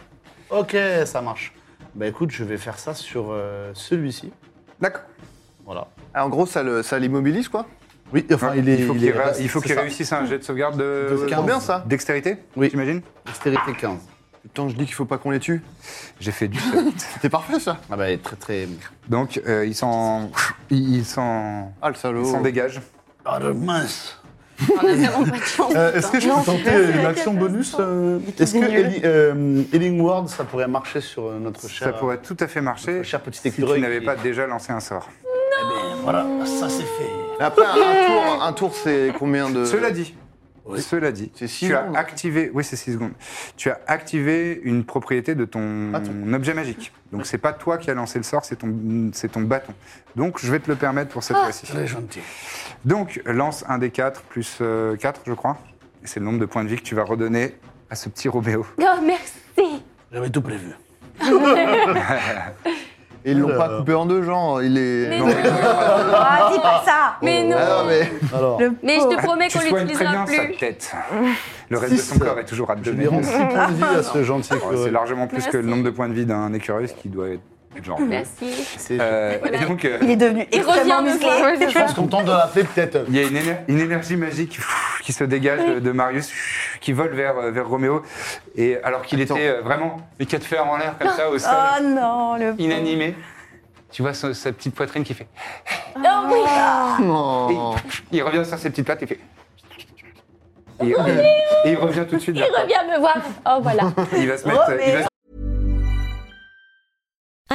Speaker 4: Ok, ça marche. Bah écoute, je vais faire ça sur euh, celui-ci.
Speaker 1: D'accord.
Speaker 4: Voilà.
Speaker 2: Ah, en gros, ça le- ça l'immobilise, quoi.
Speaker 4: Oui, enfin, il est.
Speaker 1: Hein, il faut qu'il
Speaker 4: est-
Speaker 1: ra- il faut
Speaker 4: c'est
Speaker 1: qu'il
Speaker 4: ça.
Speaker 1: réussisse un jet de sauvegarde
Speaker 4: De
Speaker 1: de,
Speaker 4: quinze.
Speaker 2: Bien, ça.
Speaker 1: dextérité.
Speaker 4: Oui.
Speaker 1: J'imagine.
Speaker 4: Dextérité 15.
Speaker 2: Putain, je dis qu'il faut pas qu'on les tue.
Speaker 1: J'ai fait du.
Speaker 2: C'était parfait, ça.
Speaker 4: Ah bah, il est très très.
Speaker 1: Donc euh, il s'en, il il s'en,
Speaker 2: Ah, le salaud.
Speaker 1: il s'en dégage.
Speaker 4: Ah de mince
Speaker 6: On a vraiment pas de chance.
Speaker 4: Euh, Est-ce que je
Speaker 5: hein. Non,
Speaker 4: peux tenter
Speaker 5: c'est
Speaker 4: une action bonus euh, Est-ce que Elling Ward, ça pourrait marcher sur euh, notre cher.
Speaker 1: Ça pourrait tout à fait marcher.
Speaker 4: notre cher petit
Speaker 1: si
Speaker 4: écureuil
Speaker 1: tu n'avais
Speaker 4: qui-
Speaker 1: pas déjà lancé un sort.
Speaker 4: Eh ben, voilà, ça c'est fait.
Speaker 2: Mais Après, un tour, un tour c'est combien de.
Speaker 1: Cela dit, cela dit,
Speaker 2: C'est six
Speaker 1: tu as
Speaker 2: secondes.
Speaker 1: activé, oui c'est 6 secondes, tu as activé une propriété de ton
Speaker 4: Bâton.
Speaker 1: objet magique. Donc c'est pas toi qui as lancé le sort, c'est ton, c'est ton bâton. Donc je vais te le permettre pour cette
Speaker 2: Ah,
Speaker 1: fois-ci.
Speaker 4: Très gentil.
Speaker 1: Donc lance un des 4 plus 4 je crois. Et C'est le nombre de points de vie que tu vas redonner à ce petit Roméo.
Speaker 6: Oh, merci. Oh
Speaker 4: J'avais tout prévu.
Speaker 2: Et Ils l'ont pas
Speaker 4: Alors.
Speaker 2: coupé en deux, genre. Il est.
Speaker 6: Mais
Speaker 2: Non,
Speaker 6: non.
Speaker 7: Ah, dis pas ça
Speaker 6: Mais
Speaker 1: Oh.
Speaker 6: non.
Speaker 2: Ah, non, mais.
Speaker 4: Alors,
Speaker 7: Le
Speaker 6: Mais je
Speaker 7: pauvre.
Speaker 6: te promets
Speaker 1: Tu
Speaker 6: qu'on
Speaker 1: soignes très bien
Speaker 6: l'utilisera
Speaker 1: sa
Speaker 6: plus.
Speaker 1: tête. Le reste de son
Speaker 4: Six.
Speaker 1: corps est toujours à 2
Speaker 4: je lui rends 6 points de vie à ce gentil
Speaker 1: C'est
Speaker 4: écureuil.
Speaker 1: largement plus que le
Speaker 6: Merci.
Speaker 1: nombre de points de vie d'un écureuil, ce qui doit être genre.
Speaker 6: Merci.
Speaker 4: C'est-
Speaker 1: Euh, et donc, euh,
Speaker 7: Il est devenu
Speaker 6: Il
Speaker 7: extrêmement
Speaker 6: revient me
Speaker 7: musclé.
Speaker 6: voir.
Speaker 5: Ouais, c'est
Speaker 4: Je
Speaker 5: ça.
Speaker 4: pense qu'on tente de l'appeler peut-être. euh,
Speaker 1: Il y a une, éner- une énergie magique pff, qui se dégage de, de Marius, pff, qui vole vers, euh, vers Roméo, et, alors qu'il
Speaker 2: Attends.
Speaker 1: était euh, vraiment les quatre fers en l'air comme ça, au sol,
Speaker 7: Oh non, le
Speaker 1: inanimé. Tu vois sa, sa petite poitrine qui fait.
Speaker 6: Oh oui.
Speaker 8: Ah.
Speaker 1: et
Speaker 4: Oh.
Speaker 2: Non.
Speaker 1: il, pff, il revient sur ses petites pattes et fait.
Speaker 7: Oh,
Speaker 1: Et, et il revient tout de suite.
Speaker 6: Il
Speaker 1: vers toi.
Speaker 6: revient me voir. Oh voilà.
Speaker 1: Il va se mettre. il va se-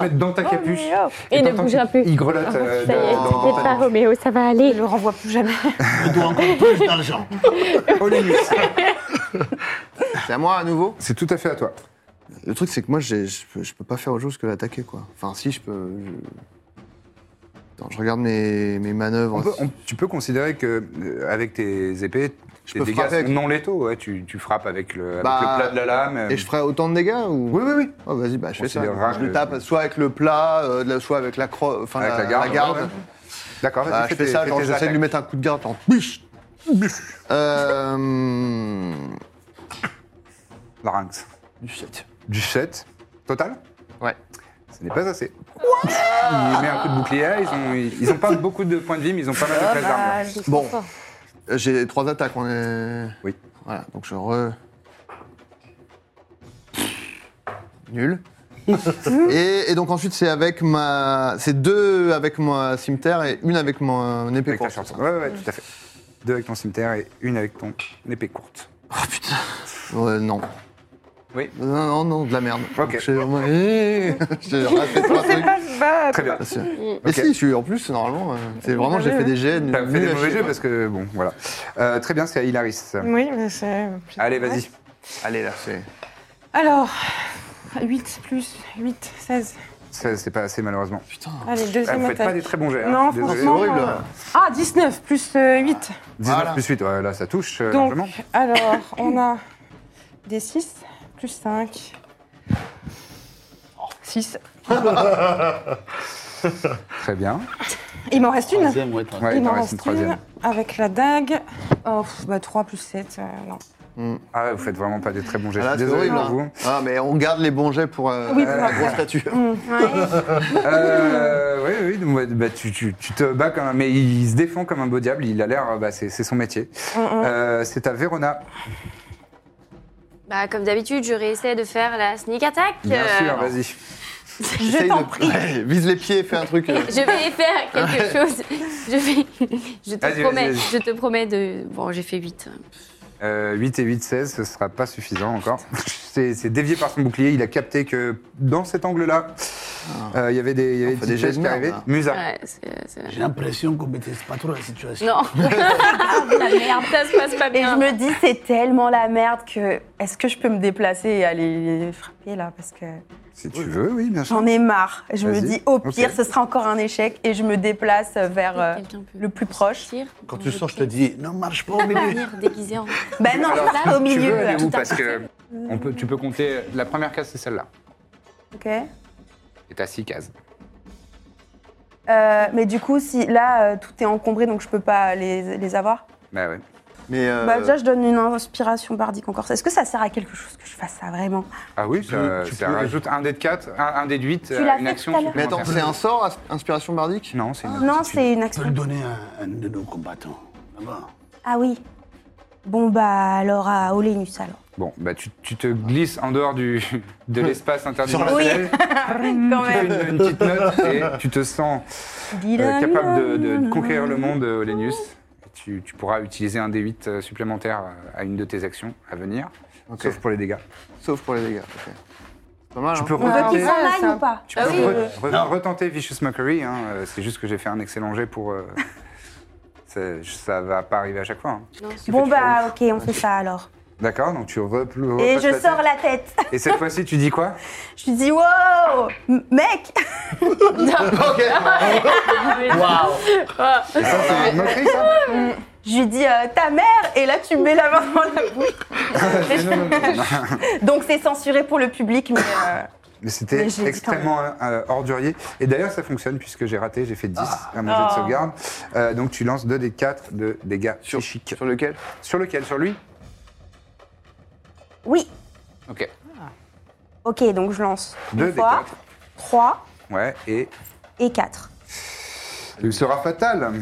Speaker 1: mettre dans ta capuche.
Speaker 8: Et ne
Speaker 1: t'entends
Speaker 8: bougera
Speaker 1: qu'il-
Speaker 8: plus.
Speaker 1: Il grelotte. euh,
Speaker 8: Ça y est,
Speaker 1: dans- dans-
Speaker 8: t'inquiète pas, Roméo, ça va aller.
Speaker 7: Je le renvoie plus jamais.
Speaker 4: Je dois encore plus d'argent.
Speaker 1: Olénius.
Speaker 2: C'est à moi à nouveau
Speaker 1: C'est tout à fait à toi.
Speaker 2: Le truc, c'est que moi, j'ai- je peux, je peux pas faire autre chose que l'attaquer, quoi. Enfin, si, je peux. je- Attends, je regarde mes, mes manœuvres.
Speaker 1: On peut- on- tu peux considérer que euh, avec tes épées, tes
Speaker 2: peux
Speaker 1: dégâts
Speaker 2: frapper avec-
Speaker 1: sont non létaux. ouais, tu, tu frappes avec le, avec
Speaker 2: Bah,
Speaker 1: le plat de la lame. euh,
Speaker 2: Et je ferai autant de dégâts ou
Speaker 1: Oui, oui, oui.
Speaker 2: Oh, vas-y, bah, je fais ça.
Speaker 1: Considérera
Speaker 2: Je le
Speaker 1: que-
Speaker 2: tape soit avec le plat, euh, de la- soit avec la cro... enfin,
Speaker 1: Avec
Speaker 2: la,
Speaker 4: euh,
Speaker 1: la garde,
Speaker 2: la garde.
Speaker 1: ouais, ouais. D'accord, vas-y,
Speaker 2: Bah,
Speaker 1: fais
Speaker 2: je fais
Speaker 1: tes-
Speaker 2: ça,
Speaker 1: fais
Speaker 2: genre,
Speaker 1: tes
Speaker 2: j'essaie de lui
Speaker 1: attaques.
Speaker 2: mettre un coup de garde en biche. Euh.
Speaker 1: Larynx.
Speaker 2: Du shit.
Speaker 1: Du 7. Total
Speaker 2: Ouais.
Speaker 1: Ce n'est pas assez. il met un coup de bouclier. Ils ont, ils, ils ont pas beaucoup de points de vie, mais ils ont pas mal de places d'armure.
Speaker 2: Bon, Euh, j'ai trois attaques. On est.
Speaker 1: Oui.
Speaker 2: Voilà, donc je re. Nul. et, et donc ensuite c'est avec ma, c'est deux avec ma cimetière et une avec mon épée
Speaker 1: Avec ta
Speaker 2: courte.
Speaker 1: sorte. Ouais, ouais, tout à fait. Deux avec ton cimetière et une avec ton épée courte.
Speaker 2: Oh putain. Ouais, non.
Speaker 1: Oui.
Speaker 2: Non, non, non, de la merde.
Speaker 1: Ok.
Speaker 2: J'ai vraiment. J'ai raté trois trucs.
Speaker 1: Très bien.
Speaker 2: Bien sûr.
Speaker 1: Ok.
Speaker 2: Et si, je suis en plus normalement. euh, C'est vraiment j'ai fait des jets.
Speaker 1: T'as
Speaker 2: nuls
Speaker 1: fait des
Speaker 2: à
Speaker 1: mauvais
Speaker 2: chier,
Speaker 1: jeux
Speaker 2: quoi.
Speaker 1: parce que, bon, voilà. Euh, très bien, c'est à Hilaris.
Speaker 5: Oui, mais c'est. euh,
Speaker 1: Allez, vas-y.
Speaker 2: Allez là, c'est.
Speaker 5: Alors, 8 plus 8, 16.
Speaker 1: Ça, C'est pas assez, malheureusement.
Speaker 5: Allez,
Speaker 1: Ah,
Speaker 5: deuxième
Speaker 1: vous faites pas
Speaker 5: attaque.
Speaker 1: des très bons jets. hein.
Speaker 5: Non,
Speaker 1: Désolé.
Speaker 5: franchement.
Speaker 2: horrible.
Speaker 5: euh, Ah, 19 plus 8.
Speaker 1: 19
Speaker 2: Voilà.
Speaker 1: plus 8, ouais, là ça touche euh,
Speaker 5: Donc,
Speaker 1: largement.
Speaker 5: alors, on a des 6 plus 5. 6.
Speaker 1: Très bien.
Speaker 5: Il m'en reste une
Speaker 4: Troisième, ouais, t'as-
Speaker 1: Ouais,
Speaker 5: Il
Speaker 1: il en reste une
Speaker 5: m'en reste une
Speaker 1: troisième.
Speaker 5: avec la dague. Oh, pff, bah 3 plus 7, non.
Speaker 1: Ah ouais, vous faites vraiment pas des très bons gestes.
Speaker 2: Mm. Ah, là, c'est
Speaker 1: Désolé
Speaker 2: horrible.
Speaker 1: pour
Speaker 2: hein.
Speaker 1: vous.
Speaker 2: Ah, mais on garde les bons jets pour euh,
Speaker 5: Oui, pour
Speaker 2: la grosse statue.
Speaker 5: Mm.
Speaker 1: Euh, oui, oui, donc, ouais, bah, tu, tu- tu te bats comme un. Mais il se défend comme un beau diable, il a l'air. euh, Bah, c'est c'est son métier.
Speaker 5: Mm,
Speaker 1: Euh, c'est à Verona.
Speaker 6: Bah comme d'habitude, je réessaie de faire la sneak attack.
Speaker 1: Bien
Speaker 6: Euh,
Speaker 1: sûr, vas-y.
Speaker 2: Essaye
Speaker 6: Je t'en
Speaker 2: de-
Speaker 6: prie.
Speaker 2: Ouais, vise les pieds et fais un truc. euh,
Speaker 6: Je vais faire quelque chose. Je vais. Je
Speaker 1: Vas-y, vas-y,
Speaker 6: te promets.
Speaker 1: vas-y.
Speaker 6: Je te promets de. Bon, j'ai fait 8.
Speaker 1: Euh, 8 et 8, 16, ce sera pas suffisant encore. C'est c'est dévié par son bouclier, il a capté que dans cet angle-là, Euh, Il y avait des, il y avait
Speaker 2: On fait
Speaker 1: des
Speaker 2: des jets
Speaker 1: petites
Speaker 2: de
Speaker 1: choses qui
Speaker 2: merde,
Speaker 1: arrivaient.
Speaker 2: là.
Speaker 1: Musa.
Speaker 6: Ouais, c'est- c'est-
Speaker 4: J'ai l'impression qu'on maîtrise pas trop la situation.
Speaker 6: Non. la merde, ça se passe pas
Speaker 7: Et
Speaker 6: bien.
Speaker 7: je me dis, c'est tellement la merde que. Est-ce que je peux me déplacer et aller les frapper là Parce que
Speaker 1: Si tu veux, oui, bien sûr.
Speaker 7: j'en ai marre. Je me
Speaker 1: Vas-y.
Speaker 7: dis, au
Speaker 1: Ok.
Speaker 7: pire, ce sera encore un échec et je me déplace vers euh,
Speaker 6: Quelqu'un peut
Speaker 7: le plus proche.
Speaker 6: sortir
Speaker 4: Quand
Speaker 6: dans
Speaker 4: tu
Speaker 6: le
Speaker 4: sors, je te
Speaker 6: truc.
Speaker 4: dis, non, marche pas, bébé.
Speaker 6: Venir déguisé en.
Speaker 7: Ben non,
Speaker 1: Alors,
Speaker 7: là, au
Speaker 1: tu
Speaker 7: milieu.
Speaker 1: veux aller où
Speaker 6: Tout à
Speaker 1: Parce
Speaker 6: fait.
Speaker 1: que on peut, tu peux compter. La première case, c'est celle-là.
Speaker 7: Ok. Euh,
Speaker 1: Et t'as six cases.
Speaker 7: mais du coup, si là, euh, tout est encombré, donc je peux pas les, les avoir.
Speaker 1: Bah ouais.
Speaker 2: Mais euh,
Speaker 7: Bah, déjà, je donne une inspiration bardique encore. Est-ce que ça sert à quelque chose que je fasse ça vraiment
Speaker 1: Ah oui, ça,
Speaker 4: peux- tu
Speaker 1: ça
Speaker 4: peux-
Speaker 1: rajoute un dé de 4, un, un dé de 8,
Speaker 7: l'as
Speaker 1: une
Speaker 7: fait
Speaker 1: action
Speaker 7: tout à l'heure.
Speaker 2: mais attends,
Speaker 1: supplémentaire.
Speaker 2: c'est un sort, as- inspiration bardique
Speaker 1: Non, c'est une...
Speaker 7: Ah, Non, c'est une
Speaker 4: Tu peux le
Speaker 7: action.
Speaker 4: donner à un de nos combattants. Là-bas.
Speaker 7: Ah oui. Bon, bah alors à Olénus alors.
Speaker 1: Bon, bah tu, tu te glisses en dehors du, de l'espace interdimensionnel,
Speaker 7: Quand
Speaker 1: tu fais
Speaker 7: même.
Speaker 1: une, une petite note et tu te sens euh, capable de, de- de conquérir le monde, euh, Olenus. Tu, tu pourras utiliser un D8 euh, supplémentaire euh, à une de tes actions à venir,
Speaker 2: Ok.
Speaker 1: sauf pour les dégâts.
Speaker 2: Sauf pour les dégâts. ok. C'est Pas mal.
Speaker 1: Tu
Speaker 2: hein.
Speaker 1: peux
Speaker 7: On veut
Speaker 1: retenter,
Speaker 7: qu'il s'en
Speaker 5: Ouais,
Speaker 7: aille
Speaker 5: ça-
Speaker 7: ou pas
Speaker 1: tu peux re- re- retenter Vicious Mockery, hein, euh, c'est juste que j'ai fait un excellent jet pour... euh, ça, ça va pas arriver à chaque fois. hein.
Speaker 6: Non,
Speaker 7: Bon
Speaker 1: tu fais
Speaker 7: bah ok, on fait ça alors.
Speaker 1: D'accord, donc tu re-
Speaker 7: Et
Speaker 1: repasses
Speaker 7: je
Speaker 1: la-
Speaker 7: sors la tête.
Speaker 1: Et cette fois-ci, tu dis quoi
Speaker 7: Je lui dis wow, m- mec.
Speaker 1: Et ça, c'est une moquerie, ça
Speaker 7: Mm. Je lui dis euh, ta mère. Et là tu mets la main dans la bouche.
Speaker 1: Non, non, non, non.
Speaker 7: Donc c'est censuré pour le public, mais euh,
Speaker 1: Mais c'était
Speaker 7: Mais j'ai dit quand
Speaker 1: extrêmement euh, ordurier. Et d'ailleurs, ça fonctionne puisque j'ai raté, j'ai fait 10 à mon jet
Speaker 2: Ah.
Speaker 1: de
Speaker 7: Oh.
Speaker 1: sauvegarde. Euh, donc tu lances 2 des 4 de dégâts psychiques.
Speaker 2: Sur lequel
Speaker 1: Sur lequel Sur lui
Speaker 7: oui.
Speaker 1: Ok.
Speaker 7: Ok, donc je lance
Speaker 1: Deux
Speaker 7: deux
Speaker 1: des
Speaker 7: fois,
Speaker 1: quatre.
Speaker 7: trois
Speaker 1: Ouais, et
Speaker 7: et quatre.
Speaker 1: il sera fatal.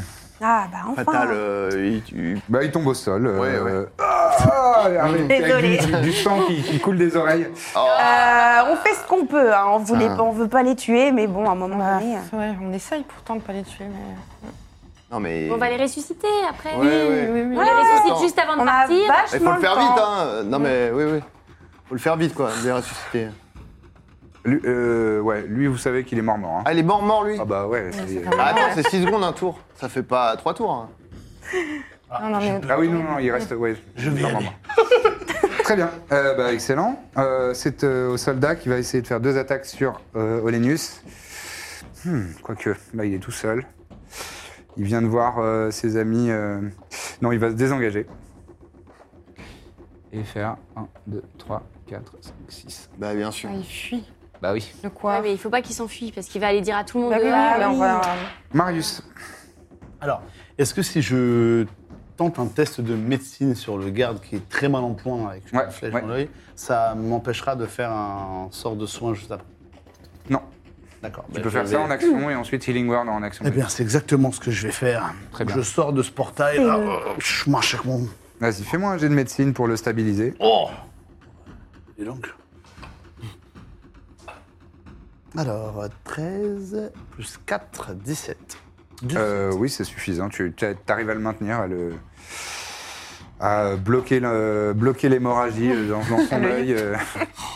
Speaker 7: Ah bah enfin.
Speaker 2: Fatal, euh, il- il-
Speaker 1: Bah, il tombe au sol. euh,
Speaker 2: Ouais, ouais.
Speaker 1: euh, ah, avec- avec
Speaker 7: Désolée.
Speaker 1: du- du, du sang qui, qui coule des oreilles.
Speaker 2: Ah.
Speaker 7: Euh, on fait ce qu'on peut. hein. On voulait,
Speaker 1: Ah.
Speaker 7: on veut pas les tuer, mais bon, à un moment
Speaker 5: Bah,
Speaker 7: donné. euh,
Speaker 5: ouais, on essaye pourtant de pas les tuer, mais.
Speaker 2: Non mais.
Speaker 6: On va les ressusciter après.
Speaker 2: Ouais, ouais.
Speaker 5: oui, oui.
Speaker 6: On les ressuscite
Speaker 2: Attends.
Speaker 6: juste avant de
Speaker 7: On a
Speaker 6: partir.
Speaker 7: vachement
Speaker 2: Il faut le faire
Speaker 7: temps.
Speaker 2: vite, hein. Non mais oui, oui. Faut le faire vite, quoi. Les ressusciter.
Speaker 1: Lui, euh, ouais, lui, vous savez qu'il est mort-mort. hein.
Speaker 2: Ah, il est mort, mort, lui.
Speaker 1: Ah bah ouais. c'est-
Speaker 2: Ah, attends, c'est 6 secondes un tour. Ça fait pas 3 tours. hein.
Speaker 5: Non, non, mais.
Speaker 1: Ah oui, non, non, il reste. Ouais,
Speaker 4: Je vais y
Speaker 1: normalement.
Speaker 4: aller.
Speaker 1: Très bien, Euh, bah, excellent. Euh, c'est euh, au soldat qui va essayer de faire deux attaques sur euh, Olenus. Hmm, Quoique, là il est tout seul. Il vient de voir euh, ses amis. euh, Non, il va se désengager. Et faire 1, 2, 3, 4, 5, 6.
Speaker 2: Bah, bien sûr.
Speaker 5: Ah, il fuit.
Speaker 1: Bah oui.
Speaker 5: Le
Speaker 6: Ouais,
Speaker 5: quoi
Speaker 6: mais il faut pas qu'il s'enfuit parce qu'il va aller dire à tout le monde.
Speaker 5: Bah oui, oui,
Speaker 6: ah,
Speaker 5: là, on va.
Speaker 1: Marius,
Speaker 4: Alors, est-ce que si je tente un test de médecine sur le garde qui est très mal en point avec une
Speaker 1: Ouais,
Speaker 4: flèche
Speaker 1: ouais.
Speaker 4: dans l'œil, ça m'empêchera de faire un sort de soin juste après
Speaker 1: Non.
Speaker 4: D'accord. Bah,
Speaker 2: Bah,
Speaker 1: tu peux faire ça en action et ensuite Healing Word en action.
Speaker 4: Eh bien, c'est exactement ce que je vais faire.
Speaker 1: Très bien.
Speaker 4: Je sors de ce portail, là, euh, je marche avec mon...
Speaker 1: Vas-y, fais-moi un jet de médecine pour le stabiliser.
Speaker 4: Oh Et donc Alors, 13 plus 4, 17.
Speaker 1: Euh, oui, c'est suffisant. Tu arrives à le maintenir, à le à bloquer le- bloquer l'hémorragie euh, dans, dans son œil. euh.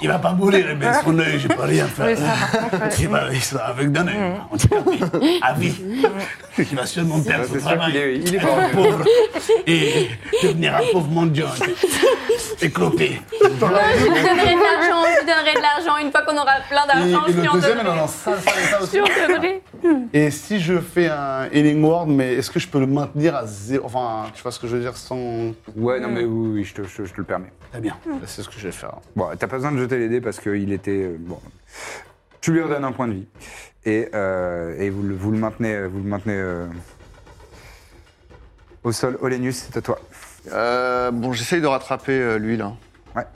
Speaker 4: Il va pas mourir, mais son œil, j'ai pas rien fait.
Speaker 5: Oui, ça, par contre, Mm. ouais.
Speaker 4: Il, va, il sera avec d'un œil, ah handicapé, à vie. Il va sûrement perdre son
Speaker 1: C'est sûr qu'il
Speaker 4: travail.
Speaker 1: est, il est mort.
Speaker 4: être pauvre et devenir un pauvre mendiant et clopé.
Speaker 6: Je lui donnerai de l'argent, je lui donnerai de l'argent. Une fois qu'on aura plein d'argent, je lui en donnerai.
Speaker 4: ça, ça, ça
Speaker 6: Je lui en donnerai.
Speaker 4: Et si je fais un healing word, mais est-ce que je peux le maintenir à zéro Enfin, tu vois ce que je veux dire sans.
Speaker 1: Ouais, non mais oui, oui, je te, je te- je te le permets.
Speaker 4: Très bien, c'est ce que je vais faire.
Speaker 1: Bon, t'as pas besoin de jeter les dés parce qu'il était euh, bon. Tu lui redonnes un point de vie et, euh, et vous, le, vous le maintenez, euh, vous le maintenez euh, au sol. Olenus, c'est à toi.
Speaker 2: Euh, bon, j'essaye de rattraper euh, lui, là.
Speaker 1: Ouais.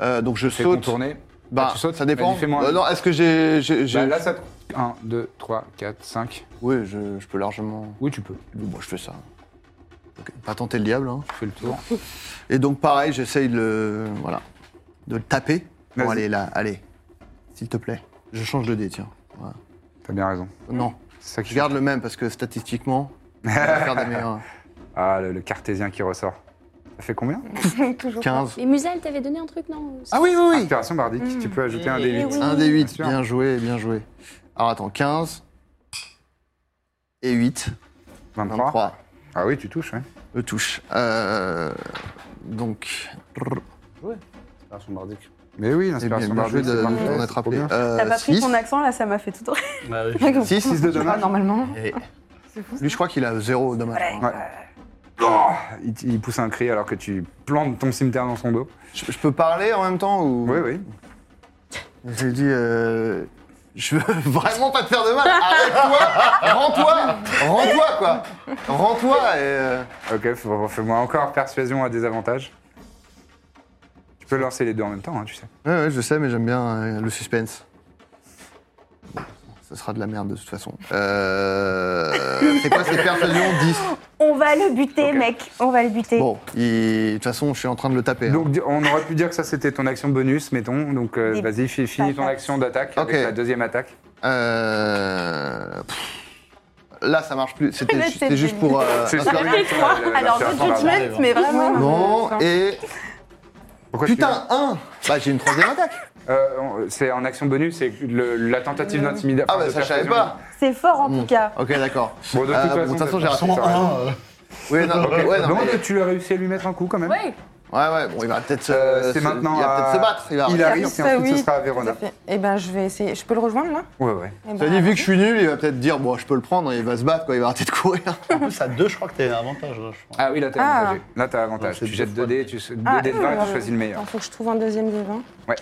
Speaker 2: Euh, donc, je
Speaker 1: Fais
Speaker 2: saute.
Speaker 1: contourner.
Speaker 2: Bah,
Speaker 1: Ah, tu sautes
Speaker 2: ça dépend.
Speaker 1: Vas-y, fais-moi un-
Speaker 2: Euh, non, est-ce que j'ai. j'ai- j'ai-
Speaker 1: Bah, là, ça. 1, 2, 3, 4, 5.
Speaker 2: Oui, je, je peux largement.
Speaker 1: Oui, tu peux.
Speaker 2: Bon, bah, je fais ça. Ok, Pas tenter le diable. Hein.
Speaker 1: Tu fais le tour.
Speaker 2: Et donc, pareil, j'essaye de le. Voilà. De le taper. Bon,
Speaker 1: Vas-y.
Speaker 2: allez, là, allez. S'il te plaît. Je change de dé, tiens. Voilà.
Speaker 1: T'as bien raison.
Speaker 2: Non,
Speaker 1: C'est ça qui
Speaker 2: je garde le même parce que statistiquement, on va faire des meilleurs.
Speaker 1: Ah, le, le cartésien qui ressort. Ça fait combien
Speaker 5: Toujours.
Speaker 2: 15.
Speaker 6: Et Musal, t'avais donné un truc, non
Speaker 2: Ah oui, oui, oui.
Speaker 1: Inspiration bardique, tu peux ajouter un D8.
Speaker 2: Un des 8,
Speaker 1: sûr.
Speaker 2: bien joué, bien joué. Alors attends, 15 et 8,
Speaker 1: 23.
Speaker 2: 23.
Speaker 1: Ah oui, tu touches, ouais.
Speaker 2: Le touche. Euh, donc,
Speaker 4: Inspiration bardique.
Speaker 1: Mais oui,
Speaker 2: eh bien,
Speaker 1: l'inspiration
Speaker 2: bien joué
Speaker 1: bardique,
Speaker 2: de,
Speaker 1: c'est
Speaker 2: de
Speaker 1: parfait,
Speaker 2: t'en
Speaker 1: c'est
Speaker 2: être
Speaker 1: trop
Speaker 2: rappelé.
Speaker 1: bien.
Speaker 2: Euh, Bah
Speaker 7: T'as pas pris
Speaker 2: six.
Speaker 7: ton accent là, ça m'a fait tout rire.
Speaker 4: Ah oui.
Speaker 1: 6, 6 de
Speaker 5: Ah,
Speaker 1: dommage.
Speaker 5: normalement.
Speaker 2: Et-
Speaker 5: C'est fou. ça.
Speaker 2: Lui, je crois qu'il a 0 dommage.
Speaker 1: Ouais. Oh, il, il pousse un cri alors que tu plantes ton cimetière dans son dos.
Speaker 2: Je, je peux parler en même temps ou...
Speaker 1: Oui, oui.
Speaker 2: J'ai dit, euh, je veux vraiment pas te faire de mal. Arrête-toi, rends-toi, rends-toi quoi. Rends-toi et... euh,
Speaker 1: Ok, faut- fais-moi encore persuasion à désavantage. Tu peux lancer les deux en même temps, hein, tu sais.
Speaker 2: Ouais, ouais, je sais, mais j'aime bien euh, le suspense. Bon, ça sera de la merde de toute façon. Euh... C'est quoi cette persuasion 10
Speaker 7: On va le buter,
Speaker 1: Ok.
Speaker 7: mec. On va le buter.
Speaker 2: Bon, il- de toute façon, je suis en train de le taper. hein.
Speaker 1: Donc di- on aurait pu dire que ça c'était ton action bonus, mettons. Donc euh,
Speaker 7: Des
Speaker 1: vas-y, fi- finis ton
Speaker 7: patates.
Speaker 1: action d'attaque
Speaker 2: Ok.
Speaker 1: avec la deuxième attaque.
Speaker 2: Euh... pff, Là, ça marche plus. C'était
Speaker 7: Là,
Speaker 2: ju-
Speaker 7: c'est
Speaker 2: c'était juste pour. euh,
Speaker 1: C'est sûr.
Speaker 7: Alors, no judgment, mais vraiment.
Speaker 2: Non, et.
Speaker 1: Pourquoi tu-
Speaker 2: Putain, 1 Bah, j'ai une troisième attaque.
Speaker 1: Euh, on- C'est en action bonus, c'est le- la
Speaker 7: Mm.
Speaker 1: tentative d'intimidation.
Speaker 2: Ah, bah,
Speaker 1: de
Speaker 2: ça, je savais
Speaker 1: persuasion.
Speaker 2: pas. Mm.
Speaker 7: C'est fort en tout cas.
Speaker 2: Ok, d'accord.
Speaker 1: Bon, de toute
Speaker 2: Euh,
Speaker 1: façon,
Speaker 2: bon, de toute façon, j'ai
Speaker 1: t'as-
Speaker 2: raté.
Speaker 4: Sûrement un. euh,
Speaker 2: Oui, non,
Speaker 1: Ok.
Speaker 2: ouais, non,
Speaker 1: Donc
Speaker 2: mais-
Speaker 1: tu as réussi à lui mettre un coup quand même.
Speaker 8: Oui.
Speaker 2: ouais, ouais, bon, il va peut-être se.
Speaker 1: Euh,
Speaker 2: se-
Speaker 1: c'est maintenant.
Speaker 2: Il va
Speaker 1: à-
Speaker 2: peut-être se battre. Il va.
Speaker 1: Il arrive, et
Speaker 5: Ah,
Speaker 1: ensuite
Speaker 5: oui,
Speaker 1: ce sera à
Speaker 5: Tout à
Speaker 1: Verona.
Speaker 5: fait. Eh ben, je vais essayer. Je peux le rejoindre là
Speaker 1: Ouais, ouais.
Speaker 5: Eh
Speaker 2: Ça
Speaker 5: ben,
Speaker 2: dit, vu que je suis nul, il va peut-être dire, bon, je peux le prendre, et il va se battre, quoi, il va arrêter de courir.
Speaker 4: En plus, à deux, je crois que t'as un avantage. Là, je crois.
Speaker 1: Ah oui, là t'as
Speaker 5: Ah.
Speaker 1: avantagé. Là t'as avantage.
Speaker 4: Non, c'est
Speaker 1: tu jettes 2
Speaker 4: deux fois
Speaker 1: dés,
Speaker 4: le-
Speaker 1: tu se-
Speaker 5: Ah,
Speaker 1: 2 dés de 20, tu
Speaker 5: euh,
Speaker 1: choisis le meilleur.
Speaker 5: attends, faut que je trouve un deuxième des 20.
Speaker 1: Ouais.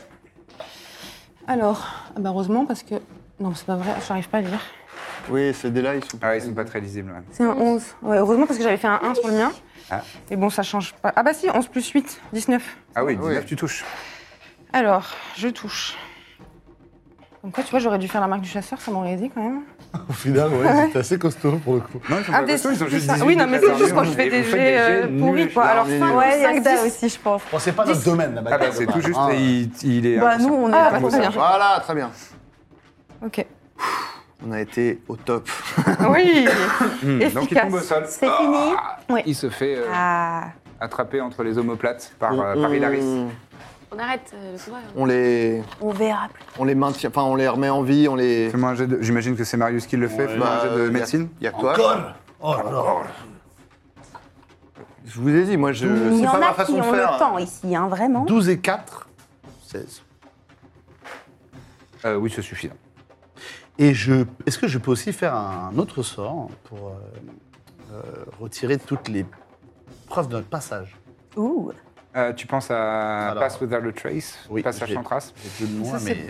Speaker 5: Alors, ah bah heureusement parce que. Non, c'est pas vrai, j'arrive pas à lire.
Speaker 2: Oui, ces dés-là, ils sont.
Speaker 1: Ah, ils sont pas très lisibles. ouais.
Speaker 5: C'est un 11. Ouais, heureusement parce que j'avais fait un 1 sur le mien.
Speaker 1: Ah.
Speaker 5: Mais bon, ça change pas. Ah bah si, 11 plus 8, 19.
Speaker 1: Ah oui,
Speaker 2: Ah oui.
Speaker 1: 19, tu touches.
Speaker 5: Alors, je touche. Comme quoi, tu vois, j'aurais dû faire la marque du chasseur, ça m'aurait aidé quand même.
Speaker 4: Au final, ouais, c'était assez costaud pour le coup.
Speaker 1: Non, ils sont
Speaker 5: Ah,
Speaker 1: pas
Speaker 5: des-
Speaker 1: costauds, ils ont
Speaker 5: des-
Speaker 1: juste
Speaker 5: ah
Speaker 1: 18.
Speaker 5: oui, non, mais c'est juste quand je
Speaker 1: Et
Speaker 5: fais
Speaker 1: vous
Speaker 5: des
Speaker 1: faites
Speaker 5: jets euh,
Speaker 1: nuls.
Speaker 5: pourris, quoi. Alors,
Speaker 2: nuls.
Speaker 5: 5,
Speaker 7: Ouais, il y a
Speaker 5: 5,
Speaker 7: Ah, ça
Speaker 5: 10.
Speaker 7: aussi, je pense.
Speaker 4: Bon, c'est pas notre domaine, la
Speaker 1: Ah
Speaker 4: bataille.
Speaker 1: bah c'est
Speaker 4: là.
Speaker 1: tout juste,
Speaker 4: Ah.
Speaker 1: et il, il est. hein.
Speaker 7: Bah,
Speaker 1: inconscient.
Speaker 7: nous, on est.
Speaker 5: Ah,
Speaker 7: comme
Speaker 5: trop
Speaker 7: ça.
Speaker 5: bien.
Speaker 2: Voilà, très bien.
Speaker 5: Ok. Ah
Speaker 2: On a été au top.
Speaker 5: Oui
Speaker 1: Hmm, Donc il
Speaker 5: Efficace.
Speaker 1: tombe au sol. Ah.
Speaker 7: C'est fini.
Speaker 5: Ouais.
Speaker 1: Il se fait euh,
Speaker 7: Ah.
Speaker 1: attraper entre les omoplates par, euh, par Hilaris.
Speaker 2: On-
Speaker 6: On arrête euh, le combat. là.
Speaker 2: Ah. On les,
Speaker 7: On verra plus.
Speaker 2: on les maintient, enfin, on les remet en vie, on les.
Speaker 1: Fais-moi un jet de- J'imagine que c'est Marius qui le fait. Fais-moi
Speaker 2: Bah,
Speaker 1: un jet de
Speaker 2: y a-
Speaker 1: médecine.
Speaker 2: Y a que toi.
Speaker 4: Encore Oh là là
Speaker 2: Je vous ai dit, moi, je.
Speaker 7: Il y
Speaker 2: C'est pas
Speaker 7: en
Speaker 2: ma
Speaker 7: a qui
Speaker 2: façon de
Speaker 7: ont le
Speaker 2: faire.
Speaker 7: temps ici, hein, vraiment.
Speaker 4: 12 et 4, 16.
Speaker 1: Euh, oui, c'est suffisant.
Speaker 4: Et je, est-ce que je peux aussi faire un autre sort pour euh, euh, retirer toutes les preuves de notre passage
Speaker 7: Ouh.
Speaker 1: Euh, tu penses à
Speaker 4: Alors-
Speaker 1: Pass Without a Trace,
Speaker 4: Oui,
Speaker 1: Passage
Speaker 4: j'ai-
Speaker 1: sans trace,
Speaker 4: J'ai deux de moins,
Speaker 5: Ça, c'est-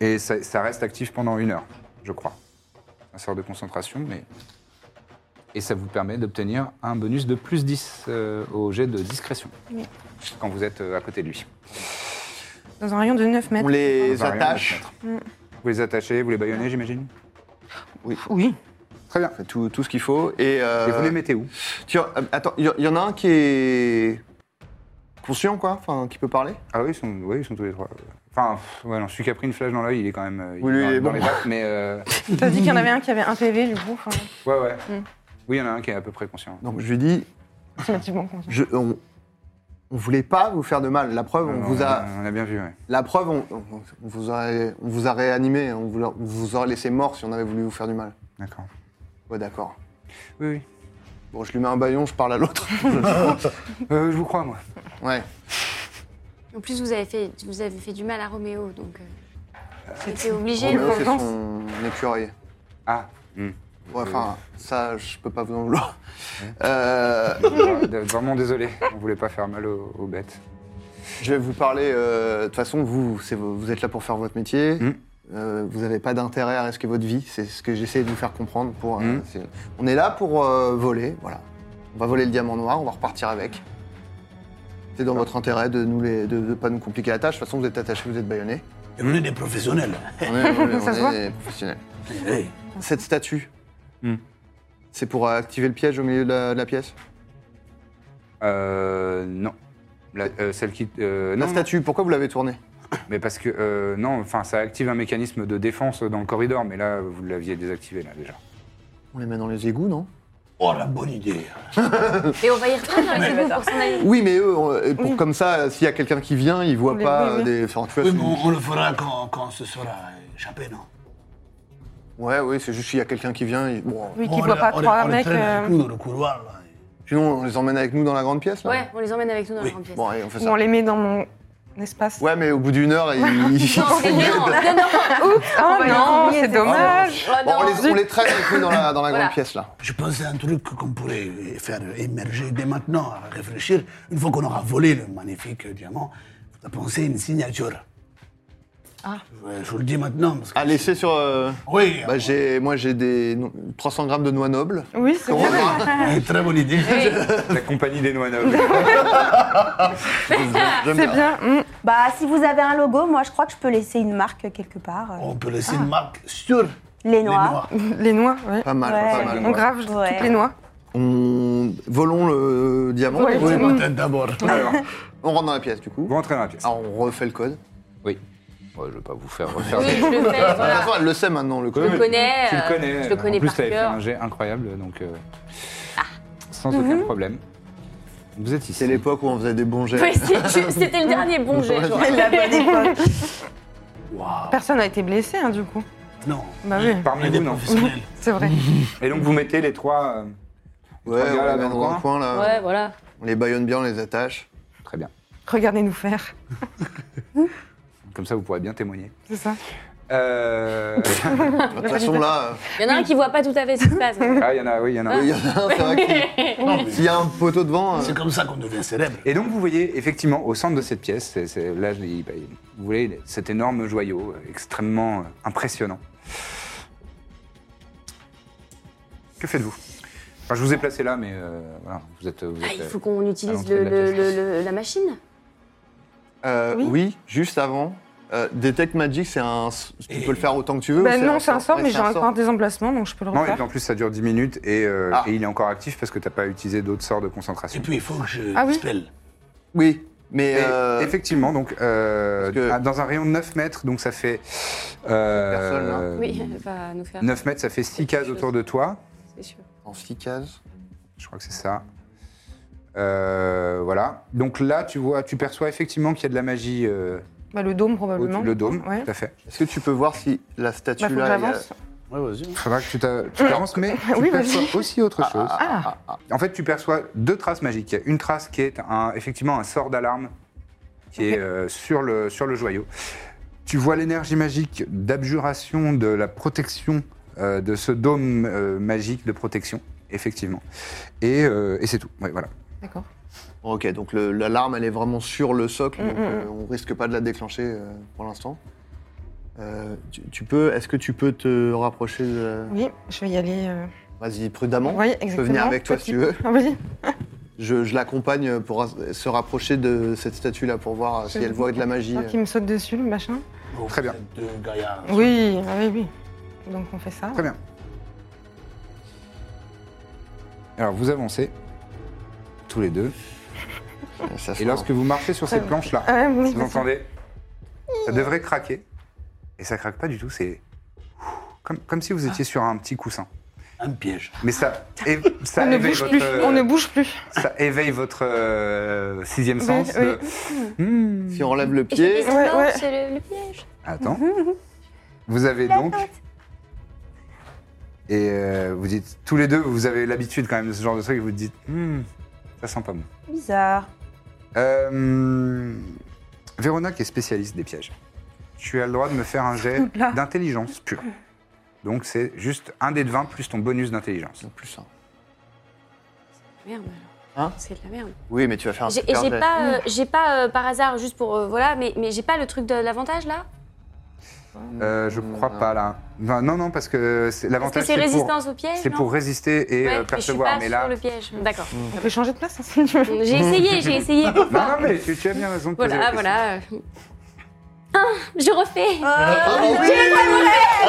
Speaker 4: mais
Speaker 1: et ça, ça reste actif pendant une heure, je crois. Un sort de concentration, mais. Et ça vous permet d'obtenir un bonus de plus 10 euh, au jet de discrétion quand vous êtes euh, à côté de lui.
Speaker 5: Dans un rayon de 9
Speaker 2: On
Speaker 5: mètres.
Speaker 2: les
Speaker 1: Variant de
Speaker 2: attache.
Speaker 1: mettre. Vous les attachez, vous les baillonnez, j'imagine
Speaker 5: Oui.
Speaker 1: Très bien.
Speaker 2: On fait Tout, tout ce qu'il faut. Et, euh,
Speaker 1: Et vous les mettez où
Speaker 2: tu- euh, attends, il y, y en a un qui est conscient, quoi, enfin, qui peut parler.
Speaker 1: Ah oui, ils sont, oui, ils sont tous les trois. Enfin, pff, ouais, non, celui qui a pris une flèche dans l'œil, il est quand même euh, il
Speaker 2: Oui, lui,
Speaker 1: dans,
Speaker 2: il est
Speaker 1: dans
Speaker 2: bon.
Speaker 1: les pattes, mais. euh,
Speaker 5: Mm. T'as dit qu'il y en avait un qui avait un PV, du coup. Enfin,
Speaker 1: ouais, ouais.
Speaker 5: Mm.
Speaker 1: Oui, il y en a un qui est à peu près conscient. Euh,
Speaker 2: Donc, je lui dis,
Speaker 5: relativement conscient.
Speaker 2: je- on, on voulait pas vous faire de mal. La preuve, on
Speaker 1: Euh,
Speaker 2: vous a,
Speaker 1: bien- on a bien vu, ouais.
Speaker 2: la preuve, on, on- on vous a, on vous a réanimé, on vous, l'a- on vous aurait laissé mort si on avait voulu vous faire du mal.
Speaker 1: D'accord.
Speaker 2: Ouais, d'accord.
Speaker 1: Oui, oui.
Speaker 2: Bon, je lui mets un baillon, je parle à l'autre.
Speaker 1: Euh, je vous crois, moi.
Speaker 2: ouais.
Speaker 6: En plus, vous avez, fait, vous avez fait du mal à Roméo, donc. euh, J'étais obligée.
Speaker 2: Roméo,
Speaker 6: le
Speaker 2: c'est
Speaker 6: pauvre.
Speaker 2: son écurier.
Speaker 1: Ah. hmm.
Speaker 2: Ouais, enfin, ça, je peux pas vous en vouloir. Euh,
Speaker 1: Euh, Vraiment désolé, on voulait pas faire mal aux, aux bêtes.
Speaker 2: je vais vous parler. euh, De toute façon, vous, c'est- vous êtes là pour faire votre métier.
Speaker 1: Mm.
Speaker 2: Euh, vous n'avez pas d'intérêt à risquer votre vie. C'est ce que j'essaie de vous faire comprendre. Pour, euh,
Speaker 1: Mm.
Speaker 2: c'est- on est là pour euh, voler. Voilà. On va voler le diamant noir. On va repartir avec. C'est
Speaker 1: Ah.
Speaker 2: dans votre intérêt de nous les, de, de pas nous compliquer la tâche. De toute façon, vous êtes attachés, vous êtes baïonnés.
Speaker 4: Et on est des professionnels.
Speaker 2: On est, on est-
Speaker 5: Ça
Speaker 2: on
Speaker 5: se voit.
Speaker 2: est professionnels.
Speaker 4: Hey.
Speaker 2: Cette statue,
Speaker 1: Mm.
Speaker 2: c'est pour euh, activer le piège au milieu de la- de la pièce.
Speaker 1: Euh, non. La- euh, celle qui. euh,
Speaker 2: La
Speaker 1: non,
Speaker 2: statue, pourquoi vous l'avez tournée
Speaker 1: non, mais parce que. euh, non, enfin, ça active un mécanisme de défense dans le corridor, mais là, vous l'aviez désactivé, là, déjà.
Speaker 2: On les met dans les égouts, non
Speaker 9: Oh, la bonne idée
Speaker 6: Et on va y retourner, c'est bon pour s'en aller.
Speaker 2: Oui, mais eux, on- pour- comme ça, s'il y a quelqu'un qui vient, il voit
Speaker 6: On les
Speaker 2: pas
Speaker 6: voit bien.
Speaker 2: des. enfin, tu
Speaker 9: Oui,
Speaker 2: vois, c'est-
Speaker 9: mais on, on le fera quand, quand ce sera échappé, non
Speaker 2: Ouais, oui, c'est juste s'il y a quelqu'un qui vient. il- bon.
Speaker 3: Oui,
Speaker 9: On
Speaker 3: qui voit
Speaker 9: le-
Speaker 3: pas
Speaker 9: on le-
Speaker 3: trois
Speaker 9: on le
Speaker 3: mecs.
Speaker 9: traîne
Speaker 3: euh,
Speaker 9: avec nous dans le couloir, là.
Speaker 2: Sinon, on les emmène avec nous dans la grande pièce, là
Speaker 6: Ouais, on les emmène avec nous dans la grande pièce.
Speaker 2: Bon, allez, on fait
Speaker 5: Ou
Speaker 2: ça.
Speaker 5: on les met dans mon espace.
Speaker 2: Ouais, mais au bout d'une heure, ils. ils
Speaker 6: Non,
Speaker 2: sont
Speaker 6: non, non,
Speaker 2: dead.
Speaker 6: non, oups,
Speaker 5: Ah
Speaker 6: on
Speaker 5: non,
Speaker 6: va les oublier,
Speaker 5: c'est dommage. Oh,
Speaker 6: Ah
Speaker 2: Bon, on,
Speaker 6: non.
Speaker 2: les, on les traîne avec nous dans la, dans la
Speaker 6: Voilà.
Speaker 2: grande pièce, là.
Speaker 9: Je pensais à un truc qu'on pourrait faire émerger dès maintenant, à réfléchir. Une fois qu'on aura volé le magnifique diamant, il faudra penser à une signature.
Speaker 6: Ah.
Speaker 9: Ouais, Je vous le dis maintenant. Parce que
Speaker 2: Ah, laissez sur. euh,
Speaker 9: Oui,
Speaker 2: Bah, j'ai, moi, j'ai des no- 300 grammes de noix nobles.
Speaker 5: Oui, c'est
Speaker 2: Comment
Speaker 5: bien.
Speaker 9: euh, très bonne idée.
Speaker 1: La compagnie des noix nobles.
Speaker 2: J'aime
Speaker 5: C'est
Speaker 2: bien.
Speaker 5: bien. mm.
Speaker 7: Bah, si vous avez un logo, moi je crois que je peux laisser une marque quelque part. euh,
Speaker 9: On peut laisser une marque sur
Speaker 7: Les
Speaker 9: les
Speaker 7: noirs.
Speaker 9: noirs.
Speaker 5: Les noix, ouais.
Speaker 2: Pas mal, pas
Speaker 7: Ouais.
Speaker 2: mal.
Speaker 5: On grave
Speaker 7: Ouais.
Speaker 5: toutes les noix.
Speaker 2: On... Volons le diamant.
Speaker 5: Ouais.
Speaker 9: Oui,
Speaker 5: Mm.
Speaker 9: peut-être d'abord.
Speaker 1: Alors,
Speaker 2: On rentre dans la pièce, du coup.
Speaker 1: vous rentrez dans la pièce.
Speaker 2: Alors, on refait le code.
Speaker 1: Oui. Ouais, je vais pas vous faire refaire.
Speaker 6: Oui,
Speaker 1: des-
Speaker 6: je le fais,
Speaker 2: De toute
Speaker 6: voilà.
Speaker 2: façon, elle le sait maintenant, le
Speaker 6: Je
Speaker 2: code.
Speaker 6: le connais.
Speaker 1: Tu le
Speaker 6: euh,
Speaker 1: connais.
Speaker 6: Je le connais
Speaker 1: en plus,
Speaker 6: par
Speaker 1: t'avais fait
Speaker 6: cœur.
Speaker 1: un jet incroyable, donc euh, sans aucun problème. Vous êtes ici.
Speaker 2: C'est l'époque où on faisait des bons jets.
Speaker 6: Oui, c'est- tu- C'était le dernier bon jet, je
Speaker 7: de
Speaker 6: rappelle.
Speaker 7: la bonne époque.
Speaker 9: Waouh.
Speaker 5: Personne n'a été blessé, hein, du coup.
Speaker 9: Non,
Speaker 5: Bah oui,
Speaker 1: Parmi
Speaker 9: on est
Speaker 1: vous,
Speaker 9: des
Speaker 1: non.
Speaker 9: professionnels.
Speaker 5: c'est vrai.
Speaker 1: Et donc vous mettez les trois. euh, les
Speaker 2: Euh, Ouais,
Speaker 1: trois gars
Speaker 2: on
Speaker 1: là,
Speaker 2: la met dans un coin, là.
Speaker 6: Ouais, voilà.
Speaker 2: On les baillonne bien, on les attache.
Speaker 1: Très bien.
Speaker 5: Regardez-nous faire.
Speaker 1: Comme ça, vous pourrez bien témoigner.
Speaker 5: C'est ça.
Speaker 1: Euh...
Speaker 2: De toute façon, là,
Speaker 6: Il y en a un qui voit pas tout à fait ce qui se passe. hein.
Speaker 1: ah, il y en a, oui, il y en a.
Speaker 2: euh, il y en a un, c'est vrai qu'il- S'il y a un poteau devant, euh,
Speaker 9: C'est comme ça qu'on devient célèbre.
Speaker 1: Et donc vous voyez effectivement au centre de cette pièce, c'est- c'est- là je dis, bah, vous voyez cet énorme joyau euh, extrêmement euh, impressionnant. Que faites-vous Enfin, Je vous ai placé là, mais euh, voilà, vous êtes. vous
Speaker 6: Ah,
Speaker 1: êtes,
Speaker 6: il
Speaker 1: euh,
Speaker 6: faut qu'on utilise
Speaker 1: l'entrée de
Speaker 6: le,
Speaker 1: la
Speaker 6: le-
Speaker 1: pièce.
Speaker 6: le- le- la machine.
Speaker 2: euh, oui. juste avant. euh, Detect Magic, c'est un. Tu peux le faire autant que tu veux.
Speaker 5: Bah
Speaker 2: ou
Speaker 5: non, c'est un sort,
Speaker 2: Ouais,
Speaker 5: mais
Speaker 2: c'est
Speaker 5: j'ai
Speaker 2: un
Speaker 5: encore des emplacements, donc je peux le
Speaker 1: Non, et
Speaker 5: refaire.
Speaker 1: puis en plus ça dure 10 minutes et, euh,
Speaker 2: Ah.
Speaker 1: et il est encore actif parce que t'as pas utilisé d'autres sorts de
Speaker 9: Et
Speaker 1: concentration.
Speaker 9: puis, il faut que je
Speaker 5: Ah oui.
Speaker 9: dispelle.
Speaker 2: Oui, mais.
Speaker 1: Et
Speaker 2: euh,
Speaker 1: effectivement, donc euh,
Speaker 2: parce que-
Speaker 1: ah, dans un rayon de 9 mètres, donc ça fait.
Speaker 2: Personne, hein.
Speaker 1: euh,
Speaker 2: là.
Speaker 6: Oui, elle va nous faire.
Speaker 1: 9 mètres, ça fait 6 cases autour de toi.
Speaker 6: C'est sûr.
Speaker 2: En six cases.
Speaker 1: Je crois que c'est ça. Euh, voilà. Donc là, tu vois, tu perçois effectivement qu'il y a de la magie euh,
Speaker 5: Bah, le dôme,
Speaker 1: au-
Speaker 5: probablement.
Speaker 1: le dôme.
Speaker 5: Ouais.
Speaker 1: Tout à fait.
Speaker 2: Est-ce que tu peux voir si la euh, statue
Speaker 5: Bah, faut que
Speaker 2: là. il y a-
Speaker 5: j'avance.
Speaker 4: Ouais, vas-y.
Speaker 1: Il faudra que tu t'a- tu t'avances, mais tu
Speaker 5: Euh, Oui, vas-y.
Speaker 1: perçois aussi autre chose.
Speaker 5: Ah,
Speaker 1: En fait, tu perçois deux traces magiques. Il y a Une trace qui est un- effectivement un sort d'alarme qui est euh, sur, le, sur le joyau. Tu vois l'énergie magique d'abjuration de la protection euh, de ce dôme euh, magique de protection, effectivement. Et, euh, et c'est tout. Ouais, voilà.
Speaker 5: d'accord.
Speaker 2: Bon, Ok, donc le- l'alarme, elle est vraiment sur le socle,
Speaker 5: Mm,
Speaker 2: donc
Speaker 5: mm,
Speaker 2: euh, on risque pas de la déclencher euh, pour l'instant. Euh, tu, tu peux, est-ce que tu peux te rapprocher de la-
Speaker 5: Oui, je vais y aller. euh,
Speaker 2: Vas-y, prudemment.
Speaker 5: Oui,
Speaker 2: je peux
Speaker 5: exactement.
Speaker 2: venir avec toi si
Speaker 5: Petit-
Speaker 2: tu veux.
Speaker 5: Ah, vas-y.
Speaker 2: Je, je l'accompagne pour as- se rapprocher de cette statue-là pour voir euh, si
Speaker 5: Je-
Speaker 2: elle voit de la magie. euh.
Speaker 5: Qui me saute dessus, le machin.
Speaker 9: Donc,
Speaker 1: Très bien.
Speaker 9: Deux gaillards.
Speaker 5: Oui, ah oui, oui. Donc on fait ça.
Speaker 1: Très bien. Alors vous avancez, tous les deux,
Speaker 2: Euh, ça se
Speaker 1: et
Speaker 2: voit.
Speaker 1: lorsque vous marchez sur cette
Speaker 5: bien.
Speaker 1: planche-là,
Speaker 5: Ah, ouais, oui,
Speaker 1: Euh, vous
Speaker 5: vas-y.
Speaker 1: entendez Ça devrait craquer, et ça craque pas du tout, c'est comme, comme si vous étiez sur un petit coussin.
Speaker 9: Un piège.
Speaker 1: Mais ça, é- ça
Speaker 5: On ne
Speaker 1: éveille
Speaker 5: bouge
Speaker 1: votre,
Speaker 5: plus. On ne
Speaker 1: euh,
Speaker 5: bouge plus.
Speaker 1: ça éveille votre euh, sixième
Speaker 5: Oui,
Speaker 1: sens.
Speaker 5: oui.
Speaker 1: de- Hmm.
Speaker 2: Si on lève le
Speaker 6: Et je
Speaker 2: pied,
Speaker 6: fais ça,
Speaker 5: Ouais, ouais. Mhm,
Speaker 6: c'est le, le piège.
Speaker 1: Attends. Vous avez donc. Et euh, vous dites, tous les deux, vous avez l'habitude quand même de ce genre de truc, et vous dites,
Speaker 5: Mm.
Speaker 1: Hmm, ça sent pas bon.
Speaker 7: Bizarre.
Speaker 1: Euh, Vérona, qui est spécialiste des pièges, tu as le droit de me faire un jet
Speaker 5: Oula.
Speaker 1: d'intelligence pure. Donc c'est juste un dé de 20 plus ton bonus d'intelligence.
Speaker 2: Non, plus un.
Speaker 6: Merde. alors.
Speaker 2: Hein
Speaker 6: C'est de la merde.
Speaker 2: Oui, mais tu vas faire un
Speaker 6: J'ai et
Speaker 2: Ah, super
Speaker 6: j'ai
Speaker 2: jet.
Speaker 6: pas, euh, j'ai pas euh, par hasard, juste pour. euh, voilà, mais, mais j'ai pas le truc de l'avantage là
Speaker 1: Euh, je crois pas là. Non, non, non, parce que c'est-
Speaker 6: Parce que
Speaker 1: l'avantage
Speaker 6: c'est
Speaker 1: c'est pour,
Speaker 6: résistance au piège
Speaker 1: c'est
Speaker 6: non
Speaker 1: pour résister et
Speaker 6: Ouais,
Speaker 1: euh,
Speaker 6: mais
Speaker 1: percevoir.
Speaker 6: Je
Speaker 1: Mais
Speaker 6: suis pas
Speaker 1: là, Hmm.
Speaker 6: sur le piège. D'accord.
Speaker 5: On peut changer de place hein, si tu veux.
Speaker 6: J'ai essayé, j'ai essayé.
Speaker 1: non, non, mais tu, tu as bien raison. De poser
Speaker 6: Voilà,
Speaker 1: la question.
Speaker 6: voilà. Ah, je refais.
Speaker 2: Ah,
Speaker 6: Euh,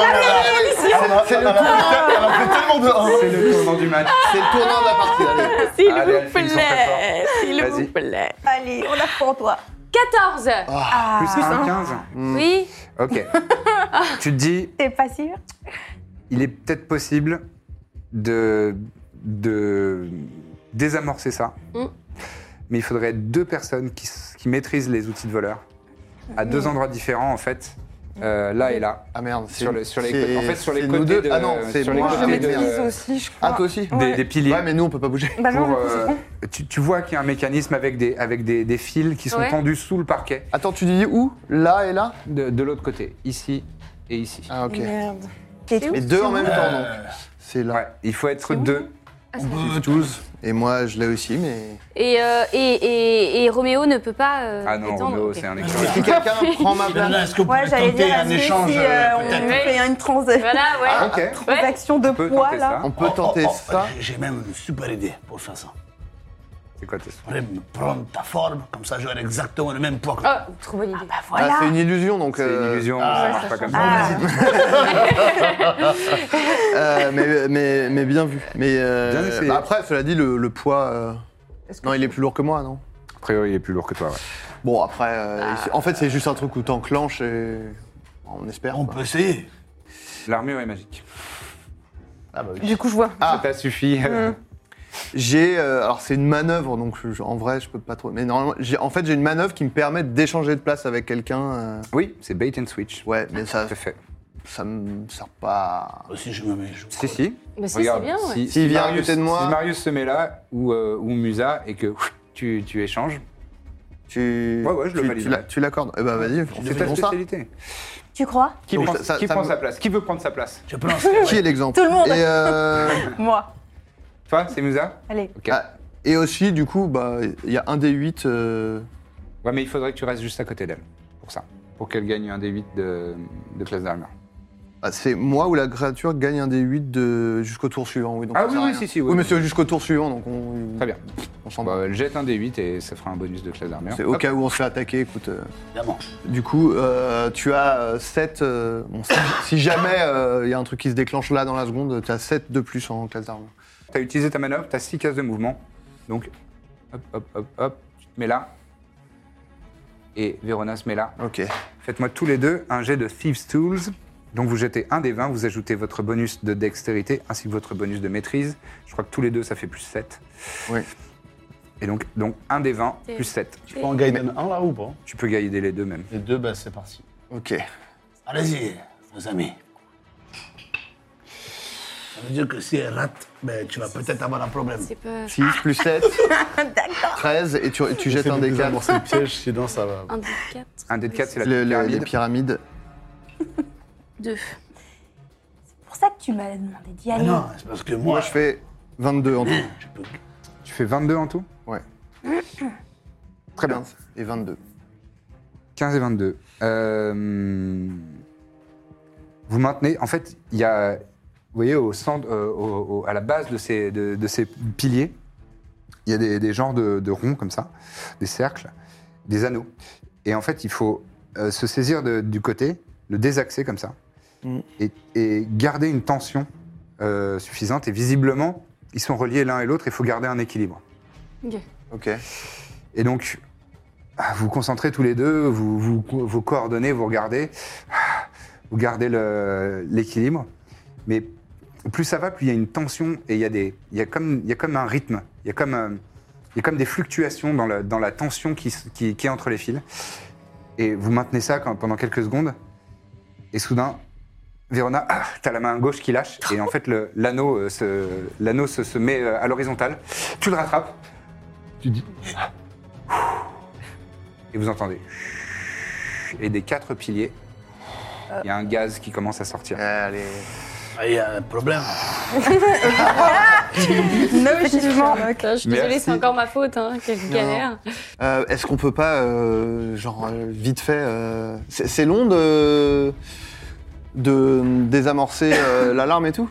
Speaker 2: C'est le tournant
Speaker 1: C'est le tournant du match.
Speaker 2: de la partie. allez.
Speaker 6: S'il
Speaker 1: Allez, vous Alphine, ils sont très plaît, forts. s'il Vas-y. vous
Speaker 6: plaît.
Speaker 7: Allez, on a foi en toi.
Speaker 6: 14
Speaker 2: Ah.
Speaker 1: Plus un 15.
Speaker 2: Hmm.
Speaker 6: Oui.
Speaker 1: Ok. tu te dis,
Speaker 7: T'es pas sûr
Speaker 1: il est peut-être possible de de désamorcer ça.
Speaker 6: Mm.
Speaker 1: Mais il faudrait deux personnes qui, s- qui maîtrisent les outils de voleur à deux
Speaker 2: Mm.
Speaker 1: endroits différents en fait. Euh, là et là. Ah merde, sur, le, sur les
Speaker 2: c'est-
Speaker 1: côtés. En fait, sur les
Speaker 2: c'est nous
Speaker 1: côtés
Speaker 2: deux.
Speaker 1: de-
Speaker 2: Ah non, c'est
Speaker 1: sur les
Speaker 2: moi.
Speaker 1: côtés
Speaker 2: Je
Speaker 1: de-
Speaker 2: maîtrise
Speaker 5: aussi, je
Speaker 2: Ah, toi aussi
Speaker 1: Des, des piliers.
Speaker 2: Ouais, mais nous, on peut pas bouger.
Speaker 5: Bah non,
Speaker 1: Pour,
Speaker 5: du coup, c'est
Speaker 1: euh, tu, tu vois qu'il y a un mécanisme avec des, avec des, des fils qui sont
Speaker 5: Ouais.
Speaker 1: tendus sous le parquet.
Speaker 2: Attends, tu dis où Là et là
Speaker 1: De, de l'autre côté, ici et ici.
Speaker 2: Ah, ok.
Speaker 5: Merde.
Speaker 2: Mais deux en même temps, donc.
Speaker 1: Euh,
Speaker 2: C'est là.
Speaker 1: il faut être deux.
Speaker 6: On
Speaker 2: peut 12. Et moi, je l'ai aussi, mais.
Speaker 6: Et, euh, et, et, et Roméo ne peut pas. euh,
Speaker 1: Ah non,
Speaker 6: étendre.
Speaker 1: Roméo, c'est un excellent.
Speaker 2: Si quelqu'un prend ma place.
Speaker 9: Est-ce qu'on
Speaker 3: Ouais, j'allais dire, est-ce que si euh, on
Speaker 9: peut-être
Speaker 3: fait une trans-
Speaker 6: Voilà, ouais.
Speaker 1: Ah, ok.
Speaker 3: transaction de poids, là
Speaker 2: On peut tenter ça.
Speaker 9: Oh, J'ai même une super idée pour faire ça.
Speaker 1: C'est quoi tes
Speaker 9: Je pourrais me prendre ta forme, comme ça j'aurai exactement le même poids que
Speaker 6: Oh, trop bonne idée.
Speaker 3: bah
Speaker 2: Ah, c'est une illusion, donc.
Speaker 1: C'est une
Speaker 2: euh,
Speaker 1: illusion,
Speaker 9: Ah,
Speaker 1: ça marche pas comme ça.
Speaker 9: Ah.
Speaker 2: euh, mais, mais, mais bien vu. Mais euh,
Speaker 1: Bien essayé.
Speaker 2: bah après, cela dit, le, le poids. euh, Non, il est plus lourd que moi, non
Speaker 1: A priori, il est plus lourd que toi, ouais.
Speaker 2: Bon, après,
Speaker 5: Ah.
Speaker 2: euh, il- en fait, c'est juste un truc où t'enclenches et. On espère.
Speaker 9: On
Speaker 2: quoi.
Speaker 9: peut essayer.
Speaker 1: L'armure est magique.
Speaker 2: Ah bah oui.
Speaker 5: Du coup, je vois. Mm.
Speaker 2: Ah.
Speaker 1: Ça t'a suffi. euh,
Speaker 2: J'ai. euh, alors, c'est une manœuvre, donc je- en vrai, je peux pas trop. Mais normalement, j'ai- en fait, j'ai une manœuvre qui me permet d'échanger de place avec quelqu'un. euh,
Speaker 1: Oui, c'est bait and switch.
Speaker 2: Ouais, mais ça,
Speaker 1: Tout à fait.
Speaker 2: ça me sert pas.
Speaker 9: Si je me mets. je-
Speaker 1: Si, si.
Speaker 6: Bah si,
Speaker 1: Regarde,
Speaker 6: c'est bien, ouais.
Speaker 1: si,
Speaker 2: S'il vient à
Speaker 1: Marius,
Speaker 2: côté de moi-
Speaker 1: si Marius se met là, ou, euh, ou Musa, et que ouf, tu, tu échanges,
Speaker 2: Tu.
Speaker 1: Ouais, ouais, je le
Speaker 2: tu-
Speaker 1: valide.
Speaker 2: tu la- Tu l'accordes Eh bah, vas-y, on fait
Speaker 1: c'est ta
Speaker 2: faisons ça.
Speaker 1: spécialité.
Speaker 3: Tu crois
Speaker 1: Qui,
Speaker 2: Donc
Speaker 1: prend,
Speaker 2: ça- ça-
Speaker 1: qui
Speaker 2: ça
Speaker 1: prend
Speaker 2: me-
Speaker 1: sa place Qui veut prendre sa place
Speaker 9: Je pense.
Speaker 2: Qui est l'exemple
Speaker 3: Tout le monde.
Speaker 2: Et, euh,
Speaker 3: Moi.
Speaker 1: Toi, c'est Musa
Speaker 3: Allez.
Speaker 1: Ok.
Speaker 2: ah, et aussi, du coup, bah, il y a un des 8 euh,
Speaker 1: Ouais, mais il faudrait que tu restes juste à côté d'elle, pour ça. Pour qu'elle gagne un D8 de, de classe d'armure.
Speaker 2: Ah, c'est moi ou la créature gagne un des 8 de... jusqu'au tour suivant. Oui, donc
Speaker 1: Ah
Speaker 2: ça
Speaker 1: oui,
Speaker 2: sert à
Speaker 1: oui,
Speaker 2: rien.
Speaker 1: si, si, oui,
Speaker 2: Oui, mais
Speaker 1: oui.
Speaker 2: c'est jusqu'au tour suivant, donc on,
Speaker 1: Très bien.
Speaker 2: on s'en bat.
Speaker 1: Bah, elle jette un D8 et ça fera un bonus de classe d'armure.
Speaker 2: c'est au
Speaker 1: Hop.
Speaker 2: cas où on se fait attaquer, écoute. euh,
Speaker 9: Évidemment.
Speaker 2: du coup, euh, tu as 7... si, si jamais euh, il y a un truc qui se déclenche là dans la seconde, tu as 7 de plus en classe d'armure.
Speaker 1: T'as utilisé ta manœuvre, t'as 6 cases de mouvement. Donc, hop, hop, hop, hop, tu te mets là. Et Vérona se met là.
Speaker 2: Ok.
Speaker 1: Faites-moi tous les deux un jet de Thieves Tools. Donc vous jetez un des 20, vous ajoutez votre bonus de dextérité ainsi que votre bonus de maîtrise. Je crois que tous les deux, ça fait plus 7.
Speaker 2: Oui.
Speaker 1: Et donc, donc un des 20 plus 7.
Speaker 4: Tu peux en gagner un là ou pas
Speaker 1: Tu peux guider les deux même.
Speaker 4: Les deux, bah c'est parti.
Speaker 2: Ok.
Speaker 9: Allez-y, nos amis. Ça veut dire que si elle rate, ben, tu vas peut-être avoir un problème.
Speaker 6: C'est pas.
Speaker 2: 6 plus 7, 13, et tu, tu jettes
Speaker 4: Essaie
Speaker 2: un
Speaker 4: de
Speaker 2: des 4.
Speaker 4: désamorcer le piège, sinon ça va.
Speaker 6: Un, deux, quatre.
Speaker 1: Un des 4, c'est la
Speaker 2: Le- le- les
Speaker 1: pyramide.
Speaker 2: pyramides.
Speaker 6: Deux.
Speaker 8: C'est pour ça que tu m'as demandé d'y
Speaker 9: Ah
Speaker 8: aller.
Speaker 9: non, c'est parce que moi,
Speaker 2: Moi, je fais 22 en tout.
Speaker 9: je peux.
Speaker 1: Tu fais 22 en tout
Speaker 2: Ouais.
Speaker 1: Très bien.
Speaker 2: 15 et 22.
Speaker 1: 15 et 22. Euh, vous maintenez. En fait, il y a. Vous voyez, au centre, euh, au- au- à la base de ces, de, de ces piliers, il y a des, des genres de, de ronds comme ça, des cercles, des anneaux. Et en fait, il faut euh, se saisir de- du côté, le désaxer comme ça,
Speaker 2: Mm.
Speaker 1: et, et garder une tension euh, suffisante. Et visiblement, ils sont reliés l'un et l'autre, il faut garder un équilibre.
Speaker 2: Ok.
Speaker 1: Et donc, ah, vous vous concentrez tous les deux, vous vous, vous coordonnez, vous regardez, ah, vous gardez le- l'équilibre. Mais plus ça va, plus il y a une tension et il y a, des, il y a, comme, il y a comme un rythme, il y a comme, euh, il y a comme des fluctuations dans, la- dans la tension qui, s- qui- qui est entre les fils. Et vous maintenez ça quand- pendant quelques secondes. Et soudain, Vérona, ah, t'as la main gauche qui lâche. Et en fait, le- l'anneau euh, se, l'anneau se, se met euh, à l'horizontale. Tu le rattrapes. Tu dis et vous entendez. Et des quatre piliers, il y a un gaz qui commence à sortir.
Speaker 2: Allez.
Speaker 9: Ah, Il y a un problème.
Speaker 3: Logiquement.
Speaker 6: Putain, je suis désolée,
Speaker 1: Merci.
Speaker 6: c'est encore ma faute, hein. Quelle galère.
Speaker 2: Euh, Est-ce qu'on peut pas, euh, genre, euh, vite fait. euh, C'est c'est long de. de désamorcer euh, l'alarme et tout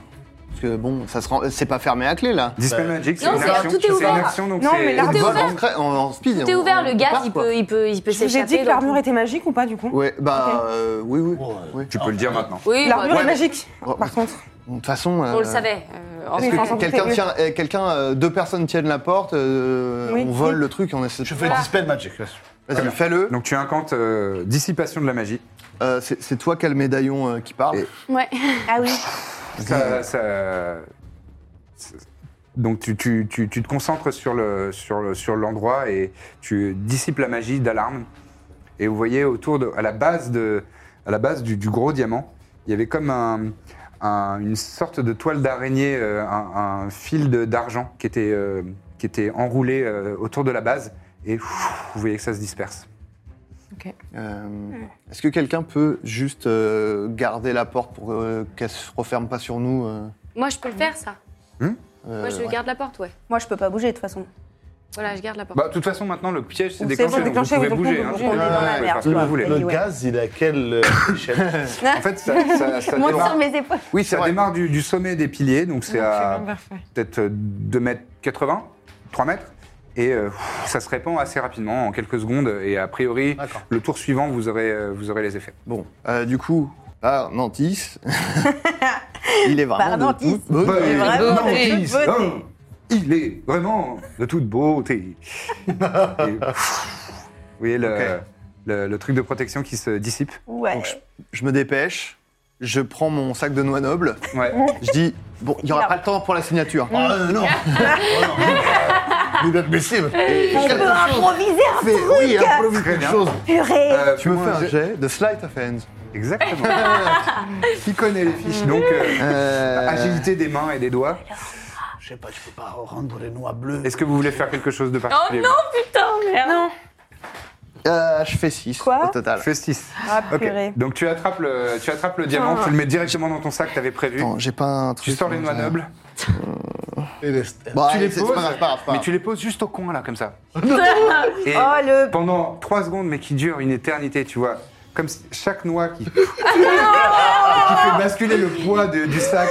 Speaker 2: Parce que bon, ça se rend- c'est pas fermé à clé là.
Speaker 1: Dispel Magic, c'est
Speaker 6: Bah, Non,
Speaker 1: une
Speaker 6: c'est-
Speaker 1: action.
Speaker 6: tout est
Speaker 1: c'est une
Speaker 6: ouvert.
Speaker 1: action, donc
Speaker 5: Non,
Speaker 1: c'est-
Speaker 5: mais là,
Speaker 2: On
Speaker 6: Tout est
Speaker 2: vole
Speaker 6: ouvert.
Speaker 2: en, cra- en- en speed.
Speaker 6: Tout est
Speaker 2: on-
Speaker 6: ouvert,
Speaker 2: on
Speaker 6: le gaz,
Speaker 2: part,
Speaker 6: il
Speaker 2: quoi.
Speaker 6: peut, il peut, il peut
Speaker 3: Je vous ai
Speaker 6: s'échapper.
Speaker 3: dit que
Speaker 6: donc-
Speaker 3: l'armure était magique ou pas, du coup
Speaker 2: Ouais, bah euh, oui, oui.
Speaker 9: Oh, euh,
Speaker 2: oui.
Speaker 1: Tu peux le dire maintenant.
Speaker 6: Oui, bah,
Speaker 3: L'armure
Speaker 6: ouais,
Speaker 3: est magique,
Speaker 2: Oh,
Speaker 3: par contre.
Speaker 2: De toute façon.
Speaker 6: on le savait. euh, en
Speaker 3: Est-ce
Speaker 6: vrai.
Speaker 3: que-
Speaker 2: Quelqu'un
Speaker 3: Enfin,
Speaker 2: quelqu'un
Speaker 3: oui.
Speaker 2: tient, eh, quelqu'un, euh, deux personnes tiennent la porte, euh,
Speaker 3: Oui,
Speaker 2: on vole
Speaker 3: oui.
Speaker 2: le truc, on essaie.
Speaker 9: Je fais dispel magic. là-dessus.
Speaker 2: Vas-y, fais-le.
Speaker 1: Donc tu incantes euh, dissipation de la magie.
Speaker 2: Euh, c'est c'est toi qui as le médaillon
Speaker 6: Ah
Speaker 2: euh, qui parle.
Speaker 1: Et-
Speaker 6: Ouais.
Speaker 3: Ah oui.
Speaker 1: Ça, ça- c'est- Donc tu, tu- tu- tu te concentres sur le sur le- sur l'endroit et tu dissipes la magie d'alarme. Et vous voyez autour de à la base de à la base du, du gros diamant, il y avait comme un- un- une sorte de toile d'araignée, euh, un, un fil de- d'argent qui était euh, qui était enroulé euh, autour de la base. Et pff, vous voyez que ça se disperse.
Speaker 2: Euh, Est-ce que quelqu'un peut juste euh, garder la porte pour euh, qu'elle se referme pas sur nous euh,
Speaker 6: Moi, je peux le faire, ça.
Speaker 2: euh,
Speaker 6: Moi, je
Speaker 2: ouais.
Speaker 6: garde la porte, ouais.
Speaker 7: Moi, je peux pas bouger de toute façon.
Speaker 6: Voilà, je garde la porte.
Speaker 1: Bah, de toute façon, maintenant, le piège s'est
Speaker 6: C'est
Speaker 1: déclenché,
Speaker 6: bon,
Speaker 1: donc
Speaker 6: déclenché,
Speaker 1: vous
Speaker 6: oui,
Speaker 1: pouvez
Speaker 6: donc
Speaker 1: bouger.
Speaker 6: on peut
Speaker 1: hein.
Speaker 6: bouger. On est dans la
Speaker 1: Vous pouvez
Speaker 6: merde,
Speaker 1: faire ce que vous voulez.
Speaker 4: Ah, Le gaz, il est à quelle euh, échelle
Speaker 1: En fait, ça, ça- ça
Speaker 8: Monte
Speaker 1: démarre,
Speaker 8: sur mes épaules.
Speaker 1: oui, ça démarre du, du sommet des piliers, donc c'est
Speaker 8: Non,
Speaker 1: à
Speaker 2: Ah.
Speaker 8: c'est bien parfait.
Speaker 1: peut-être 2 mètres 80, 3 mètres, et euh, pff, ça se répand assez rapidement, en quelques secondes, et a priori, le tour suivant, vous aurez, euh, vous aurez les effets.
Speaker 2: Bon, euh, du coup, là, Nantis, il est vraiment
Speaker 1: Par
Speaker 2: de
Speaker 1: Nantis.
Speaker 2: toute beauté.
Speaker 1: Bah, il est vraiment de
Speaker 2: Nantis,
Speaker 1: toute beauté.
Speaker 2: hein.
Speaker 1: Il est vraiment de toute beauté. Et, pff, vous voyez le, le- le truc de protection qui se dissipe
Speaker 2: Donc, je, je me dépêche, je prends mon sac de noix noble, je dis, bon, il n'y aura pas le temps pour la signature.
Speaker 8: Mm.
Speaker 2: Ah euh, non Vous êtes imbécile
Speaker 8: On peut improviser un
Speaker 2: Fais-
Speaker 8: truc
Speaker 2: oui, improvise quelque chose. Euh,
Speaker 8: Purée
Speaker 1: Euh,
Speaker 2: tu me fais un jet de sleight of hands.
Speaker 1: Exactement. Qui connaît les fiches Donc, euh, agilité des mains et des doigts.
Speaker 9: Je sais pas, je peux pas rendre les noix bleues.
Speaker 1: Est-ce que vous voulez faire quelque chose de
Speaker 6: Oh
Speaker 1: particulier
Speaker 8: putain, merde Non
Speaker 2: Euh, je fais 6 au total.
Speaker 1: Je fais 6.
Speaker 8: Ah,
Speaker 1: Ok.
Speaker 8: purée.
Speaker 1: Donc tu attrapes le, tu attrapes le diamant,
Speaker 2: Ah.
Speaker 1: tu le mets directement dans ton sac, t'avais prévu.
Speaker 2: Attends, j'ai pas un truc.
Speaker 1: Tu sors les noix
Speaker 2: comme ça.
Speaker 1: nobles.
Speaker 2: Bah,
Speaker 1: tu les
Speaker 2: c'est-
Speaker 1: poses,
Speaker 2: c'est pas grave, c'est pas grave, c'est pas
Speaker 1: mais
Speaker 2: grave.
Speaker 1: tu les poses juste au coin là, comme ça. Et
Speaker 8: Oh, le...
Speaker 1: pendant 3 secondes, mais qui dure une éternité, tu vois. Comme si chaque noix qui, qui fait basculer le poids de- du sac.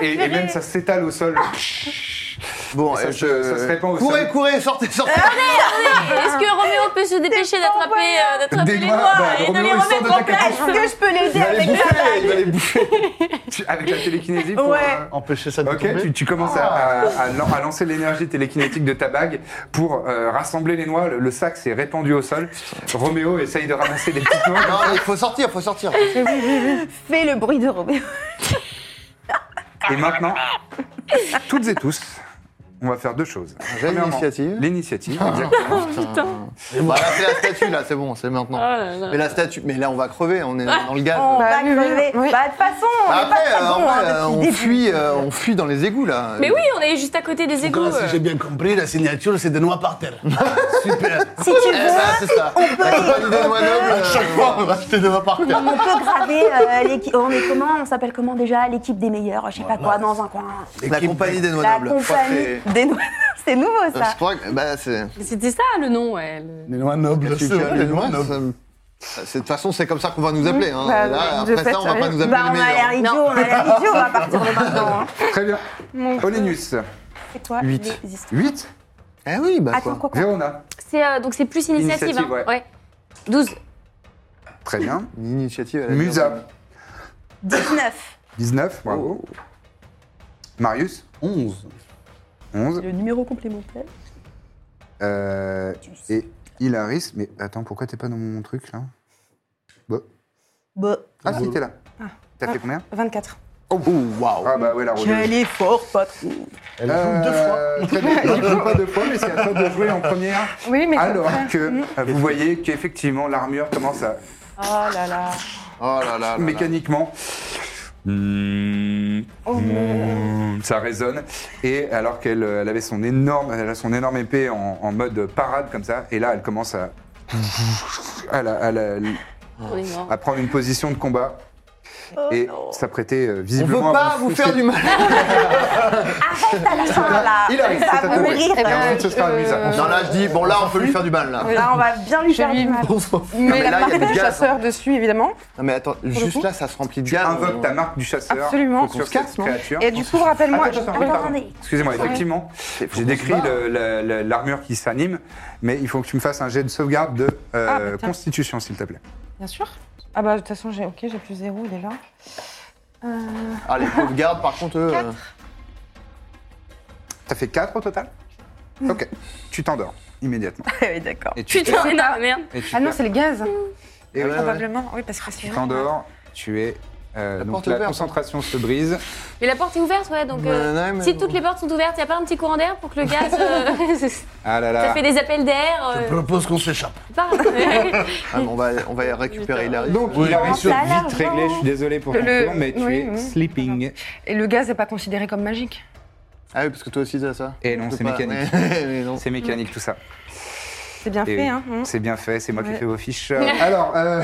Speaker 1: et, et même ça s'étale au sol.
Speaker 2: Bon,
Speaker 1: ça,
Speaker 2: euh,
Speaker 1: se-
Speaker 2: je-
Speaker 1: ça se répand au sol. Ah
Speaker 2: Courez, courez, sortez, sortez
Speaker 6: Est-ce que Roméo peut se dépêcher d'attraper euh, d'attraper
Speaker 1: Des
Speaker 6: les
Speaker 1: doigts,
Speaker 6: doigts
Speaker 1: bah,
Speaker 6: et de
Speaker 1: Roméo,
Speaker 6: les
Speaker 1: il sort de
Speaker 6: remettre
Speaker 1: ta
Speaker 6: en place
Speaker 1: catapulte. Est-ce que je peux l'aider Il va les avec la bouffer, balle il va les Tu- Avec la télékinésie pour
Speaker 4: Ouais.
Speaker 1: euh,
Speaker 4: empêcher ça de
Speaker 1: Ok,
Speaker 4: tomber
Speaker 1: tu, tu commences à, à- à lan- à lancer l'énergie télékinétique de ta bague pour euh, rassembler les noix. Le, le sac s'est répandu au sol. Roméo essaye de ramasser des petites noix.
Speaker 2: Non, il faut sortir, il faut sortir.
Speaker 7: Fais le bruit de Roméo.
Speaker 1: Et maintenant, toutes et tous, on va faire deux choses.
Speaker 2: J'ai
Speaker 1: Premièrement,
Speaker 2: l'initiative.
Speaker 1: L'initiative,
Speaker 2: Ah,
Speaker 1: exactement.
Speaker 2: Mais bon, là, c'est la statue, là, c'est bon, c'est maintenant.
Speaker 1: Oh là là.
Speaker 2: Mais la statue, mais là, on va crever, on est dans le gaz.
Speaker 7: On va crever. Bah, de toute façon, on est
Speaker 2: Après,
Speaker 7: pas très
Speaker 2: euh,
Speaker 7: Ah. bon,
Speaker 2: en vrai, euh,
Speaker 7: hein, depuis le
Speaker 2: on,
Speaker 7: début.
Speaker 2: fuit, euh, on fuit dans les égouts, là.
Speaker 6: Mais oui, on est juste à côté des égouts.
Speaker 9: Là, si
Speaker 6: euh.
Speaker 9: j'ai bien compris, la signature, c'est des noix par terre. Super.
Speaker 7: Si tu
Speaker 9: Eh ben,
Speaker 7: veux,
Speaker 9: c'est ça.
Speaker 7: on peut-
Speaker 9: La compagnie des noix nobles, euh,
Speaker 2: À chaque fois, on va acheter des noix par
Speaker 7: On
Speaker 2: terre.
Speaker 7: peut graver euh, l'équipe. Oh, mais comment On s'appelle comment déjà L'équipe des meilleurs, je sais pas quoi, dans un coin.
Speaker 2: La compagnie des noix
Speaker 7: La
Speaker 2: nobles.
Speaker 7: compagnie des noirs. C'est nouveau
Speaker 2: Je
Speaker 7: ça.
Speaker 2: crois que bah, c'est.
Speaker 6: C'était ça le nom, ouais. le-
Speaker 2: Les noix nobles,
Speaker 4: c'est vrai, les
Speaker 2: les
Speaker 4: noix
Speaker 2: noix nobles. De toute façon, Euh, c'est comme ça qu'on va nous appeler. Hein.
Speaker 7: Bah,
Speaker 2: Là,
Speaker 7: de
Speaker 2: après
Speaker 7: fait,
Speaker 2: ça, on va
Speaker 7: euh,
Speaker 2: pas nous appeler
Speaker 7: bah,
Speaker 2: les
Speaker 7: on a l'air
Speaker 2: meilleurs.
Speaker 7: idiot, on a l'air idiot à partir de maintenant. hein.
Speaker 1: Très bien. Olénus,
Speaker 7: C'est toi
Speaker 1: 8.
Speaker 7: les histoires.
Speaker 1: 8
Speaker 2: Eh oui, bah
Speaker 7: Attends, quoi, quoi
Speaker 1: Vérona,
Speaker 6: C'est euh, donc c'est plus initiative.
Speaker 1: Initiative,
Speaker 6: hein.
Speaker 1: ouais.
Speaker 6: 12.
Speaker 1: très bien.
Speaker 2: L'initiative, elle est
Speaker 1: Musa,
Speaker 7: 19.
Speaker 2: Oh.
Speaker 1: 19, bravo. Marius 11. 11.
Speaker 7: Le numéro complémentaire.
Speaker 1: Euh, et Hilaris, mais attends, pourquoi t'es pas dans mon truc là Bah.
Speaker 7: Bah.
Speaker 1: Ah si, t'es là. T'as
Speaker 5: Ah,
Speaker 1: fait combien
Speaker 5: 24.
Speaker 1: Oh, waouh Ah bah ouais, la rodeuse.
Speaker 7: Quel effort, patron.
Speaker 4: Elle joue deux fois.
Speaker 1: Euh, Très bien. Non, je joue pas deux fois, mais c'est à toi de jouer en première.
Speaker 5: Oui, mais.
Speaker 1: Alors que euh, vous voyez qu'effectivement, l'armure commence à
Speaker 5: Oh là là.
Speaker 2: Oh là là. là là.
Speaker 1: mécaniquement. Mm, mm, ça résonne. Et alors qu'elle euh, elle avait son énorme, elle a son énorme épée en, en mode parade comme ça, et là elle commence à, à la- à la-
Speaker 6: On est mort.
Speaker 1: à prendre une position de combat
Speaker 7: Oh
Speaker 1: et s'apprêter euh,
Speaker 2: On veut
Speaker 1: visiblement. à
Speaker 2: pas vous
Speaker 1: foncer.
Speaker 2: faire du mal.
Speaker 7: Arrête à la fin là.
Speaker 1: Il arrive,
Speaker 7: Ça
Speaker 1: c'est à
Speaker 7: va
Speaker 1: toi.
Speaker 7: mourir.
Speaker 1: Et ensuite, ce sera
Speaker 5: euh,
Speaker 1: Musa.
Speaker 2: Non, là, je dis, bon, là, on peut lui faire du mal, là.
Speaker 5: Ah,
Speaker 7: Là, on va bien lui
Speaker 5: Je
Speaker 7: faire
Speaker 5: lui
Speaker 7: du mal.
Speaker 2: On s'en fout. Non,
Speaker 5: Mais
Speaker 2: mais là,
Speaker 5: la
Speaker 2: il y a
Speaker 5: marque
Speaker 2: des
Speaker 5: du
Speaker 2: gaz.
Speaker 1: hein.
Speaker 5: chasseur dessus, évidemment.
Speaker 2: Non, mais attends, juste là, ça se remplit de gaz.
Speaker 1: Invoque ta marque du chasseur
Speaker 5: Absolument.
Speaker 1: sur cette créature.
Speaker 5: Et du coup, rappelle-moi.
Speaker 1: Attends, attends, attends,
Speaker 5: Attends,
Speaker 1: pardon. Excusez-moi, effectivement, j'ai décrit le- le- le- l'armure qui s'anime, mais il faut que tu me fasses un jet de sauvegarde de euh,
Speaker 5: Ah, putain.
Speaker 1: constitution, s'il te plaît.
Speaker 5: Bien sûr. Ah bah de toute façon, j'ai ok, j'ai plus zéro déjà. Euh,
Speaker 2: Ah, les pauvres gardes, par contre, eux. euh,
Speaker 1: T'as fait 4 au total
Speaker 5: Hmm.
Speaker 1: Ok, tu t'endors immédiatement.
Speaker 7: Oui, d'accord.
Speaker 1: Et tu
Speaker 6: Putain, mais non, merde.
Speaker 1: et tu
Speaker 5: Ah non,
Speaker 1: perds.
Speaker 5: c'est le gaz.
Speaker 1: Et ouais, Ah, ouais.
Speaker 5: Probablement. Oui, parce que c'est
Speaker 1: Tu t'endors, tu es Euh,
Speaker 6: La
Speaker 1: donc
Speaker 6: porte
Speaker 1: la
Speaker 6: ouverte.
Speaker 1: concentration se brise.
Speaker 6: Mais la porte est ouverte, ouais, donc
Speaker 1: Bah,
Speaker 6: euh,
Speaker 1: non, mais
Speaker 6: si
Speaker 1: bon.
Speaker 6: toutes les portes sont ouvertes, il n'y a pas un petit courant d'air pour que le gaz. euh,
Speaker 1: Ah là
Speaker 6: ça
Speaker 1: là.
Speaker 6: fait des appels d'air.
Speaker 1: Je
Speaker 6: euh,
Speaker 9: propose qu'on s'échappe.
Speaker 6: pas.
Speaker 2: Ah, on, va, on va récupérer Hilary.
Speaker 1: Donc,
Speaker 2: Oui,
Speaker 1: il a
Speaker 2: bien
Speaker 1: réussi
Speaker 2: sûr.
Speaker 1: à vite réglé. Je suis désolé pour ton
Speaker 5: Le-
Speaker 1: tour, mais tu
Speaker 5: oui,
Speaker 1: es
Speaker 5: oui.
Speaker 1: sleeping.
Speaker 5: Et le gaz n'est pas considéré comme magique.
Speaker 2: Ah oui, parce que toi aussi, t'as ça.
Speaker 1: Et Eh non,
Speaker 2: Je
Speaker 1: c'est
Speaker 2: peux pas,
Speaker 1: mécanique.
Speaker 2: mais-
Speaker 1: C'est mécanique tout ça.
Speaker 5: C'est bien
Speaker 1: Et
Speaker 5: fait,
Speaker 1: oui,
Speaker 5: hein. hein.
Speaker 1: C'est bien fait, c'est moi qui
Speaker 7: Ouais.
Speaker 1: fais vos fiches. Euh, Alors, euh,